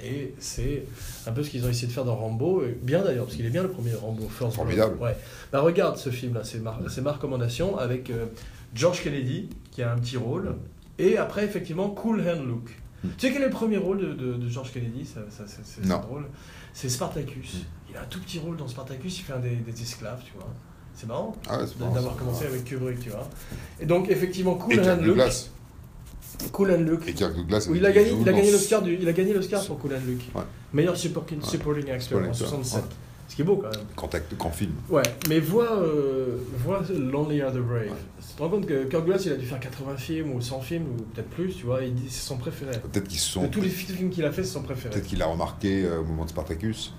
[SPEAKER 1] Et c'est un peu ce qu'ils ont essayé de faire dans Rambo, et bien d'ailleurs, parce qu'il est bien le premier Rambo, First Blood.
[SPEAKER 2] Formidable.
[SPEAKER 1] Ouais. Bah, regarde ce film-là, c'est ma, c'est ma recommandation, avec euh, George Kennedy, qui a un petit rôle, et après, effectivement, Cool Hand Luke. Tu sais quel est le premier rôle de, de- de George Kennedy Ça- ça- ça- C'est c'est
[SPEAKER 2] Hmm. Non. Hmm.
[SPEAKER 1] drôle. C'est Spartacus. Il a un tout petit rôle dans Spartacus, il fait un des, des esclaves, tu vois. C'est marrant
[SPEAKER 2] Ah, ouais, c'est marrant,
[SPEAKER 1] d'avoir
[SPEAKER 2] ça.
[SPEAKER 1] commencé avec Kubrick, tu vois. Et donc, effectivement,
[SPEAKER 2] Et
[SPEAKER 1] Cool
[SPEAKER 2] Kirk
[SPEAKER 1] Hand Luke.
[SPEAKER 2] Douglas.
[SPEAKER 1] Cool and Luke.
[SPEAKER 2] Et Kirk Douglas.
[SPEAKER 1] Où
[SPEAKER 2] avec
[SPEAKER 1] il a
[SPEAKER 2] Clint
[SPEAKER 1] gagné,
[SPEAKER 2] Eastwood
[SPEAKER 1] il a
[SPEAKER 2] dans
[SPEAKER 1] gagné
[SPEAKER 2] ce-
[SPEAKER 1] l'Oscar, du- il a gagné l'Oscar pour Cool and Luke.
[SPEAKER 2] Ouais.
[SPEAKER 1] Meilleur supporting-
[SPEAKER 2] Ouais.
[SPEAKER 1] supporting actor en
[SPEAKER 2] Supporting actor,
[SPEAKER 1] 67.
[SPEAKER 2] ouais.
[SPEAKER 1] Ce qui est beau quand même.
[SPEAKER 2] Quand, acte- quand film.
[SPEAKER 1] Ouais, mais vois, euh, vois Lonely Are the Brave.
[SPEAKER 2] Ouais.
[SPEAKER 1] Tu te rends compte que Kirk Douglas, il a dû faire 80 films ou 100 films ou peut-être plus, tu vois. il dit- C'est son préféré.
[SPEAKER 2] Peut-être qu'ils se
[SPEAKER 1] De
[SPEAKER 2] sont.
[SPEAKER 1] tous les films qu'il a fait, c'est son préféré.
[SPEAKER 2] Peut-être qu'il a remarqué euh, au moment de Spartacus.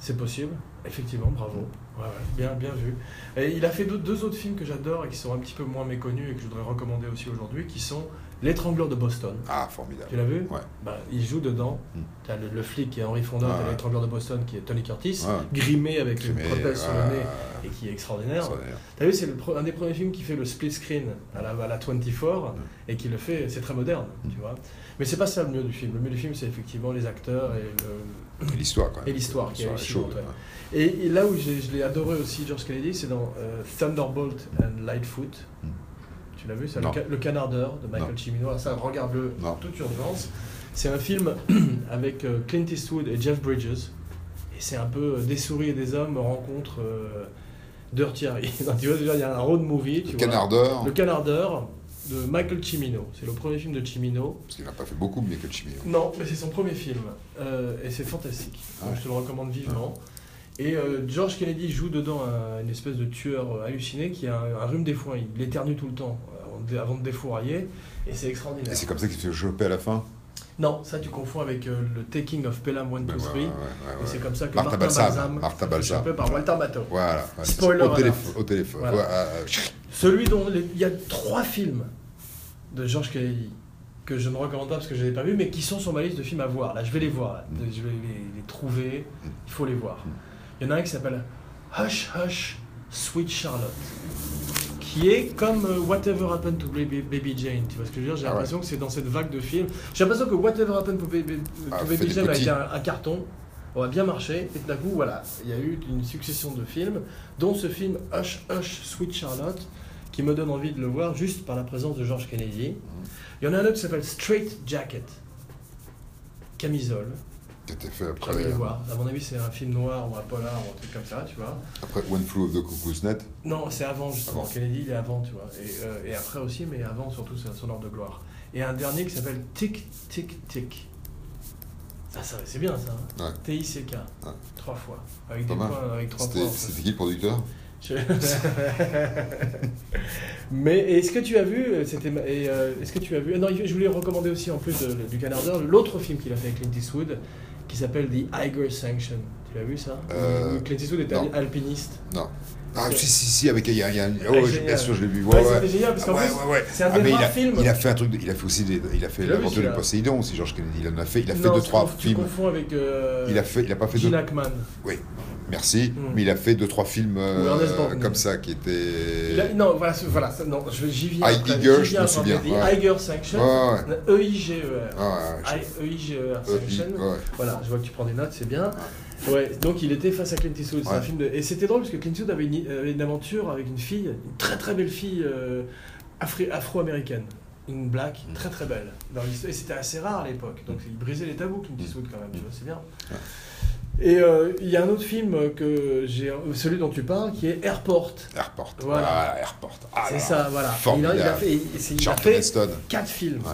[SPEAKER 1] C'est possible, effectivement, bravo. Ouais, ouais, bien, bien vu. Et il a fait deux, deux autres films que j'adore et qui sont un petit peu moins méconnus et que je voudrais recommander aussi aujourd'hui, qui sont L'étrangleur de Boston.
[SPEAKER 2] Ah, formidable.
[SPEAKER 1] Tu l'as vu
[SPEAKER 2] Ouais.
[SPEAKER 1] Bah, Il joue dedans.
[SPEAKER 2] Mm.
[SPEAKER 1] T'as le, le flic qui est Henry Fonda,
[SPEAKER 2] Ouais,
[SPEAKER 1] t'as
[SPEAKER 2] ouais.
[SPEAKER 1] l'étrangleur de Boston qui est Tony Curtis,
[SPEAKER 2] Ouais.
[SPEAKER 1] grimé avec
[SPEAKER 2] Crimée,
[SPEAKER 1] une prothèse sur
[SPEAKER 2] ah,
[SPEAKER 1] le nez et qui est extraordinaire.
[SPEAKER 2] extraordinaire.
[SPEAKER 1] T'as vu, c'est le pre- un des premiers films qui fait le split screen à la, à la 24 et qui le fait, c'est très moderne,
[SPEAKER 2] Hmm.
[SPEAKER 1] tu vois. Mais c'est pas ça le mieux du film. Le mieux du film, c'est effectivement les acteurs et le-
[SPEAKER 2] Et L'histoire, quand même.
[SPEAKER 1] Et l'histoire qui est
[SPEAKER 2] Ah, chaude.
[SPEAKER 1] hallucinante, Et, et là où j'ai- je l'ai adoré aussi, George Kennedy, c'est dans euh, Thunderbolt and Lightfoot.
[SPEAKER 2] Mm.
[SPEAKER 1] Tu l'as vu, ça,
[SPEAKER 2] Non.
[SPEAKER 1] le, ca- le canardeur de Michael
[SPEAKER 2] Non.
[SPEAKER 1] Cimino. Alors Ça, regarde-le
[SPEAKER 2] Non.
[SPEAKER 1] en toute urgence. C'est un film avec euh, Clint Eastwood et Jeff Bridges. Et c'est un peu euh, des souris et des hommes rencontrent euh, Dirty Harry. Donc, tu vois, déjà, il y a un road movie. Tu
[SPEAKER 2] Le
[SPEAKER 1] vois.
[SPEAKER 2] canard d'or,
[SPEAKER 1] Le canardeur de Michael Cimino. C'est le premier film de Cimino.
[SPEAKER 2] parce qu'il n'a pas fait beaucoup, mais que Chimio.
[SPEAKER 1] Non, mais c'est son premier film. Euh, et c'est fantastique.
[SPEAKER 2] Ah
[SPEAKER 1] Donc,
[SPEAKER 2] ouais.
[SPEAKER 1] Je te le recommande vivement. Et euh, George Kennedy joue dedans un- une espèce de tueur euh, halluciné qui a un, un rhume des foins. Il éternue tout le temps euh, avant de, avant de défourailler. Et c'est extraordinaire.
[SPEAKER 2] Et c'est comme ça qu'il se fait choper à la fin
[SPEAKER 1] Non, ça tu confonds avec euh, le Taking of Pelham 1, 2,
[SPEAKER 2] Ben, ouais,
[SPEAKER 1] 3. Et
[SPEAKER 2] ouais, ouais, ouais, ouais.
[SPEAKER 1] c'est comme ça que
[SPEAKER 2] Martha
[SPEAKER 1] Martin
[SPEAKER 2] Balsam,
[SPEAKER 1] Balsam,
[SPEAKER 2] Martha
[SPEAKER 1] se fait
[SPEAKER 2] Balsam.
[SPEAKER 1] choper par Walter Matthau.
[SPEAKER 2] Voilà. ouais, c'est-
[SPEAKER 1] Spoiler
[SPEAKER 2] au, téléphone-
[SPEAKER 1] alert.
[SPEAKER 2] au téléphone.
[SPEAKER 1] Voilà.
[SPEAKER 2] Ouais, euh,
[SPEAKER 1] Celui dont les- il y a trois films de George Kennedy que je ne recommande pas parce que je ne les ai pas vus, mais qui sont sur ma liste de films à voir. Là, je vais les voir, là.
[SPEAKER 2] Mm.
[SPEAKER 1] je vais les, les trouver. Il faut les voir. Il y en a un qui s'appelle Hush Hush Sweet Charlotte, qui est comme euh, Whatever Happened to Baby, Baby Jane. Tu vois ce que je veux dire J'ai
[SPEAKER 2] Ah ouais.
[SPEAKER 1] l'impression que c'est dans cette vague de films. J'ai l'impression que Whatever Happened to Baby, to
[SPEAKER 2] Ah, fait
[SPEAKER 1] Baby
[SPEAKER 2] des
[SPEAKER 1] Jane a
[SPEAKER 2] petits.
[SPEAKER 1] été un, un carton. On a bien marché, et tout d'un coup, voilà, il y a eu une succession de films, dont ce film Hush Hush Sweet Charlotte, qui me donne envie de le voir juste par la présence de George Kennedy. Il y en a un autre qui s'appelle Straight Jacket, camisole.
[SPEAKER 2] qui était fait
[SPEAKER 1] Je vais
[SPEAKER 2] après,
[SPEAKER 1] le voir. À mon avis, c'est un film noir ou un polar ou un truc comme ça, tu vois.
[SPEAKER 2] après One Flew of the Cuckoo's Nest.
[SPEAKER 1] Non, c'est avant justement.
[SPEAKER 2] Avant.
[SPEAKER 1] Kennedy, il est avant, tu vois. Et, euh, et après aussi, mais avant surtout, c'est un sonore de gloire. Et un dernier qui s'appelle Tic Tic Tic. Ah, ça, c'est bien ça. hein.
[SPEAKER 2] Ouais.
[SPEAKER 1] T-I-C-K.
[SPEAKER 2] Ouais.
[SPEAKER 1] Trois fois. Avec
[SPEAKER 2] Pas
[SPEAKER 1] des
[SPEAKER 2] mal.
[SPEAKER 1] points, avec trois points.
[SPEAKER 2] C'était
[SPEAKER 1] en
[SPEAKER 2] c'était
[SPEAKER 1] plus.
[SPEAKER 2] qui le producteur
[SPEAKER 1] Je- Mais est-ce que tu as vu euh, c'était ma- et, euh, est-ce que tu as vu non je voulais recommander aussi en plus de- du Canard d'Or, l'autre film qu'il a fait avec Clint Eastwood qui s'appelle The Iger Sanction tu l'as vu ça
[SPEAKER 2] Euh,
[SPEAKER 1] Où Clint Eastwood est
[SPEAKER 2] non.
[SPEAKER 1] alpiniste
[SPEAKER 2] Non. Ah,
[SPEAKER 1] C'est-
[SPEAKER 2] si, si, si, avec. il y a- il y a un-
[SPEAKER 1] Ah,
[SPEAKER 2] Oh, je-
[SPEAKER 1] génial.
[SPEAKER 2] bien sûr, je l'ai vu.
[SPEAKER 1] ouais,
[SPEAKER 2] Ouais, ouais.
[SPEAKER 1] c'était génial parce qu'en
[SPEAKER 2] Ah, ouais,
[SPEAKER 1] plus
[SPEAKER 2] ouais, ouais.
[SPEAKER 1] c'est un
[SPEAKER 2] Ah,
[SPEAKER 1] des
[SPEAKER 2] mais il
[SPEAKER 1] rares
[SPEAKER 2] a,
[SPEAKER 1] films
[SPEAKER 2] il a fait un truc, de- il a fait aussi des, il a fait
[SPEAKER 1] Tu l'as vu,
[SPEAKER 2] l'aventure du
[SPEAKER 1] celui-là
[SPEAKER 2] Poséidon aussi, George Kennedy. Il en a fait, il a fait
[SPEAKER 1] Non,
[SPEAKER 2] deux
[SPEAKER 1] tu
[SPEAKER 2] trois
[SPEAKER 1] conf- tu
[SPEAKER 2] films.
[SPEAKER 1] confonds avec euh,
[SPEAKER 2] Il a fait, il a pas fait
[SPEAKER 1] Gene
[SPEAKER 2] deux.
[SPEAKER 1] Hackman.
[SPEAKER 2] Oui, merci.
[SPEAKER 1] Hmm.
[SPEAKER 2] Mais il a fait deux trois films euh,
[SPEAKER 1] Ou Ernest Borgnine.
[SPEAKER 2] comme ça qui
[SPEAKER 1] Il a-
[SPEAKER 2] étaient.
[SPEAKER 1] non voilà, ce- voilà ça- non je- j'y viens
[SPEAKER 2] Ah,
[SPEAKER 1] après,
[SPEAKER 2] Iger,
[SPEAKER 1] j'y
[SPEAKER 2] Euh, je
[SPEAKER 1] viens
[SPEAKER 2] me
[SPEAKER 1] après,
[SPEAKER 2] souviens,
[SPEAKER 1] mais The
[SPEAKER 2] ouais.
[SPEAKER 1] Iger Sanction
[SPEAKER 2] Ouais, ouais.
[SPEAKER 1] E E-I-G-E-R
[SPEAKER 2] Ah, ouais,
[SPEAKER 1] E-I-G-E-R
[SPEAKER 2] je-
[SPEAKER 1] Sanction
[SPEAKER 2] ouais, ouais.
[SPEAKER 1] Voilà, je vois que tu prends des notes, c'est bien. Ouais, donc il était face à Clint Eastwood. c'est
[SPEAKER 2] Ouais.
[SPEAKER 1] Un film de... Et c'était drôle parce que Clint Eastwood avait une, avait une aventure avec une fille, une très très belle fille euh, afri- afro-américaine. Une black,
[SPEAKER 2] Mm.
[SPEAKER 1] très très belle. Dans l'histoire- et c'était assez rare à l'époque. Donc il brisait les tabous,
[SPEAKER 2] Mm.
[SPEAKER 1] Clint Eastwood, quand même, tu vois, c'est bien. Et euh, il y a un autre film que j'ai, celui dont tu parles, qui est Airport.
[SPEAKER 2] Airport.
[SPEAKER 1] Voilà.
[SPEAKER 2] Ah, Airport. Ah,
[SPEAKER 1] c'est
[SPEAKER 2] là,
[SPEAKER 1] ça, voilà. Et Il a,
[SPEAKER 2] Formidable.
[SPEAKER 1] il a fait, il- c'est- il a
[SPEAKER 2] Charlton
[SPEAKER 1] fait
[SPEAKER 2] Heston.
[SPEAKER 1] quatre films.
[SPEAKER 2] Ouais.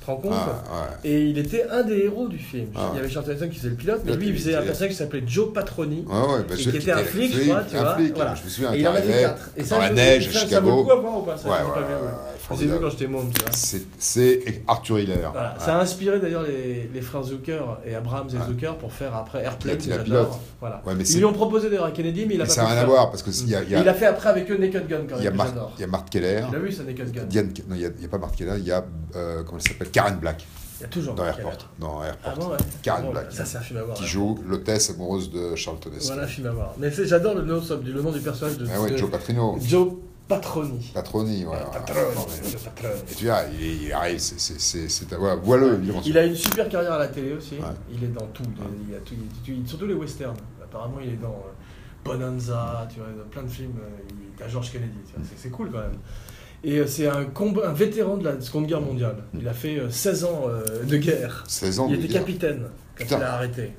[SPEAKER 1] Tu te rends compte
[SPEAKER 2] Ah, ouais.
[SPEAKER 1] et il était un des héros du film.
[SPEAKER 2] Ah ouais.
[SPEAKER 1] Il y avait Charlton Heston qui faisait le pilote, mais
[SPEAKER 2] Pilote,
[SPEAKER 1] lui, il
[SPEAKER 2] il
[SPEAKER 1] faisait
[SPEAKER 2] était-
[SPEAKER 1] un personnage qui s'appelait Joe Patroni.
[SPEAKER 2] Ouais, ouais, bah,
[SPEAKER 1] Et
[SPEAKER 2] je-
[SPEAKER 1] qui était un flic, je crois, tu
[SPEAKER 2] un
[SPEAKER 1] vois,
[SPEAKER 2] flic,
[SPEAKER 1] voilà.
[SPEAKER 2] je me souviens,
[SPEAKER 1] et il en a
[SPEAKER 2] arrivait
[SPEAKER 1] fait 4. Et ça,
[SPEAKER 2] dans la
[SPEAKER 1] je-
[SPEAKER 2] neige à
[SPEAKER 1] ça, Ça vaut
[SPEAKER 2] Chicago.
[SPEAKER 1] le coup à voir ou pas ça,
[SPEAKER 2] Ouais,
[SPEAKER 1] je sais pas
[SPEAKER 2] ouais,
[SPEAKER 1] bien,
[SPEAKER 2] ouais,
[SPEAKER 1] ouais.
[SPEAKER 2] ouais,
[SPEAKER 1] Je les ai vus
[SPEAKER 2] formidable.
[SPEAKER 1] quand j'étais môme, tu vois.
[SPEAKER 2] C'est- C'est Arthur Hiller.
[SPEAKER 1] Voilà.
[SPEAKER 2] Ouais.
[SPEAKER 1] Ça a inspiré d'ailleurs les, les frères Zucker et Abrams et
[SPEAKER 2] Ouais.
[SPEAKER 1] Zucker pour faire après Airplane.
[SPEAKER 2] Pilote, il
[SPEAKER 1] que
[SPEAKER 2] a
[SPEAKER 1] j'adore.
[SPEAKER 2] pilote.
[SPEAKER 1] Voilà.
[SPEAKER 2] Ouais, mais
[SPEAKER 1] Ils
[SPEAKER 2] c'est-
[SPEAKER 1] lui ont proposé d'ailleurs à Kennedy, mais il a
[SPEAKER 2] Mais
[SPEAKER 1] pas
[SPEAKER 2] ça
[SPEAKER 1] pu
[SPEAKER 2] n'a rien
[SPEAKER 1] le
[SPEAKER 2] à
[SPEAKER 1] faire.
[SPEAKER 2] voir parce que il y a, il y a-
[SPEAKER 1] Et Il a fait après avec eux Naked Gun quand
[SPEAKER 2] il y a
[SPEAKER 1] même. que
[SPEAKER 2] Mark,
[SPEAKER 1] J'adore.
[SPEAKER 2] il y a Mark Keller.
[SPEAKER 1] Il a vu ça Naked Gun.
[SPEAKER 2] Diane- non, il n'y a, il y a pas Mark Keller, il y a, euh, comment elle s'appelle Karen Black
[SPEAKER 1] Il y a toujours.
[SPEAKER 2] dans
[SPEAKER 1] Mark
[SPEAKER 2] Airport.
[SPEAKER 1] Oh, Keller.
[SPEAKER 2] Dans Airport.
[SPEAKER 1] Ah bon, ouais.
[SPEAKER 2] Karen
[SPEAKER 1] Bon,
[SPEAKER 2] Black.
[SPEAKER 1] Ça, c'est un film à voir.
[SPEAKER 2] qui
[SPEAKER 1] hein.
[SPEAKER 2] joue l'hôtesse amoureuse de Charlton Heston.
[SPEAKER 1] Voilà, un film à voir. Mais c'est- j'adore le nom, le nom du personnage de,
[SPEAKER 2] Ah ouais,
[SPEAKER 1] de-
[SPEAKER 2] Joe Patrino.
[SPEAKER 1] Joe Patroni.
[SPEAKER 2] Patroni, ouais. ouais,
[SPEAKER 1] Patroni,
[SPEAKER 2] ouais.
[SPEAKER 1] Joe Patroni.
[SPEAKER 2] Et tu vois, il, il arrive, c'est- c'est- c'est c'est- voilà, voileux, évidemment.
[SPEAKER 1] Il a une super carrière à la télé aussi.
[SPEAKER 2] Ouais.
[SPEAKER 1] Il est dans tout. Il, il a tout il- il- surtout les westerns. Apparemment, il est dans euh, Bonanza, tu vois, dans plein de films. euh, Il est à George Kennedy. tu vois, c'est- C'est cool quand même. Et euh, c'est un, combat, un vétéran de la Seconde Guerre mondiale. Il a fait euh, 16 ans euh, de guerre.
[SPEAKER 2] 16 Mm. ans.
[SPEAKER 1] Il
[SPEAKER 2] de
[SPEAKER 1] était
[SPEAKER 2] guerre.
[SPEAKER 1] capitaine quand
[SPEAKER 2] Putain.
[SPEAKER 1] il a arrêté.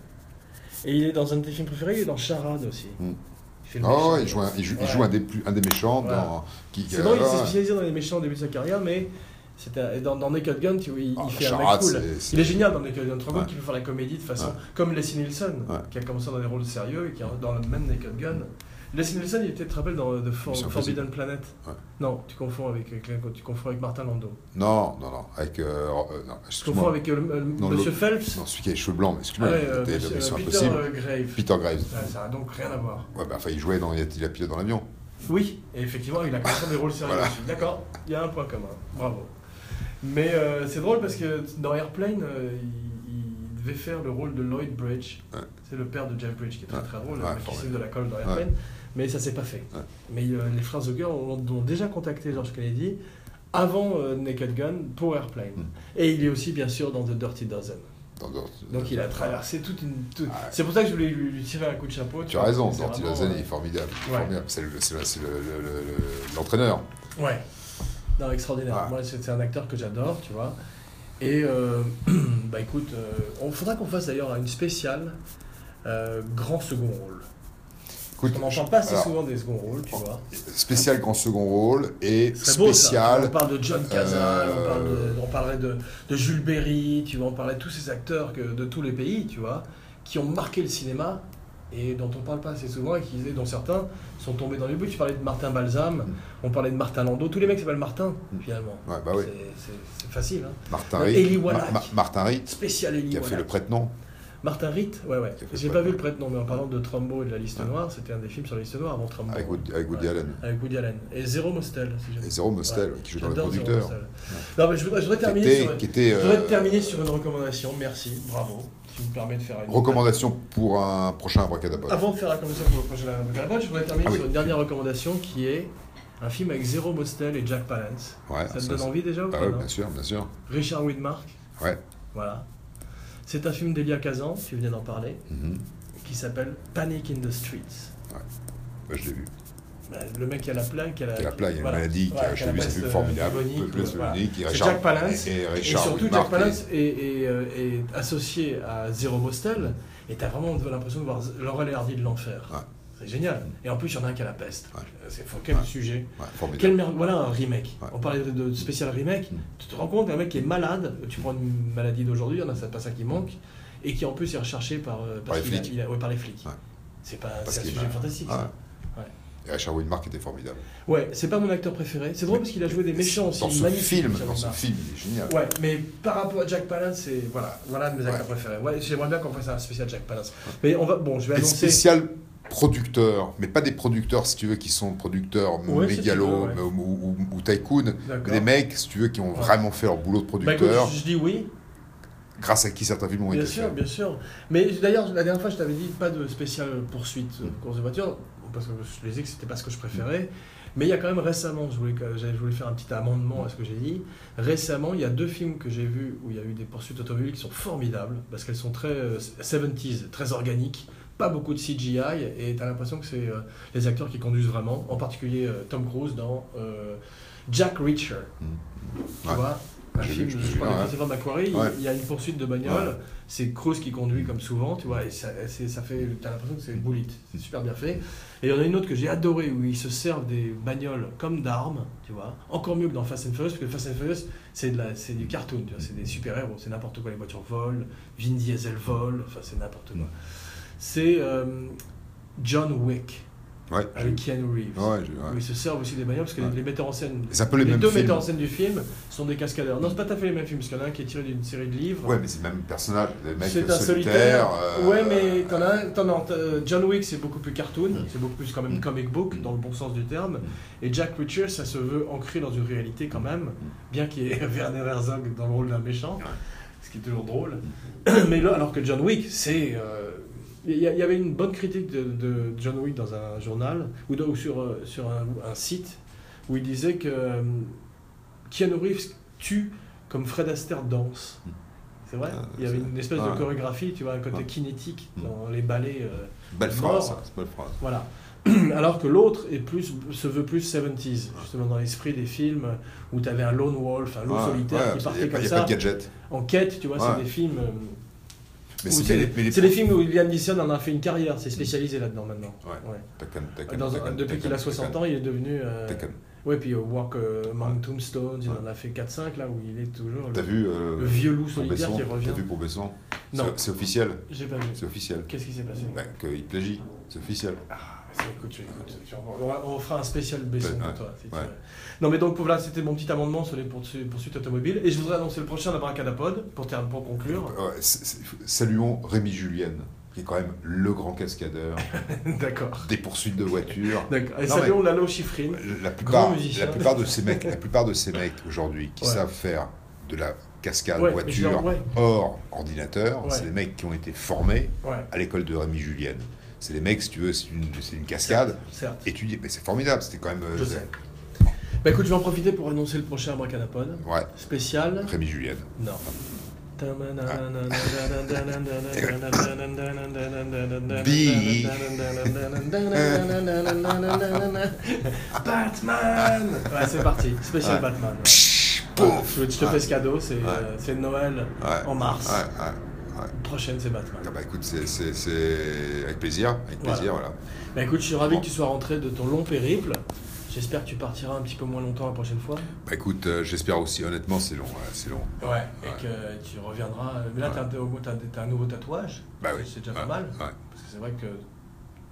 [SPEAKER 1] Et il est dans un de tes films préférés, il est dans Charade aussi.
[SPEAKER 2] Mm.
[SPEAKER 1] Il fait le
[SPEAKER 2] Ah ouais,
[SPEAKER 1] méchant.
[SPEAKER 2] il joue, un, il joue, il
[SPEAKER 1] Ouais.
[SPEAKER 2] joue un, des plus, un des méchants
[SPEAKER 1] Voilà.
[SPEAKER 2] dans. Qui, euh,
[SPEAKER 1] C'est drôle, il
[SPEAKER 2] ouais.
[SPEAKER 1] s'est spécialisé dans les méchants au début de sa carrière, mais c'était un- et dans, dans Naked Gun, tu vois, il,
[SPEAKER 2] Ah,
[SPEAKER 1] il fait un mec
[SPEAKER 2] Charade,
[SPEAKER 1] cool.
[SPEAKER 2] c'est- c'est-
[SPEAKER 1] Il est génial dans Naked Gun. Tu te rends compte
[SPEAKER 2] Ouais.
[SPEAKER 1] qu'il peut faire la comédie de façon comme Leslie Nielsen,
[SPEAKER 2] Ouais.
[SPEAKER 1] qui a commencé dans des rôles sérieux et qui est dans le même Naked Gun. Leslie Nielsen, il était, tu te rappelles, dans euh, The For-
[SPEAKER 2] Mission
[SPEAKER 1] Forbidden Planet
[SPEAKER 2] Ouais.
[SPEAKER 1] Non, tu confonds avec, avec- tu confonds avec Martin Landau.
[SPEAKER 2] Non, non, non. Avec. Euh, euh, non,
[SPEAKER 1] Tu confonds
[SPEAKER 2] excuse-moi.
[SPEAKER 1] avec euh, le- euh,
[SPEAKER 2] Non,
[SPEAKER 1] Monsieur
[SPEAKER 2] le-
[SPEAKER 1] Phelps
[SPEAKER 2] Non, celui qui a les cheveux blancs, mais
[SPEAKER 1] Ah
[SPEAKER 2] excuse-moi,
[SPEAKER 1] ouais, euh,
[SPEAKER 2] il était
[SPEAKER 1] monsieur-
[SPEAKER 2] de Mission
[SPEAKER 1] euh, Peter
[SPEAKER 2] Impossible.
[SPEAKER 1] euh, Graves.
[SPEAKER 2] Peter Graves.
[SPEAKER 1] Ouais, ça n'a donc rien à voir.
[SPEAKER 2] Ouais, bah, enfin, il jouait dans. Il a, il a piloté dans l'avion.
[SPEAKER 1] Oui, et effectivement, il a commencé des rôles sérieux
[SPEAKER 2] Voilà.
[SPEAKER 1] aussi. D'accord, il y a un point commun. Bravo. Mais euh, c'est drôle parce que dans Airplane, euh, il, il devait faire le rôle de Lloyd Bridge.
[SPEAKER 2] Ouais.
[SPEAKER 1] C'est le père de Jeff Bridge qui est très
[SPEAKER 2] Ouais.
[SPEAKER 1] très drôle,
[SPEAKER 2] Ouais,
[SPEAKER 1] euh, qui
[SPEAKER 2] formidable.
[SPEAKER 1] signe de la colle dans Airplane. Mais ça s'est pas fait.
[SPEAKER 2] Ouais.
[SPEAKER 1] Mais euh, les frères Zucker ont, ont déjà contacté George Kennedy avant euh, Naked Gun pour Airplane.
[SPEAKER 2] Mm.
[SPEAKER 1] Et il est aussi bien sûr dans The Dirty Dozen.
[SPEAKER 2] Dans- dans-
[SPEAKER 1] Donc il a traversé toute une. tout-
[SPEAKER 2] Ah Ouais.
[SPEAKER 1] C'est pour ça que je voulais lui, lui tirer un coup de chapeau.
[SPEAKER 2] Tu as raison,
[SPEAKER 1] c'est
[SPEAKER 2] Dorothy
[SPEAKER 1] vraiment, euh,
[SPEAKER 2] Lazen est formidable. il est
[SPEAKER 1] Ouais.
[SPEAKER 2] formidable. C'est le- c'est le- c'est le- le- le- le- l'entraîneur.
[SPEAKER 1] euh, Ouais. Non, extraordinaire.
[SPEAKER 2] Ouais.
[SPEAKER 1] Moi, c'est c'est un acteur que j'adore, tu vois. Et euh, bah écoute, euh, on faudra qu'on fasse d'ailleurs une spéciale euh, grand second rôle.
[SPEAKER 2] Écoute,
[SPEAKER 1] On n'en parle pas assez
[SPEAKER 2] alors,
[SPEAKER 1] souvent des seconds rôles, tu vois.
[SPEAKER 2] Spécial grand second rôle et
[SPEAKER 1] C'est beau, ça.
[SPEAKER 2] spécial.
[SPEAKER 1] On parle de John Cazale,
[SPEAKER 2] euh,
[SPEAKER 1] on, parle de- on parlerait de, de Jules Berry, tu vois, on parlait de tous ces acteurs que, de tous les pays, tu vois, qui ont marqué le cinéma et dont on parle pas assez souvent et qui, dont certains sont tombés dans les buts. Tu parlais de Martin Balsam, on parlait de Martin Landau, tous les mecs s'appellent Martin,
[SPEAKER 2] Mm.
[SPEAKER 1] finalement.
[SPEAKER 2] Ouais, bah oui.
[SPEAKER 1] C'est- C'est c'est facile, hein.
[SPEAKER 2] Martin
[SPEAKER 1] Euh,
[SPEAKER 2] Ritt.
[SPEAKER 1] Eli Wallach.
[SPEAKER 2] Martin Ritt,
[SPEAKER 1] Spécial
[SPEAKER 2] qui
[SPEAKER 1] Ellie
[SPEAKER 2] a fait
[SPEAKER 1] Wallach.
[SPEAKER 2] le prête-nom.
[SPEAKER 1] Martin Ritt, ouais, ouais.
[SPEAKER 2] Qui a fait le
[SPEAKER 1] J'ai
[SPEAKER 2] prêtre.
[SPEAKER 1] pas vu le prêtre, non, mais en parlant de Trumbo et de la liste
[SPEAKER 2] Ouais.
[SPEAKER 1] noire, c'était un des films sur la liste noire avant Trumbo.
[SPEAKER 2] Avec Woody, avec Woody
[SPEAKER 1] Ouais.
[SPEAKER 2] Allen.
[SPEAKER 1] Avec Woody Allen. Et Zéro Mostel, si jamais.
[SPEAKER 2] Et Zéro Mostel,
[SPEAKER 1] Ouais.
[SPEAKER 2] qui joue dans le
[SPEAKER 1] J'adore Zéro
[SPEAKER 2] producteur.
[SPEAKER 1] Mostel. Non, mais je voudrais, je voudrais
[SPEAKER 2] Qui
[SPEAKER 1] terminer
[SPEAKER 2] était-
[SPEAKER 1] sur...
[SPEAKER 2] qui était,
[SPEAKER 1] Je voudrais
[SPEAKER 2] euh,
[SPEAKER 1] terminer sur une recommandation, merci, bravo. Tu me permets de faire une.
[SPEAKER 2] Recommandation pour un prochain abracadabra.
[SPEAKER 1] Avant de faire la recommandation pour le prochain Abracadabra, je voudrais terminer
[SPEAKER 2] Ah oui.
[SPEAKER 1] sur une dernière recommandation qui est un film avec Zéro Mostel et Jack Palance.
[SPEAKER 2] Ouais,
[SPEAKER 1] Ah, ça te
[SPEAKER 2] ça,
[SPEAKER 1] donne
[SPEAKER 2] c'est-
[SPEAKER 1] envie déjà ou
[SPEAKER 2] Bah
[SPEAKER 1] pas,
[SPEAKER 2] ouais,
[SPEAKER 1] non
[SPEAKER 2] bien sûr, bien sûr.
[SPEAKER 1] Richard Widmark.
[SPEAKER 2] Ouais.
[SPEAKER 1] Voilà. C'est un film d'Elia Kazan, tu venais d'en parler,
[SPEAKER 2] Mhm.
[SPEAKER 1] qui s'appelle Panic in the Streets.
[SPEAKER 2] Bah, je l'ai vu.
[SPEAKER 1] Bah, Le mec qui a la plague, qui a la,
[SPEAKER 2] Qui a la plague, il y a une
[SPEAKER 1] voilà.
[SPEAKER 2] maladie, qui a,
[SPEAKER 1] Ouais,
[SPEAKER 2] je
[SPEAKER 1] qui
[SPEAKER 2] l'ai
[SPEAKER 1] a
[SPEAKER 2] vu,
[SPEAKER 1] la
[SPEAKER 2] c'est
[SPEAKER 1] peste,
[SPEAKER 2] une formidable.
[SPEAKER 1] bubonique,
[SPEAKER 2] peu- peste
[SPEAKER 1] voilà.
[SPEAKER 2] bubonique, et
[SPEAKER 1] C'est
[SPEAKER 2] Richard-
[SPEAKER 1] Jack Palance,
[SPEAKER 2] Et, et
[SPEAKER 1] Et
[SPEAKER 2] Richard
[SPEAKER 1] surtout,
[SPEAKER 2] Widmark
[SPEAKER 1] Jack Palance est, est, euh, est associé à Zero Mostel, et t'as vraiment l'impression de voir Z- Laurel et Hardy de l'enfer.
[SPEAKER 2] Ouais.
[SPEAKER 1] C'est génial. Et en plus, il y en a un qui a la peste.
[SPEAKER 2] Ouais.
[SPEAKER 1] Euh, C'est faut- quel
[SPEAKER 2] Ouais.
[SPEAKER 1] sujet.
[SPEAKER 2] Ouais, formidable.
[SPEAKER 1] Quel mer- Voilà un remake.
[SPEAKER 2] Ouais.
[SPEAKER 1] On parlait de, de spécial remake.
[SPEAKER 2] Mm.
[SPEAKER 1] Tu te rends compte, un mec qui est malade, tu prends une maladie d'aujourd'hui, il y en a ça- pas ça qui manque, et qui en plus est recherché par, euh, parce
[SPEAKER 2] les
[SPEAKER 1] qu'il a-
[SPEAKER 2] flics.
[SPEAKER 1] il a- ouais, par les flics.
[SPEAKER 2] Ouais.
[SPEAKER 1] C'est pas
[SPEAKER 2] Parce
[SPEAKER 1] c'est un
[SPEAKER 2] qu'il est
[SPEAKER 1] sujet
[SPEAKER 2] malade.
[SPEAKER 1] fantastique. ça.
[SPEAKER 2] Ouais.
[SPEAKER 1] Ouais.
[SPEAKER 2] Et Richard Widmark était formidable.
[SPEAKER 1] Ouais, c'est pas mon acteur préféré. C'est drôle parce qu'il a joué des méchants aussi.
[SPEAKER 2] Dans ce
[SPEAKER 1] magnifiques,
[SPEAKER 2] film,
[SPEAKER 1] Jack
[SPEAKER 2] dans ce
[SPEAKER 1] Bauer.
[SPEAKER 2] film, il est génial.
[SPEAKER 1] Ouais, mais par rapport à Jack Palance, c'est voilà, voilà mes acteurs
[SPEAKER 2] Ouais.
[SPEAKER 1] préférés. Ouais, j'aimerais bien qu'on fasse un spécial Jack Palance. Mais on va, bon, je vais
[SPEAKER 2] Et
[SPEAKER 1] annoncer.
[SPEAKER 2] spécial producteur, mais pas des producteurs, si tu veux, qui sont producteurs
[SPEAKER 1] Ouais, si tu
[SPEAKER 2] mégalo
[SPEAKER 1] veux, ouais.
[SPEAKER 2] ou, ou- ou tycoon, mais
[SPEAKER 1] D'accord.
[SPEAKER 2] des mecs, si tu veux, qui ont
[SPEAKER 1] Ouais.
[SPEAKER 2] vraiment fait leur boulot de
[SPEAKER 1] Bah écoute,
[SPEAKER 2] producteur,
[SPEAKER 1] je- je dis oui,
[SPEAKER 2] grâce à qui certains films ont
[SPEAKER 1] bien
[SPEAKER 2] été
[SPEAKER 1] sûr,
[SPEAKER 2] faits.
[SPEAKER 1] bien sûr. Mais d'ailleurs, la dernière fois, je t'avais dit pas de spécial poursuite
[SPEAKER 2] Mm.
[SPEAKER 1] euh, course de voiture, parce que je disais que c'était pas ce que je préférais. Mais il y a quand même récemment, je voulais, que- je voulais faire un petit amendement à ce que j'ai dit. Récemment, il y a deux films que j'ai vus où il y a eu des poursuites automobiles qui sont formidables, parce qu'elles sont très euh, 70s, très organiques, pas beaucoup de CGI, et t'as l'impression que c'est euh, les acteurs qui conduisent vraiment, en particulier euh, Tom Cruise dans euh, Jack Reacher.
[SPEAKER 2] Mm.
[SPEAKER 1] Tu
[SPEAKER 2] Ouais.
[SPEAKER 1] vois un
[SPEAKER 2] J'ai
[SPEAKER 1] film,
[SPEAKER 2] vu, je
[SPEAKER 1] je
[SPEAKER 2] l'ai
[SPEAKER 1] parle
[SPEAKER 2] vu,
[SPEAKER 1] des
[SPEAKER 2] ouais.
[SPEAKER 1] Christopher Macquarie, il-
[SPEAKER 2] Ouais.
[SPEAKER 1] il y a une poursuite de bagnole,
[SPEAKER 2] Ouais.
[SPEAKER 1] c'est Cruise qui conduit comme souvent, tu vois, et ça, c'est- ça fait, t'as l'impression que c'est bullet, c'est
[SPEAKER 2] Mm.
[SPEAKER 1] super bien fait. Et il y en a une autre que j'ai adorée où ils se servent des bagnoles comme d'armes, tu vois, encore mieux que dans Fast and Furious, parce que Fast and Furious, c'est de la- c'est du cartoon, tu vois, c'est des super-héros, c'est n'importe quoi, les voitures volent, Vin Diesel vole, enfin c'est n'importe quoi. C'est euh, John Wick,
[SPEAKER 2] Ouais, j'ai
[SPEAKER 1] avec
[SPEAKER 2] vu.
[SPEAKER 1] Keanu Reeves.
[SPEAKER 2] Ah Ouais, j'ai- ouais.
[SPEAKER 1] Où ils se servent aussi des bagnoles parce que
[SPEAKER 2] Ouais.
[SPEAKER 1] les metteurs en scène,
[SPEAKER 2] C'est un peu les mêmes
[SPEAKER 1] deux
[SPEAKER 2] films.
[SPEAKER 1] metteurs en scène du film sont des cascadeurs. Non, c'est pas tout à fait les mêmes films parce qu'il y en a un qui est tiré d'une série de livres.
[SPEAKER 2] Ouais, mais c'est le même personnage, le mec
[SPEAKER 1] c'est un
[SPEAKER 2] solitaire.
[SPEAKER 1] solitaire.
[SPEAKER 2] euh,
[SPEAKER 1] Ouais, mais t'en as un. t'en as un- t'as- euh, John Wick, c'est beaucoup plus cartoon,
[SPEAKER 2] Mm.
[SPEAKER 1] c'est beaucoup plus quand même comic book
[SPEAKER 2] Mm.
[SPEAKER 1] dans le bon sens du terme. Et Jack Reacher, ça se veut ancré dans une réalité quand
[SPEAKER 2] Mm.
[SPEAKER 1] même, bien qu'il y ait Werner Herzog dans le rôle d'un méchant, ce qui est toujours drôle.
[SPEAKER 2] Mm.
[SPEAKER 1] Mais là, alors que John Wick, c'est. euh, Il y, a- il y avait une bonne critique de, de John Wick dans un journal, ou, dans- ou sur, euh, sur un, un site, où il disait que euh, Keanu Reeves tue comme Fred Astaire danse. C'est vrai
[SPEAKER 2] Mm. Ah,
[SPEAKER 1] Il y avait
[SPEAKER 2] c'est-
[SPEAKER 1] une espèce
[SPEAKER 2] ah.
[SPEAKER 1] de chorégraphie, tu vois, un côté
[SPEAKER 2] Ah.
[SPEAKER 1] kinétique
[SPEAKER 2] Mm.
[SPEAKER 1] dans les ballets. euh,
[SPEAKER 2] Belle phrase,
[SPEAKER 1] Mort.
[SPEAKER 2] ça, c'est belle phrase.
[SPEAKER 1] voilà. Alors que l'autre est plus, se veut plus 70s, justement dans l'esprit des films euh, où tu avais un lone wolf, un loup
[SPEAKER 2] Ouais,
[SPEAKER 1] solitaire
[SPEAKER 2] ouais,
[SPEAKER 1] qui
[SPEAKER 2] parce qu'il
[SPEAKER 1] partait
[SPEAKER 2] y a pas-
[SPEAKER 1] comme
[SPEAKER 2] Il n'y a
[SPEAKER 1] ça,
[SPEAKER 2] pas de gadget.
[SPEAKER 1] en quête, tu vois,
[SPEAKER 2] Ouais.
[SPEAKER 1] c'est des films. euh,
[SPEAKER 2] Mais
[SPEAKER 1] où
[SPEAKER 2] c'est
[SPEAKER 1] c'est
[SPEAKER 2] mais
[SPEAKER 1] des,
[SPEAKER 2] les- mais les-
[SPEAKER 1] c'est des films où Liam Neeson en a fait une carrière, c'est spécialisé là-dedans maintenant.
[SPEAKER 2] Ouais. Taken, Taken,
[SPEAKER 1] Dans-
[SPEAKER 2] Taken,
[SPEAKER 1] depuis
[SPEAKER 2] Taken,
[SPEAKER 1] qu'il a 60
[SPEAKER 2] Taken,
[SPEAKER 1] ans, il est devenu. euh,
[SPEAKER 2] Taken.
[SPEAKER 1] ouais, puis euh, Walk euh, Among Tombstones, il
[SPEAKER 2] Ouais.
[SPEAKER 1] en a fait 4-5 là où il est toujours
[SPEAKER 2] T'as
[SPEAKER 1] le,
[SPEAKER 2] vu euh,
[SPEAKER 1] le vieux loup
[SPEAKER 2] pour
[SPEAKER 1] solitaire
[SPEAKER 2] Besson
[SPEAKER 1] qui
[SPEAKER 2] T'as
[SPEAKER 1] revient.
[SPEAKER 2] vu pour Besson
[SPEAKER 1] Non.
[SPEAKER 2] C'est- C'est officiel.
[SPEAKER 1] J'ai pas vu.
[SPEAKER 2] C'est officiel.
[SPEAKER 1] Qu'est-ce qui s'est passé
[SPEAKER 2] Bah, Qu'il plagie. C'est officiel.
[SPEAKER 1] C'est- écoute, je- écoute, je- on, va- on fera un spécial Besson
[SPEAKER 2] Ouais,
[SPEAKER 1] pour toi. si tu
[SPEAKER 2] ouais.
[SPEAKER 1] veux. Non, mais donc voilà, c'était mon petit amendement sur les poursu- poursuites automobiles. Et je voudrais annoncer le prochain Abracadapod pour, ter- pour conclure.
[SPEAKER 2] Ouais, c'est- c'est- Saluons Rémi Julien, qui est quand même le grand cascadeur
[SPEAKER 1] D'accord.
[SPEAKER 2] des poursuites de voitures.
[SPEAKER 1] D'accord. Et
[SPEAKER 2] Non,
[SPEAKER 1] saluons Lalo Chiffrine.
[SPEAKER 2] La
[SPEAKER 1] Grand
[SPEAKER 2] plupart,
[SPEAKER 1] musicien.
[SPEAKER 2] la plupart de ces mecs, la plupart de ces mecs aujourd'hui qui
[SPEAKER 1] Ouais.
[SPEAKER 2] savent faire de la cascade
[SPEAKER 1] Ouais, mais
[SPEAKER 2] voiture
[SPEAKER 1] genre, ouais.
[SPEAKER 2] hors ordinateur,
[SPEAKER 1] Ouais.
[SPEAKER 2] c'est les mecs qui ont été formés
[SPEAKER 1] Ouais,
[SPEAKER 2] à l'école de Rémi Julienne. C'est les mecs, si tu veux, c'est une, c'est une cascade.
[SPEAKER 1] certes.
[SPEAKER 2] Et tu dis, mais c'est formidable, c'était quand même. euh,
[SPEAKER 1] Je sais. Bah écoute, je vais en profiter pour annoncer le prochain Abracadapod.
[SPEAKER 2] Ouais,
[SPEAKER 1] Spécial.
[SPEAKER 2] Rémi Julienne.
[SPEAKER 1] Non. Ah.
[SPEAKER 2] Bee.
[SPEAKER 1] Batman Ouais, c'est parti, spécial
[SPEAKER 2] Ouais.
[SPEAKER 1] Batman. ouais.
[SPEAKER 2] Psh,
[SPEAKER 1] Ouais,
[SPEAKER 2] pouf
[SPEAKER 1] Je te
[SPEAKER 2] Ouais.
[SPEAKER 1] fais ce cadeau, c'est euh, c'est Noël
[SPEAKER 2] Ouais.
[SPEAKER 1] en mars.
[SPEAKER 2] Ouais, ouais.
[SPEAKER 1] Prochaine, c'est Batman.
[SPEAKER 2] Ah bah écoute, c'est- c'est c'est avec plaisir, avec
[SPEAKER 1] Voilà.
[SPEAKER 2] plaisir, voilà.
[SPEAKER 1] Bah écoute, je suis ravi que tu sois rentré de ton long périple. J'espère que tu partiras un petit peu moins longtemps la prochaine fois.
[SPEAKER 2] Bah écoute, euh, j'espère aussi, honnêtement, c'est long, ouais, c'est long.
[SPEAKER 1] Ouais. Et que tu reviendras. Mais là,
[SPEAKER 2] Ouais.
[SPEAKER 1] t'as un- t'as un- t'as un nouveau tatouage.
[SPEAKER 2] Bah oui.
[SPEAKER 1] C'est déjà
[SPEAKER 2] Ouais,
[SPEAKER 1] pas mal.
[SPEAKER 2] ouais.
[SPEAKER 1] Parce que c'est vrai que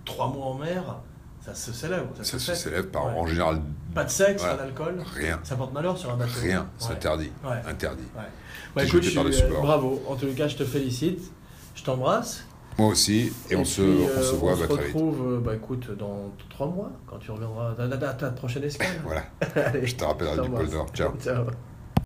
[SPEAKER 1] trois mois en mer, ça se célèbre. Ça,
[SPEAKER 2] Ça
[SPEAKER 1] se
[SPEAKER 2] se
[SPEAKER 1] fait.
[SPEAKER 2] s'élève par,
[SPEAKER 1] Ouais.
[SPEAKER 2] en général,
[SPEAKER 1] Pas de sexe,
[SPEAKER 2] Ouais.
[SPEAKER 1] pas d'alcool.
[SPEAKER 2] rien.
[SPEAKER 1] Ça porte malheur sur un bateau.
[SPEAKER 2] Rien, c'est
[SPEAKER 1] Ouais.
[SPEAKER 2] interdit.
[SPEAKER 1] Ouais.
[SPEAKER 2] Interdit.
[SPEAKER 1] Bah,
[SPEAKER 2] T'es
[SPEAKER 1] écoute,
[SPEAKER 2] jeté
[SPEAKER 1] je
[SPEAKER 2] par-dessus
[SPEAKER 1] suis, euh,
[SPEAKER 2] bord.
[SPEAKER 1] bravo. En tout cas, je te félicite. Je t'embrasse.
[SPEAKER 2] Moi aussi, et, on,
[SPEAKER 1] puis,
[SPEAKER 2] se, on
[SPEAKER 1] euh,
[SPEAKER 2] se voit
[SPEAKER 1] on se
[SPEAKER 2] bah, très vite.
[SPEAKER 1] retrouve, euh, bah, écoute, dans trois mois, quand tu reviendras à ta, ta- ta prochaine escale.
[SPEAKER 2] Voilà,
[SPEAKER 1] Allez,
[SPEAKER 2] je te rappellerai du
[SPEAKER 1] t'embrasse.
[SPEAKER 2] pôle Nord. Ciao.
[SPEAKER 1] Ciao.